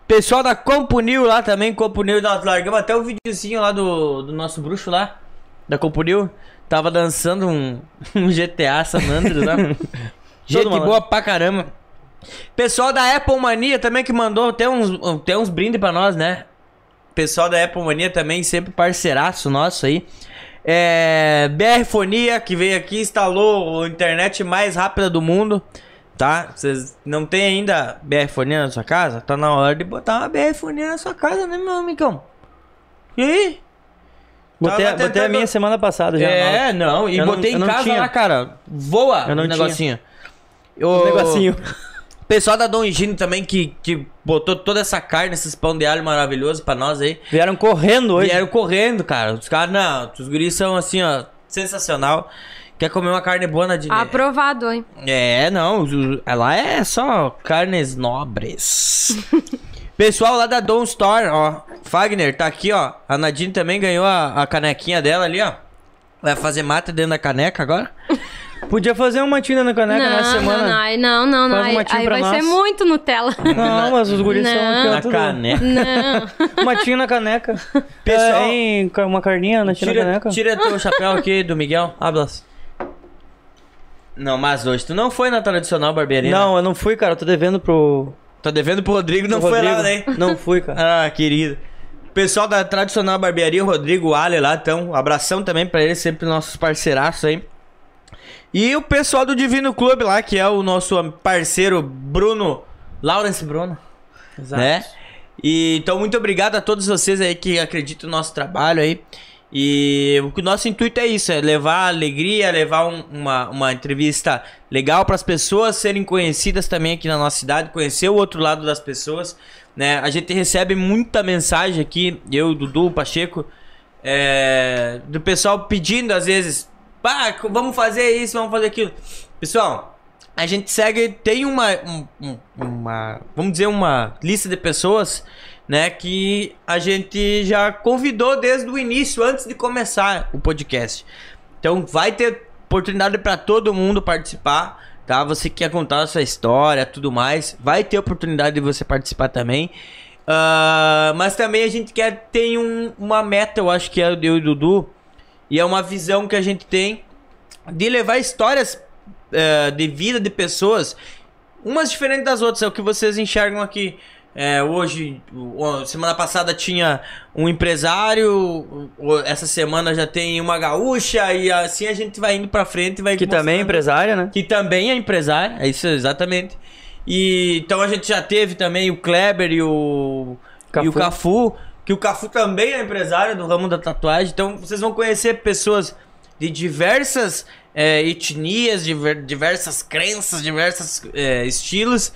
Pessoal da Compunil lá também, Compunil, nós largamos até o videozinho lá do, do nosso bruxo lá, da Compunil. Tava dançando
(laughs)
um, um GTA San Andreas lá. (laughs) Gente
né? Todo malandro.
boa pra caramba. Pessoal da Apple Mania também que mandou até uns, até uns brindes pra nós, né? Pessoal da Apple Mania também, sempre parceiraço nosso aí. É, BR Fonia, que veio aqui, instalou a internet mais rápida do mundo, tá? Vocês não tem ainda BR Fonia na sua casa? Tá na hora de botar uma BR Fonia na sua casa, né, meu amigão? E aí?
Botei,
Tava
botei a
tentando-
minha semana passada já. nova.
É, não, e
Eu não-
botei
eu
em
não
casa
tinha.
lá, cara. Voa
Eu não
o
tinha.
negocinho.
Um
O
negocinho.
(laughs) Pessoal da Dom Higino também que, que botou toda essa carne, esses pão de alho maravilhoso pra nós aí.
Vieram correndo hoje.
Vieram correndo, cara. Os caras, não, os guris são assim, ó, sensacional. Quer comer uma carne boa na de...
Aprovado, hein?
É, não, os- ela é só carnes
(laughs)
nobres. Pessoal lá da Don Store, ó, Fagner tá aqui, ó. A Nadine também ganhou a, a canequinha dela ali, ó. Vai fazer mata dentro da caneca agora?
Podia fazer uma tina é na caneca
não,
nessa semana.
não, não, aí não, não, não.
Faz um
Aí,
matinho
aí
pra
vai
nós.
ser
(laughs)
muito Nutella.
Não, mas os guris são aqui, ó,
Na
tudo-
caneca.
não.
Uma tina na caneca.
(laughs) Pessoal-
É, hein, ca- uma carninha na tina na
Tira,
caneca.
tira
(laughs)
teu chapéu aqui do Miguel.
Hablas.
Não, mas hoje tu não foi na tradicional barbearia. né?
Não, eu não fui, cara. Eu tô devendo pro.
Tá devendo pro Rodrigo, não
pro
foi lá, né?
(laughs) Rodrigo. Não fui, cara.
Ah, querido. Pessoal da tradicional barbearia, o Rodrigo Ale lá, então, um abração também pra eles, sempre nossos parceiraços aí. E o pessoal do Divino Clube lá, que é o nosso parceiro Bruno, Lawrence Bruno, (laughs)
Exato.
né? E, então, muito obrigado a todos vocês aí que acreditam no nosso trabalho aí. E o que o nosso intuito é isso, é levar alegria, levar um- uma, uma entrevista legal para as pessoas serem conhecidas também aqui na nossa cidade, conhecer o outro lado das pessoas, né? A gente recebe muita mensagem aqui, eu, Dudu, Pacheco, é, do pessoal pedindo às vezes, pá, co- vamos fazer isso, vamos fazer aquilo. Pessoal, a gente segue, tem uma, um- um- uma, vamos dizer, uma lista de pessoas, né? Que a gente já convidou desde o início, antes de começar o podcast. Então vai ter oportunidade para todo mundo participar, tá? Você que quer contar a sua história, tudo mais, vai ter oportunidade de você participar também. Ah, mas também a gente quer ter um- uma meta, eu acho que é o de eu e o Dudu, e é uma visão que a gente tem de levar histórias eh, de vida de pessoas, umas diferentes das outras, é o que vocês enxergam aqui. É, hoje, o- o- semana passada tinha um empresário, o- o- essa semana já tem uma gaúcha, e assim a gente vai indo pra frente e vai
Que também é
mostrando-
empresária, né?
que também é empresário, é isso exatamente. E então a gente já teve também o Kleber e o
Cafu.
e o Cafu, que o Cafu também é empresário do ramo da tatuagem. Então vocês vão conhecer pessoas de diversas eh, etnias, diver- diversas crenças, diversos eh, estilos.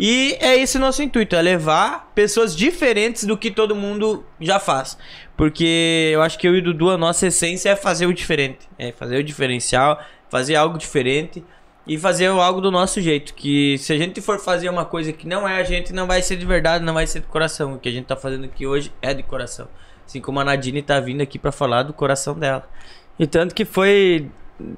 E é esse o nosso intuito, é levar pessoas diferentes do que todo mundo já faz. Porque eu acho que eu e o Dudu, a nossa essência é fazer o diferente. É fazer o diferencial, fazer algo diferente e fazer algo do nosso jeito. Que se a gente for fazer uma coisa que não é a gente, não vai ser de verdade, não vai ser de coração. O que a gente tá fazendo aqui hoje é de coração. Assim como a Nadine tá vindo aqui pra falar do coração dela.
E tanto que foi,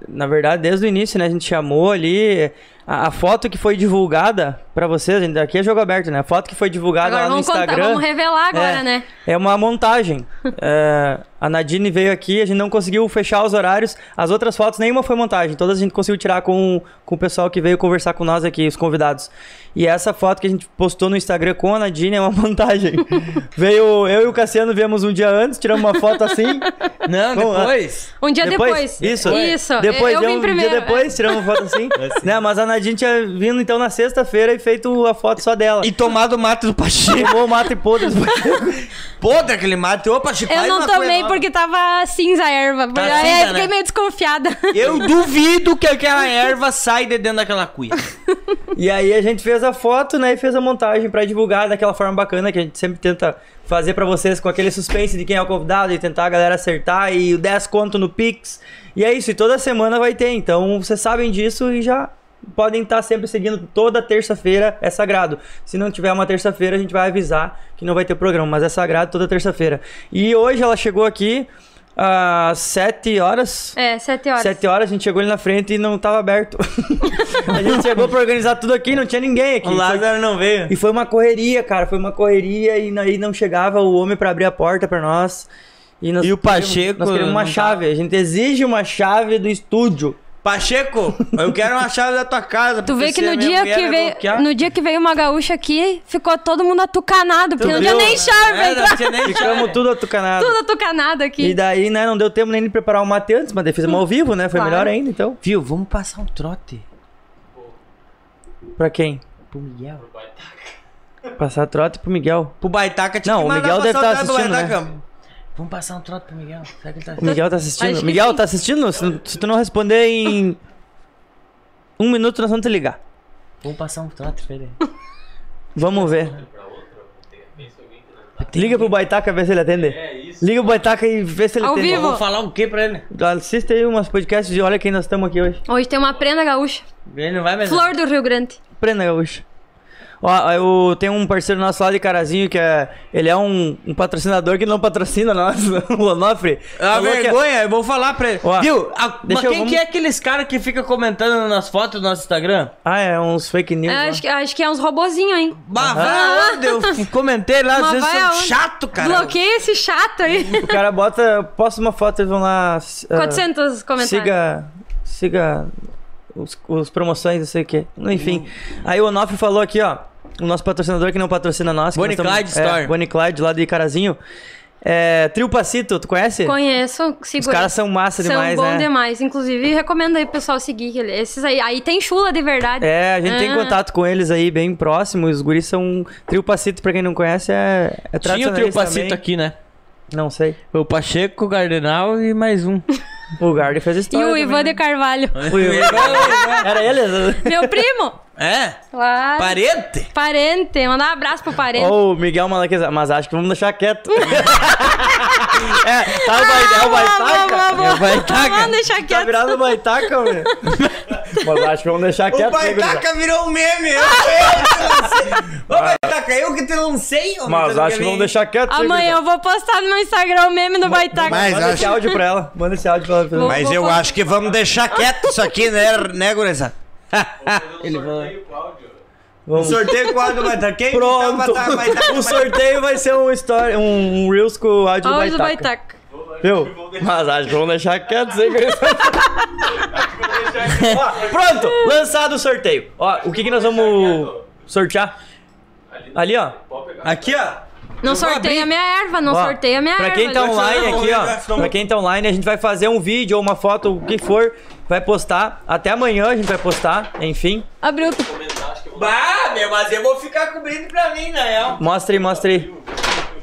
na verdade, desde o início, né? A gente chamou ali. A, a foto que foi divulgada pra vocês, gente, aqui é jogo aberto, né? A foto que foi divulgada
Agora
lá no
vamos
Instagram.
contar, vamos revelar agora,
É.
né?
É uma
(laughs)
montagem. É, a Nadine veio aqui, a gente não conseguiu fechar os horários. As outras fotos, nenhuma foi montagem. Todas a gente conseguiu tirar com, com o pessoal que veio conversar com nós aqui, os convidados. E essa foto que a gente postou no Instagram com a Nadine é uma (laughs) montagem. veio eu e o Cassiano, viemos um dia antes, tiramos uma foto assim.
(laughs) Não,
Vamos lá.
depois.
Um dia depois.
Isso.
Isso.
Depois,
eu
deu
vim
um
primeiro.
dia depois, tiramos foto
(laughs)
assim. Né, mas a Nadine tinha vindo então na sexta-feira e feito a foto só dela.
E tomar do mato do Pacheco.
Tomou o mato e podre.
(laughs) Podre aquele mato. Ô, Pacheco,
Eu
faz
não
uma coisa
tomei
nova.
porque tava cinza a erva.
Tá
Aí
cinza,
eu fiquei
né?
meio desconfiada.
Eu duvido que aquela erva sai de dentro daquela
(laughs)
cuia.
E aí a gente fez a foto, né, e fez a montagem pra divulgar daquela forma bacana que a gente sempre tenta fazer pra vocês com aquele suspense de quem é o convidado e tentar a galera acertar e o 10 conto no Pix. E é isso, e toda semana vai ter, então vocês sabem disso e já podem estar sempre seguindo toda terça-feira, é sagrado. Se não tiver uma terça-feira, a gente vai avisar que não vai ter programa, mas é sagrado toda terça-feira. E hoje ela chegou aqui às 7 horas.
(laughs) É, sete horas.
Sete horas a gente chegou ali na frente e não tava aberto. (laughs) a gente chegou pra organizar tudo aqui e não tinha ninguém aqui.
O Lázaro não veio.
E foi uma correria, cara. Foi uma correria e aí não chegava o homem pra abrir a porta pra nós. E, nós
E o
queríamos-
Pacheco
Nós queremos uma
não tá.
chave. A gente exige uma chave do estúdio.
Pacheco, eu quero uma chave da tua casa.
Tu
porque
vê que
se a
é
no
minha
dia
mulher né,
que,
vai
veio,
bloquear-
no dia que veio uma gaúcha aqui, ficou todo mundo atucanado,
Tu
porque não tinha
viu? tá.
nem chave pra
É,
entrar.
não tinha nem
(laughs) Ficamos
chave.
tudo atucanado.
Tudo atucanado
E
aqui.
daí, né, não deu tempo nem de preparar o mate antes, mas daí fizemos ao vivo, né? Foi
Claro.
melhor ainda, então.
Viu, vamos passar um trote.
Pra quem?
Pro Miguel.
Passar trote pro Miguel.
Pro Baitaca tinha
Não,
que
o
mandar
Miguel deve
passar
tá
o trote pro
assistindo,
Baitaca. Vamos passar um trote pro Miguel. Será que ele tá
O Miguel tá assistindo?
Acho que
Miguel,
sim.
tá assistindo? Se, se tu não responder em um minuto, nós vamos te ligar.
Vamos passar um trote, velho.
Vamos ver. Liga pro Baitaca ver se ele atende. Liga pro Baitaca e vê se ele
Ao
atende.
vivo.
Vou falar o que pra ele?
Assista aí umas podcasts de Olha Quem Nós Estamos Aqui hoje.
Hoje tem uma prenda gaúcha.
Ele não vai mais.
Flor do Rio Grande.
Prenda, gaúcho. Ó, eu tenho um parceiro nosso lá de Carazinho que é. Ele é um, um patrocinador que não patrocina nós, (laughs) o Onofre.
A
Falou que-
Ah,
é-
vergonha, eu vou falar pra ele.
Ó,
Viu? A- mas
deixa eu-
quem
vamos-
que é aqueles caras que fica comentando nas fotos do nosso Instagram?
Ah, é uns fake news.
É,
lá.
acho, que, acho que é uns robozinhos, hein?
Bah, vai aonde? Eu
(laughs)
f- comentei lá, às
Mas
vezes
vai
são
aonde?
chato, cara.
Bloqueia esse chato aí. (laughs)
O cara bota. Posta uma foto, eles vão lá. ah,
400 comentários.
Siga. Siga os, os promoções, não sei o quê. Enfim. Aí o Onofre falou aqui, ó. O nosso patrocinador que não patrocina nós. que
Bonnie
nós
Clyde Store.
É, Bonnie Clyde, lá de Carazinho. É, Trio Pacito, tu conhece?
Conheço, sigo
Os caras são massa demais,
São bom
né?
demais. Inclusive, recomendo aí pro pessoal seguir. ele- Esses aí. Aí tem chula de verdade.
É, a gente tem
Ah.
contato com eles aí bem próximo. Os guris são. Trio Pacito, pra quem não conhece, é,
Tinha
é
o teu
tradicionalista
passito
também.
aqui, né?
Não sei.
Foi o Pacheco, o Gardenal e mais um.
O Garden fez
E
história.
o
também,
Ivan
né?
de Carvalho.
O Ivan. Era
(laughs)
ele?
Meu primo!
(laughs) É?
Claro.
Parente?
Parente. Mandar um abraço pro parente.
Ô, o Miguel Malaquias, mas acho que vamos deixar quieto. é, tá o Baitaca, é o Baitaca.
vamos,
É o Baitaca.
vamos, vamos deixar quieto.
Tá virado o Baitaca, velho. mas acho que vamos deixar quieto.
O
né, gurizada?
Baitaca virou um meme. Ô, Baitaca, eu que te lancei, tá ô, Antônio
Mas acho que
Galinha.
vamos deixar quieto. isso aí,
Amanhã eu vou postar no meu Instagram o meme do Baitaca.
gurizada.
Mas
Manda esse
acho-
áudio pra ela. Manda esse áudio pra ela.
Vou-
Mas
vou
eu
fazer-
acho que vamos deixar quieto isso aqui, né, né gurizada?
Ele sorteio, Cláudio.
Um
Vamos.
sorteio com o áudio do Baitaca. Quem
Pronto.
Então, Baitaca,
(laughs)
Baitaca,
o sorteio vai ser um, story, um, um Reels com o áudio do
Áudio do
Baitaca.
Baitaca.
Viu? Mas acho que vamos deixar quieto isso aí, gurizada. Ó, Pronto, lançado o sorteio. Ó, o que que nós vamos sortear? Ali, ó.
Aqui, ó.
Não sorteia minha erva, não
Ó,
sorteia minha
pra
erva.
quem tá
gente.
online
Não,
aqui,
não,
ó.
não.
Pra quem tá online, a gente vai fazer um vídeo ou uma foto, o que for. Vai postar. Até amanhã a gente vai postar. Enfim.
Abriu.
Bah, meu, mas eu vou ficar cobrindo pra mim, na real.
Mostra aí, mostra aí.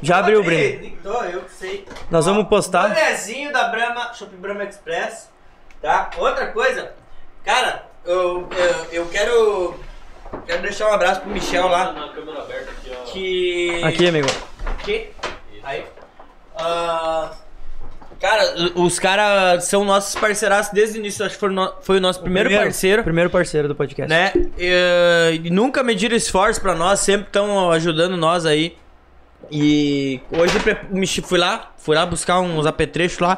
Já abriu o brinde.
Tô, eu que sei.
Nós vamos postar.
Um Bonezinho da Brahma, Shop Brahma Express, tá? Outra coisa, cara, eu, eu, eu quero, quero deixar um abraço pro Michel lá,
Na câmera aberta aqui, ó.
que...
Aqui, amigo.
que- Aí. Ah, cara, os caras são nossos parceiraços desde o início, acho que foi, o no- foi o nosso primeiro, parceiro.
Primeiro parceiro do podcast.
Né? E, eh, nunca mediram esforço pra nós, sempre estão ajudando nós aí. E hoje pre- me chi- fui lá, fui lá buscar uns apetrechos lá.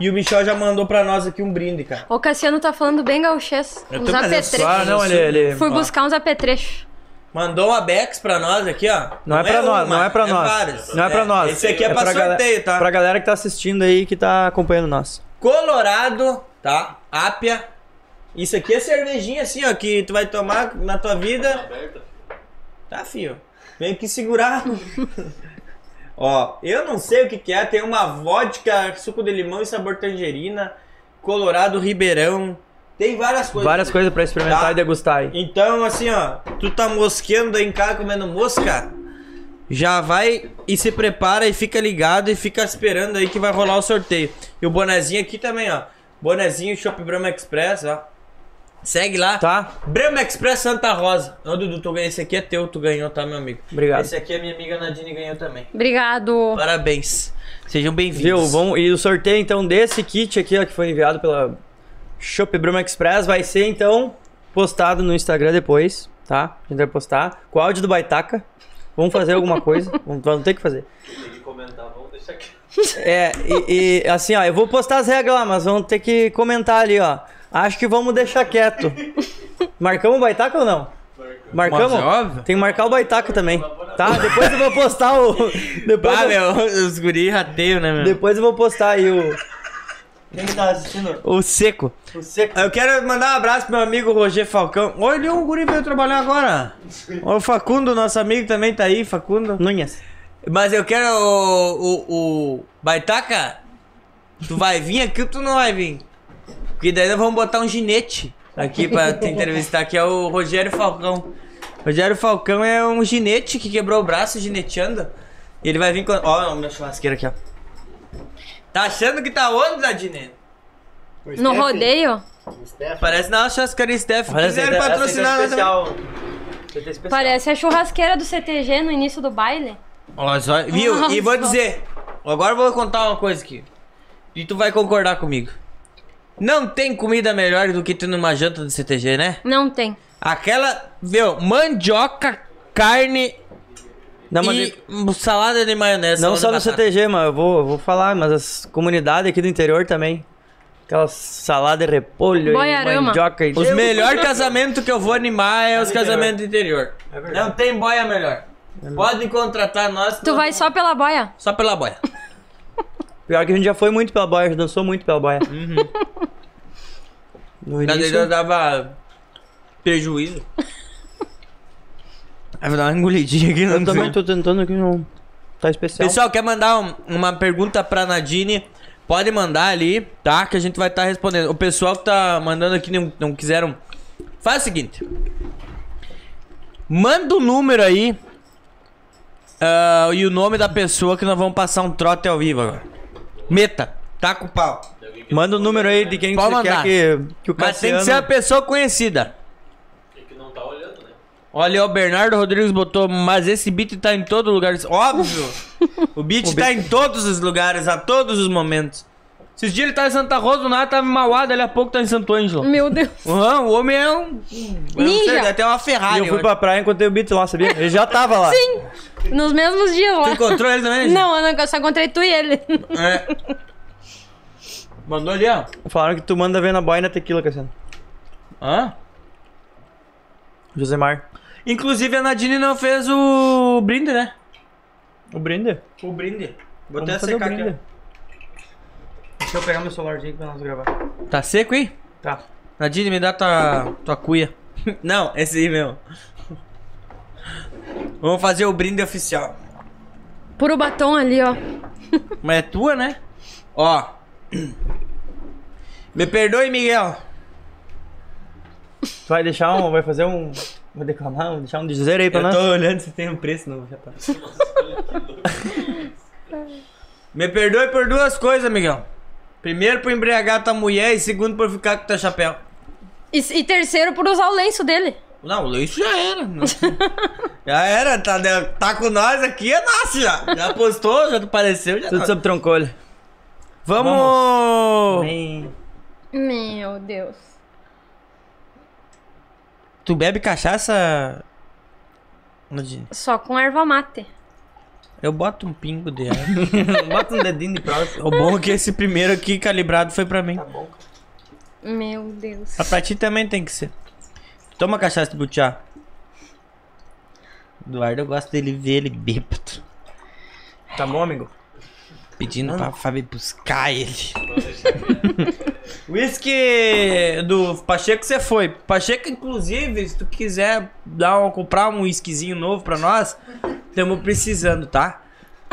E o Michel já mandou pra nós aqui um brinde, cara.
O Cassiano tá falando bem gauchês.
Eu
Uns
tô né, fazendo
Ah,
apetrechos.
não, ele. ele
Fui
ó.
buscar uns apetrechos.
Mandou uma Bex pra nós aqui, ó.
Não, é pra nós,
uma,
não é pra nós.
várias.
Não é pra nós.
Esse aqui é, pra,
gal-
sorteio, tá?
Pra galera que tá assistindo aí, que tá acompanhando nós.
Colorado, tá? Ápia. Isso aqui é cervejinha assim, ó, que tu vai tomar na tua vida. Tá, fio. Vem que segurar. ó, eu não sei o que que é. Tem uma vodka, suco de limão e sabor tangerina. Colorado, Ribeirão. Tem várias coisas.
Várias coisas pra experimentar
Tá.
e degustar aí.
Então, assim, ó, tu tá mosqueando aí em casa comendo mosca, já vai e se prepara e fica ligado e fica esperando aí que vai rolar o sorteio. E o bonezinho aqui também, ó. Bonezinho Shop Brahma Express, ó. Segue lá.
Tá?
Brahma Express Santa Rosa. Ô, Dudu, tu ganha. Esse aqui é teu, tu ganhou, tá, meu amigo?
Obrigado.
Esse aqui a minha amiga Nadine ganhou também.
Obrigado.
Parabéns. Sejam
Viu?
bem-vindos.
Vamos... E o sorteio, então, desse kit aqui, ó, que foi enviado pela Shop Bruma Express, vai ser, então, postado no Instagram depois, tá? A gente vai postar. Com o áudio do Baitaca. Vamos fazer alguma coisa. Vamos, vamos ter que fazer.
Tem que comentar, vamos deixar aqui.
(laughs) É, e, e, assim, ó, eu vou postar as regras lá, mas vamos ter que comentar ali, ó. Acho que vamos deixar quieto. Marcamos o Baitaca ou não? Marcamos?
Mas é óbvio.
Tem que marcar o Baitaca também. Tá? Depois eu vou postar o. Depois,
Ah,
eu,
meu, (laughs) os guris rateiam, né, meu?
depois eu vou postar aí o.
Quem que tá assistindo?
O seco.
O Seco.
Eu quero mandar um abraço pro meu amigo Roger Falcão. Olha, o guri veio trabalhar agora. O Facundo, nosso amigo, também tá aí, Facundo.
Nunes.
Mas eu quero o. o, o- Baitaca, tu vai vir aqui ou tu não vai vir? Porque daí nós vamos botar um ginete aqui pra te entrevistar, que é o Rogério Falcão. Rogério Falcão é um ginete que quebrou o braço gineteando. E ele vai vir com. Ó, o meu churrasqueiro aqui, ó. Tá achando que tá onde, Zadine?
O
No
é assim.
Steph-
rodeio?
o Steph-
Parece na churrasqueira Steph.
Olha,
Quiseram
essa- é essa
patrocinar né? nós também.
Especial. PT especial.
Parece a churrasqueira do CTG no início do baile.
Olha só, viu? E vou dizer, agora eu vou contar uma coisa aqui. E tu vai concordar comigo. Não tem comida melhor do que tu numa janta do CTG, né?
Não tem.
Aquela, viu, mandioca, carne
Não, mas
e hum, salada de maionese.
não
salada
só
de
no
batata.
CTG, mas eu vou, eu vou falar, mas as comunidades aqui do interior também. Aquela salada de repolho e
Boiarama.
mandioca. E...
Os melhores casamentos que eu vou animar é os casamentos do interior.
É
não tem boia melhor. Podem contratar nós.
Tu
não-
vai só pela boia?
Só pela boia.
Pior que a gente já foi muito pela boia, já dançou muito pela boia. Uhum. No
Na verdade, eu
início...
dava prejuízo. (laughs) Aí vou dar uma engolidinha aqui.
Eu
não sei.
também tô tentando aqui, não... Tá especial.
Pessoal, quer mandar um- uma pergunta pra Nadine? Pode mandar ali, tá? Que a gente vai estar respondendo. O pessoal que tá mandando aqui não, não quiseram. Faz o seguinte: manda o número aí ah, e o nome da pessoa que nós vamos passar um trote ao vivo agora. Meta, tá com o pau.
Manda o número aí de quem
Pode
você
mandar.
quer que, que o
Mas tem
Cassiano...
que ser uma pessoa conhecida.
E que não tá olhando, né?
Olha, o Bernardo Rodrigues botou, mas esse beat tá em
(laughs)
todo lugar. Óbvio! o beat tá em todos os lugares, a todos os momentos. Esses dias ele tá em Santa Rosa, do nada tava em Mauá, dali a pouco tá em Santo
Hum.
Ângelo.
Meu Deus.
Aham, o homem é um.
Ninja.
Tem até uma
E
Ferrari.
eu fui
ó.
pra praia e encontrei o Bito lá, sabia? Ele já tava lá. Sim.
Nos mesmos dias
Tu
lá.
encontrou ele também?
Não, eu não- só encontrei tu e ele. (laughs)
É. Mandou ali, ó.
Falaram que tu manda ver na boia e na tequila, Cassiano.
Hã?
Josemar.
Inclusive a Nadine não fez o brinde, né?
O Brinder.
O brinde.
Vou
Vamos fazer o Brinder.
Deixa eu pegar meu celularzinho pra nós gravar.
Tá seco aí?
Tá.
Nadine, me dá tua, tua cuia. (laughs) não, esse aí mesmo. Vamos fazer o brinde oficial.
Puro batom ali, ó.
Mas é tua, né? Ó. Me perdoe, Miguel.
Tu vai deixar um. Vai fazer um. Vai declamar, um- deixar um dizer aí pra
Eu
nós.
tô olhando se tem um preço novo já tá. (laughs) Me perdoe por duas coisas, Miguel. Primeiro por embriagar tua mulher e segundo por ficar com teu chapéu.
E, e terceiro, por usar o lenço dele.
Não, o isso já era. (laughs) não. já era, tá, tá com nós aqui, é nosso já. Já postou, já apareceu, já.
Tudo
Tá.
sob troncolho.
Vamos!
Nem-
Meu Deus.
Tu bebe cachaça? Nadine?
Só com erva mate.
Eu boto um pingo de ar. (laughs)
Bota um dedinho de prova.
o bom é que esse primeiro aqui calibrado foi pra mim.
Meu Deus.
Mas pra ti também tem que ser. Toma cachaça de butiá. Eduardo, eu gosto dele ver ele bêbado.
Tá bom, amigo?
Pedindo pra Fábio buscar ele. (laughs) Whisky do Pacheco você foi. Pacheco, inclusive, se tu quiser dar um, comprar um whiskyzinho novo pra nós, estamos precisando, tá?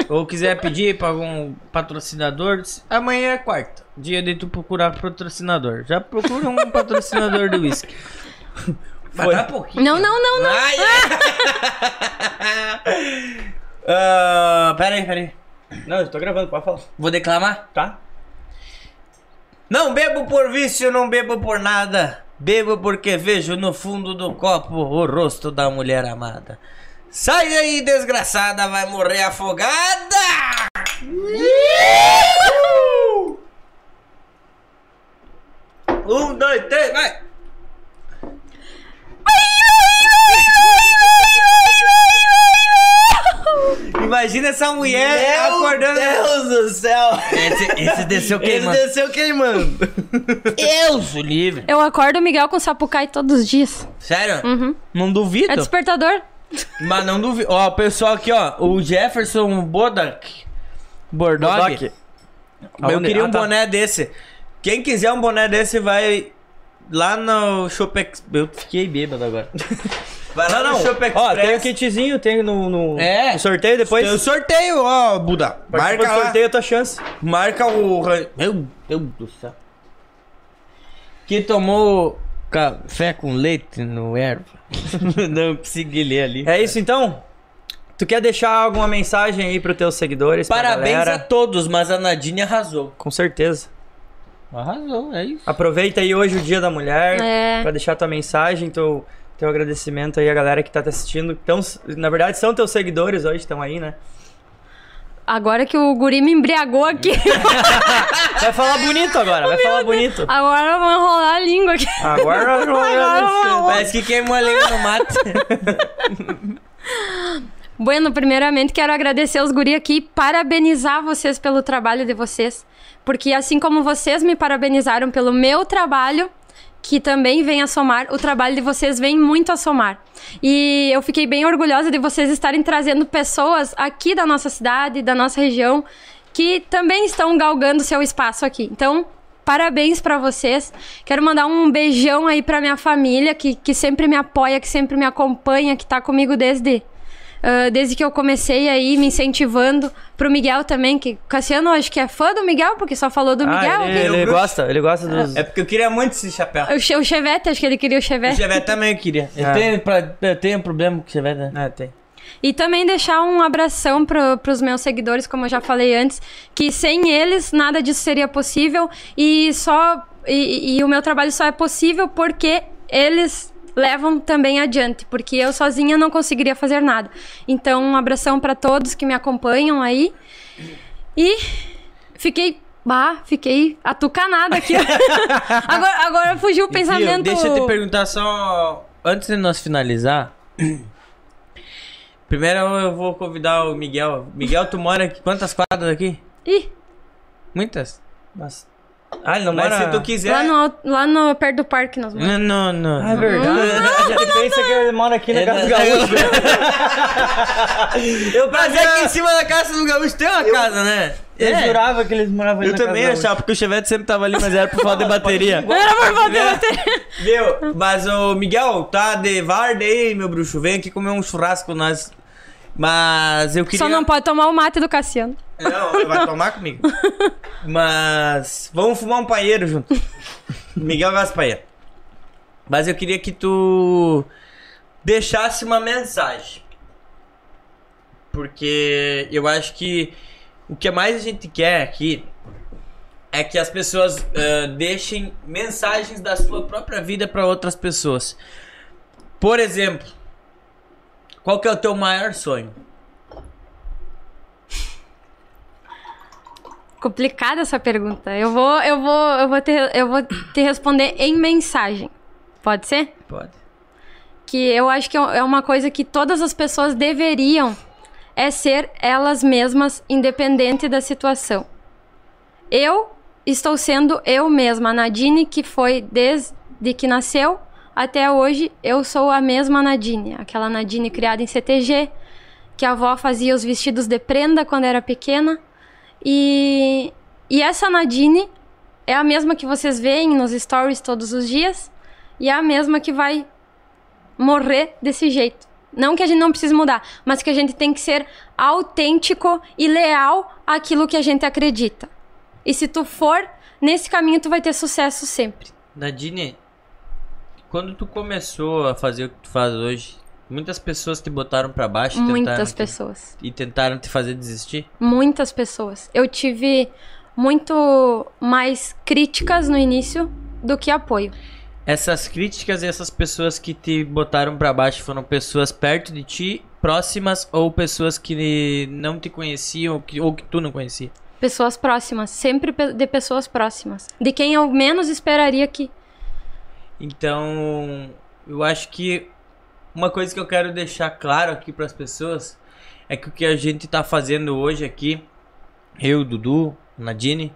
Ou quiser pedir pra algum patrocinador, amanhã é quarta. Dia de tu procurar patrocinador. Já procura um patrocinador de whisky. Foi.
Não, não, não, não.
Ai, (laughs) ai. Ah, pera aí, pera aí.
Não, eu tô gravando, pode falar.
Vou declamar?
Tá?
Não bebo por vício, não bebo por nada. Bebo porque vejo no fundo do copo o rosto da mulher amada. Sai daí, desgraçada, vai morrer afogada! Um, dois, três, vai! Imagina essa mulher acordando.
Deus do céu!
Esse, esse desceu queimando.
desceu queimando.
Deus o livre.
Eu acordo o Miguel com sapucai todos os dias.
Sério?
Uhum.
Não duvido.
É despertador?
Mas não duvido. Ó, o pessoal aqui, ó. O Jefferson Bodak. Bordock.
Doc.
Eu
Aonde?
queria um
Ah, tá.
boné desse. Quem quiser um boné desse, vai lá no Shopex. Eu fiquei bêbado agora. Vai lá no Shopex.
Ó, tem o kitzinho, tem no, no-
É.
no sorteio depois.
Eu sorteio, ó, Buda.
Participa
Marca
do
lá.
sorteio a tua chance.
Marca o. ran- Meu Deus do céu. Que tomou café com leite no erva. (laughs) Não consegui ler ali.
É isso então? Tu quer deixar alguma mensagem aí pros teus seguidores? pra
Parabéns
galera?
a todos, mas a Nadine arrasou.
Com certeza.
Arrasou, é isso.
Aproveita aí hoje o Dia da Mulher
É.
pra deixar tua mensagem, teu, teu agradecimento aí à galera que tá te assistindo. Então, na verdade, são teus seguidores hoje, estão aí, né?
Agora que o guri me embriagou aqui, (laughs)
Vai falar bonito agora, vai falar bonito.
agora eu vou enrolar a língua aqui.
Agora não
Parece que queimou a língua no
(laughs)
mato.
Bueno, primeiramente quero agradecer aos guri aqui e parabenizar vocês pelo trabalho de vocês. Porque assim como vocês me parabenizaram pelo meu trabalho, que também vem a somar, o trabalho de vocês vem muito a somar. E eu fiquei bem orgulhosa de vocês estarem trazendo pessoas aqui da nossa cidade, da nossa região, que também estão galgando seu espaço aqui. Então, Parabéns pra vocês. Quero mandar um beijão aí pra minha família que, que sempre me apoia, que sempre me acompanha, que tá comigo desde ah, desde que eu comecei aí, me incentivando. Pro Miguel também, que Cassiano acho que é fã do Miguel, porque só falou do Miguel.
Ah, ele,
aqui.
ele gosta, ele gosta dos.
É porque eu queria muito esse chapéu.
O, che- o Chevette, acho que ele queria o
O
Chevette.
Chevette também eu queria. É. Eu,
Ah.
tenho pra- eu tenho problema com o Chevette, né?
É, tem.
E também deixar um abração pro, pros meus seguidores, como eu já falei antes, que sem eles nada disso seria possível e só e, e o meu trabalho só é possível porque eles levam também adiante, porque eu sozinha não conseguiria fazer nada. Então, um abração para todos que me acompanham aí. E fiquei Bah, fiquei
(laughs)
atucanada aqui. agora, agora fugiu o pensamento.
Deixa eu te perguntar só. Antes de nós finalizar. (clears throat) Primeiro eu vou convidar o Miguel. Miguel, tu mora aqui. Quantas quadras aqui?
Ih,
Muitas?
Mas...
Ah, ele não Mas
mora-
se tu quiser. Ah,
lá, no, alto- lá no, perto do parque nós moramos.
Não, não, não.
É verdade. a gente pensa que (laughs) ele mora aqui na
É,
Casa
não,
do Gaúcho.
(laughs) Eu Mas é que em cima da casa do gaúcho tem uma casa, né?
Eu
É.
jurava que eles moravam ali
Eu
na Casa
também
do Gaúcho.
achava, porque o Chevette sempre tava ali, mas era por falta de bateria.
Era por falta
(laughs)
de
Viu? Mas o Miguel, tá de varda aí, meu bruxo. Vem aqui comer um churrasco com nós. Mas eu queria.
Só não pode tomar o mate do Cassiano.
Não, vai tomar comigo. Mas vamos fumar um paieiro (laughs) junto. Miguel gosta de paieiro. Mas eu queria que tu deixasse uma mensagem. Porque eu acho que o que mais a gente quer aqui é que as pessoas eh, deixem mensagens da sua própria vida para outras pessoas. Por exemplo, qual que é o teu maior sonho?
Complicada essa pergunta. Eu vou, eu vou, eu vou te, eu vou te responder em mensagem. Pode ser?
Pode.
Que eu acho que é uma coisa que todas as pessoas deveriam é ser elas mesmas, independente da situação. Eu estou sendo eu mesma, a Nadine que foi desde que nasceu até hoje, eu sou a mesma Nadine, aquela Nadine criada em CTG, que a avó fazia os vestidos de prenda quando era pequena. E, e essa Nadine é a mesma que vocês veem nos stories todos os dias e é a mesma que vai morrer desse jeito. Não que a gente não precise mudar, mas que a gente tem que ser autêntico e leal àquilo que a gente acredita. E se tu for nesse caminho, tu vai ter sucesso sempre.
(laughs) Nadine, quando tu começou a fazer o que tu faz hoje, muitas pessoas te botaram pra baixo e tentaram
Muitas
te-
pessoas.
e tentaram te fazer desistir?
muitas pessoas. Eu tive muito mais críticas no início do que apoio.
Essas críticas e essas pessoas que te botaram pra baixo foram pessoas perto de ti, próximas ou pessoas que não te conheciam ou que, ou que tu não conhecia?
Pessoas próximas, sempre pe- de pessoas próximas, de quem eu menos esperaria que
Então, eu acho que uma coisa que eu quero deixar claro aqui para as pessoas é que o que a gente tá fazendo hoje aqui, eu, Dudu, Nadine,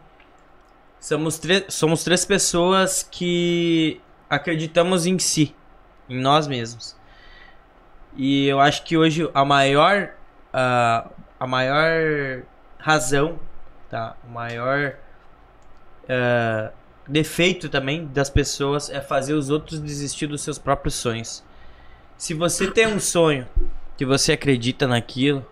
somos, tre- somos três pessoas que acreditamos em si, em nós mesmos. E eu acho que hoje a maior ah, a maior razão, tá? O maior ah, defeito também das pessoas é fazer os outros desistir dos seus próprios sonhos. Se você tem um sonho que você acredita naquilo,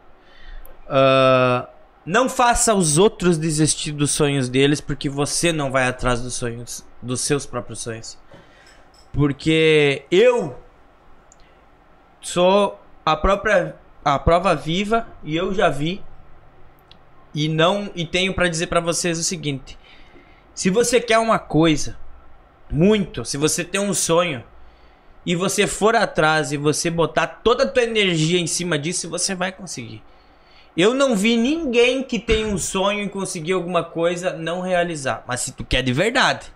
ah, não faça os outros desistir dos sonhos deles, porque você não vai atrás dos sonhos, dos seus próprios sonhos. Porque eu sou a própria a prova viva e eu já vi e não e tenho pra dizer pra vocês o seguinte: se você quer uma coisa, muito, se você tem um sonho, e você for atrás e você botar toda a tua energia em cima disso, você vai conseguir. Eu não vi ninguém que tem um sonho e conseguir alguma coisa não realizar. Mas se tu quer de verdade.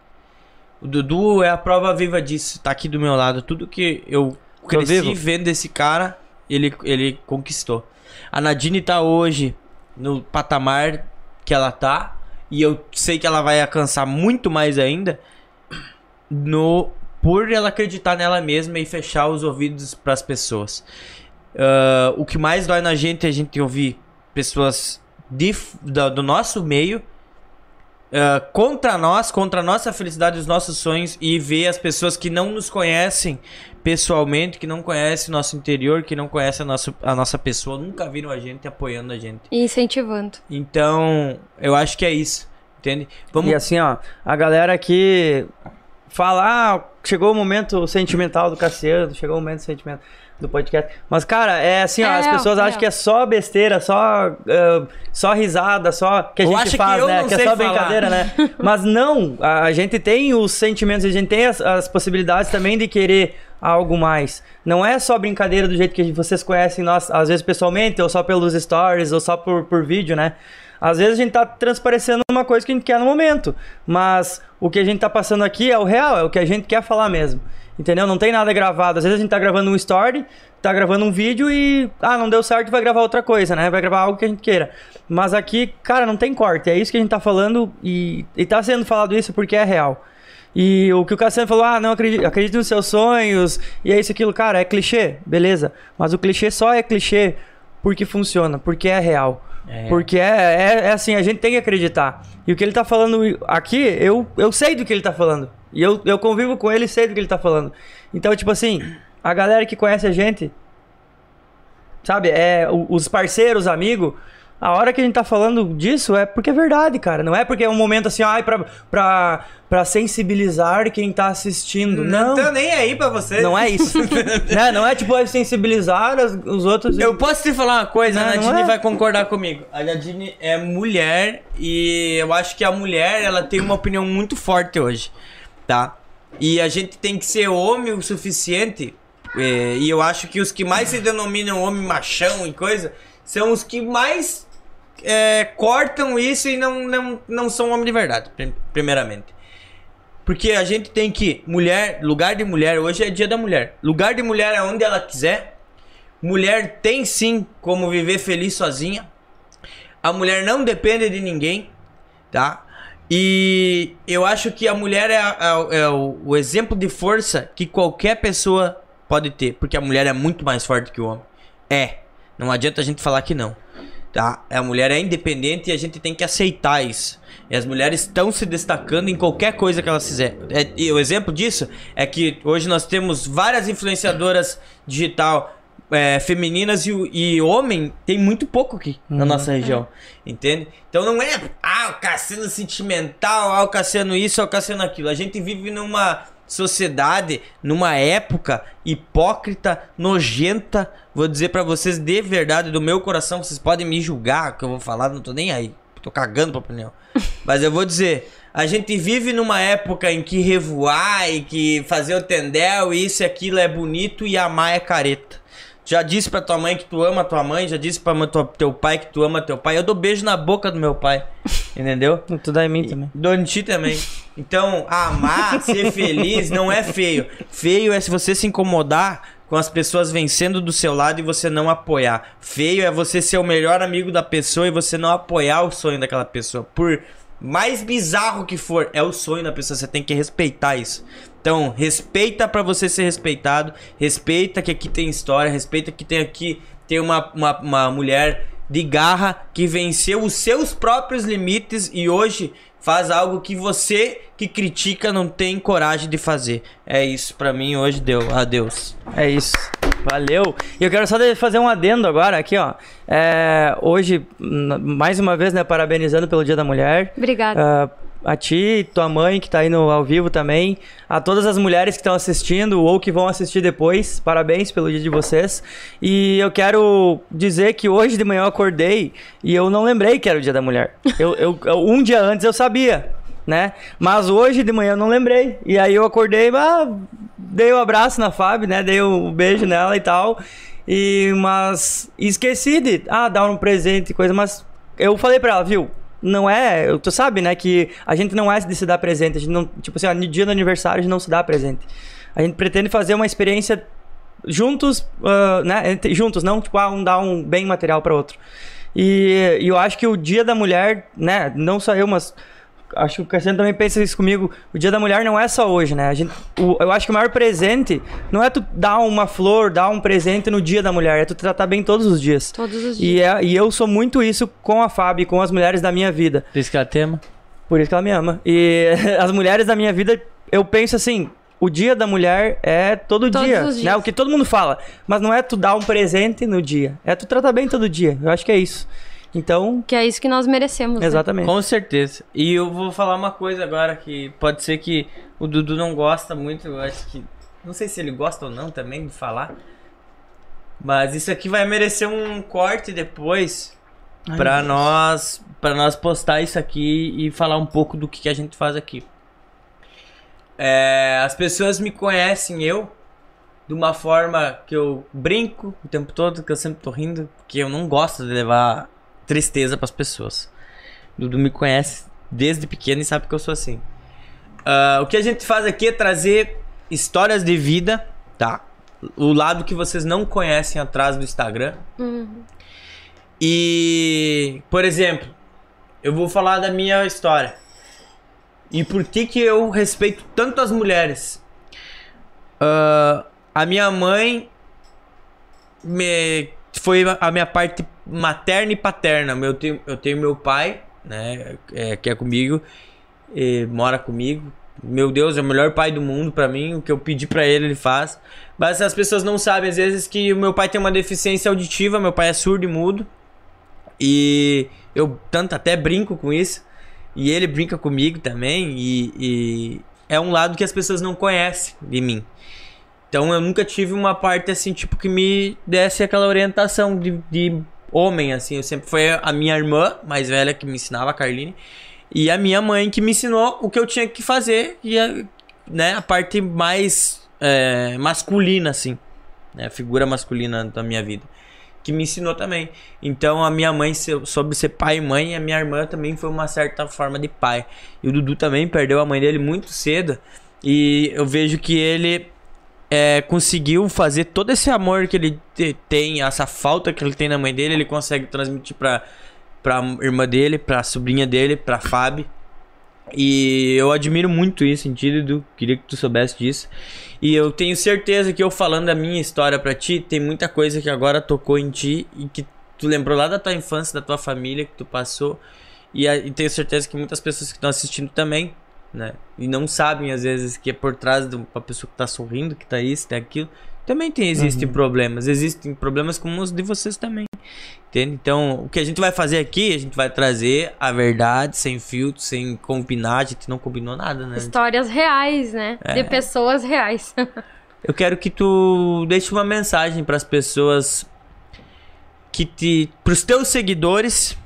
O Dudu é a prova viva disso. Tá aqui do meu lado. Tudo que eu cresci
vivo.
vendo esse cara, ele, ele conquistou. A Nadine tá hoje no patamar que ela tá. E eu sei que ela vai alcançar muito mais ainda no por ela acreditar nela mesma e fechar os ouvidos para as pessoas. Ah, o que mais dói na gente é a gente ouvir pessoas de f- da- do nosso meio ah, contra nós, contra a nossa felicidade, os nossos sonhos e ver as pessoas que não nos conhecem pessoalmente, que não conhecem o nosso interior, que não conhecem a, nosso, a nossa pessoa, nunca viram a gente apoiando a gente.
e incentivando.
Então, eu acho que é isso, entende? Vamos
E assim, ó, a galera que fala, ah, chegou o momento sentimental do Cassiano, chegou o momento sentimental do podcast. Mas, cara, é assim, ó,
É,
as pessoas
é.
acham que é só besteira, só, ah, só risada, só que a
Ou
gente
acha que
faz,
eu
né?
não
Que é
sei
só
falar. (laughs)
brincadeira, né? Mas não, a, a gente tem os sentimentos, a gente tem as, as possibilidades também de querer algo mais. Não é só brincadeira do jeito que vocês conhecem nós, às vezes pessoalmente, ou só pelos stories, ou só por, por vídeo, né? Às vezes a gente tá transparecendo uma coisa que a gente quer no momento, mas o que a gente tá passando aqui é o real, é o que a gente quer falar mesmo. Entendeu? Não tem nada gravado. Às vezes a gente tá gravando um story, tá gravando um vídeo e ah, não deu certo, vai gravar outra coisa, né? Vai gravar algo que a gente queira. Mas aqui, cara, não tem corte. É isso que a gente tá falando e, e tá sendo falado isso porque é real. E o que o Cassiano falou, ah, não acredito, acredito nos seus sonhos, e é isso, aquilo, cara, é clichê, beleza. Mas o clichê só é clichê porque funciona, porque é real. Porque é, é, é assim, a gente tem que acreditar. E o que ele tá falando aqui, eu, eu sei do que ele tá falando. E eu, eu convivo com ele e sei do que ele tá falando. Então, tipo assim, a galera que conhece a gente, sabe, é, o- os parceiros, amigos, a hora que a gente tá falando disso é porque é verdade, cara. Não é porque é um momento assim, ai, pra, pra, pra sensibilizar quem tá assistindo. Não,
tô nem aí pra você.
não é (laughs) isso. né? Não é tipo é sensibilizar as- os outros.
Eu posso te falar uma coisa,
Não,
a
não
Nadine
é?
vai concordar comigo. A Nadine é mulher e eu acho que a mulher, ela tem uma opinião muito forte hoje, tá? E a gente tem que ser homem o suficiente, é, e eu acho que os que mais se denominam homem machão e coisa, são os que mais é, cortam isso e não, não, não são homem de verdade, prim- primeiramente. Porque a gente tem que, mulher, lugar de mulher, hoje é dia da mulher. Lugar de mulher é onde ela quiser, Mulher tem sim como viver feliz sozinha. A mulher não depende de ninguém, tá? E eu acho que a mulher é, a- é- é o, o exemplo de força que qualquer pessoa pode ter, porque a mulher é muito mais forte que o homem. É, não adianta a gente falar que não, tá? A mulher é independente e a gente tem que aceitar isso. E as mulheres estão se destacando em qualquer coisa que elas fizer. É- e o exemplo disso é que hoje nós temos várias influenciadoras digital é, femininas e, o- e homem tem muito pouco aqui na
Uhum.
nossa região, entende? Então não é, ah, o Cassiano sentimental, ah, o Cassiano isso, ah, o Cassiano aquilo. A gente vive numa sociedade, numa época hipócrita, nojenta, vou dizer pra vocês de verdade, do meu coração, vocês podem me julgar, que eu vou falar, não tô nem aí, tô cagando pra opinião. Mas eu vou dizer, a gente vive numa época em que revoar e que fazer o tendel, e isso e aquilo é bonito e amar é careta. Já disse pra tua mãe que tu ama tua mãe, já disse pra ma- tua- teu pai que tu ama teu pai. Eu dou beijo na boca do meu pai, entendeu?
Tu dá em É mim também.
Dou em ti também. Então, amar,
(laughs)
ser feliz não é feio. Feio é se você se incomodar com as pessoas vencendo do seu lado e você não apoiar. Feio é você ser o melhor amigo da pessoa e você não apoiar o sonho daquela pessoa. Por mais bizarro que for, é o sonho da pessoa, você tem que respeitar isso. Então, respeita pra você ser respeitado, respeita que aqui tem história, respeita que tem aqui tem uma, uma, uma mulher de garra que venceu os seus próprios limites e hoje faz algo que você que critica não tem coragem de fazer. É isso pra mim hoje deu. Adeus.
É isso. Valeu. E eu quero só de- fazer um adendo agora aqui, ó. É, hoje, n- mais uma vez, né, parabenizando pelo Dia da Mulher.
Obrigada.
Ah, a ti, tua mãe que tá aí no, ao vivo também, a todas as mulheres que estão assistindo ou que vão assistir depois, parabéns pelo dia de vocês. E eu quero dizer que hoje de manhã eu acordei e eu não lembrei que era o dia da mulher. Eu, eu- eu- um dia antes eu sabia, né? Mas hoje de manhã eu não lembrei. E aí eu acordei, ah, dei um abraço na Fábio, né? Dei um beijo nela e tal. E, mas esqueci de ah, dar um presente e coisa, mas eu falei pra ela, viu? Não é. Tu sabe, né? Que a gente não é de se dar presente. A gente não, tipo assim, ó, no dia do aniversário a gente não se dá presente. A gente pretende fazer uma experiência juntos, ah, né? entre- juntos, não tipo, ah, um dar um bem material pra outro. E, e eu acho que o Dia da Mulher, né? Não só eu, mas acho que o Cassiano também pensa isso comigo. O Dia da Mulher não é só hoje, né? A gente, o- eu acho que o maior presente não é tu dar uma flor, dar um presente no Dia da Mulher, é tu tratar bem todos os dias.
Todos os dias.
E, é- e eu sou muito isso com a Fábio, e com as mulheres da minha vida.
Por isso que ela tema.
Por isso que ela me ama. E (laughs) as mulheres da minha vida, eu penso assim. O dia da mulher é todo
Todos
dia,
os
né?
dias.
O que todo mundo fala. Mas não é tu dar um presente no dia. É tu tratar bem todo dia. Eu acho que é isso. Então,
Que é isso que nós merecemos. né?
exatamente.
Com certeza. E eu vou falar uma coisa agora que pode ser que o Dudu não gosta muito, eu acho que não sei se ele gosta ou não também de falar. Mas isso aqui vai merecer um corte depois pra nós, para nós postar isso aqui e falar um pouco do que, que a gente faz aqui. É, as pessoas me conhecem eu de uma forma que eu brinco o tempo todo, que eu sempre tô rindo, porque eu não gosto de levar tristeza pras pessoas. Dudu me conhece desde pequeno e sabe que eu sou assim. Ah, o que a gente faz aqui é trazer histórias de vida, tá? O lado que vocês não conhecem atrás do Instagram. E, por exemplo, eu vou falar da minha história. E por que que eu respeito tanto as mulheres? Ah, a minha mãe me- foi a minha parte materna e paterna. Eu tenho, eu tenho meu pai, né, é, que é comigo, e mora comigo. Meu Deus, é o melhor pai do mundo pra mim. O que eu pedi pra ele, ele faz. Mas as pessoas não sabem, às vezes, que o meu pai tem uma deficiência auditiva. Meu pai é surdo e mudo. E eu tanto até brinco com isso. E ele brinca comigo também. E, e é um lado que as pessoas não conhecem de mim. Então eu nunca tive uma parte assim, tipo, que me desse aquela orientação de, de homem, assim. Eu sempre foi a minha irmã mais velha que me ensinava, a Carline. E a minha mãe que me ensinou o que eu tinha que fazer. E a, né, a parte mais é, masculina, assim. Né, a figura masculina da minha vida. Que me ensinou também. Então a minha mãe se- sobre ser pai e mãe, e a minha irmã também foi uma certa forma de pai. E o Dudu também perdeu a mãe dele muito cedo. E eu vejo que ele é, conseguiu fazer todo esse amor que ele te- tem, essa falta que ele tem na mãe dele, ele consegue transmitir pra, pra irmã dele, pra sobrinha dele, pra Fábio. E eu admiro muito isso em ti, Dudu. Queria que tu soubesse disso. E eu tenho certeza que eu falando a minha história pra ti, tem muita coisa que agora tocou em ti e que tu lembrou lá da tua infância, da tua família que tu passou. E, a- e tenho certeza que muitas pessoas que estão assistindo também, né? E não sabem às vezes que é por trás de uma pessoa que tá sorrindo, que tá isso, tá aquilo. Também tem, existem problemas. Existem problemas como os de vocês também. Entende? Então, o que a gente vai fazer aqui, a gente vai trazer a verdade, sem filtro, sem combinar. A gente não combinou nada, né?
Histórias reais, né? De pessoas reais.
Eu quero que tu deixe uma mensagem pras pessoas que te, pros teus seguidores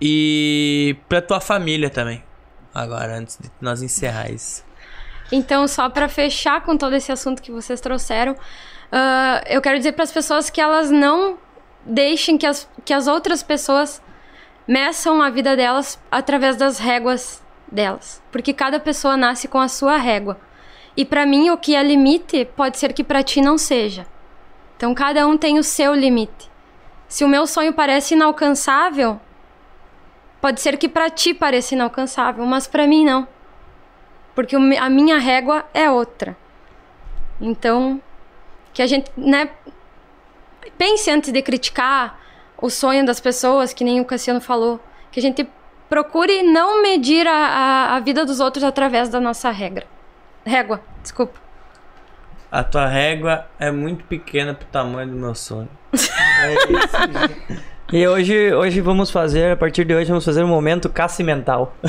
e pra tua família também. Agora, antes de nós encerrar isso.
Então, só para fechar com todo esse assunto que vocês trouxeram, ah, eu quero dizer para as pessoas que elas não deixem que as, que as outras pessoas meçam a vida delas através das réguas delas, porque cada pessoa nasce com a sua régua. E para mim, o que é limite pode ser que para ti não seja. Então, cada um tem o seu limite. Se o meu sonho parece inalcançável, pode ser que para ti pareça inalcançável, mas para mim não porque o me- a minha régua é outra. Então, que a gente, né, pense antes de criticar o sonho das pessoas, que nem o Cassiano falou, que a gente procure não medir a, a, a vida dos outros através da nossa regra. Régua, desculpa.
A tua régua é muito pequena pro tamanho do meu sonho.
E hoje, hoje vamos fazer, a partir de hoje, vamos fazer um momento caça mental. (laughs)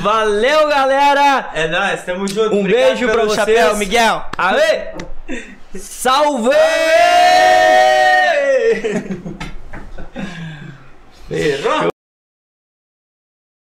Valeu, galera! É nóis, tamo junto.
Um
Obrigado
beijo pra
pelo
vocês.
chapéu, Miguel.
Aê! Salve!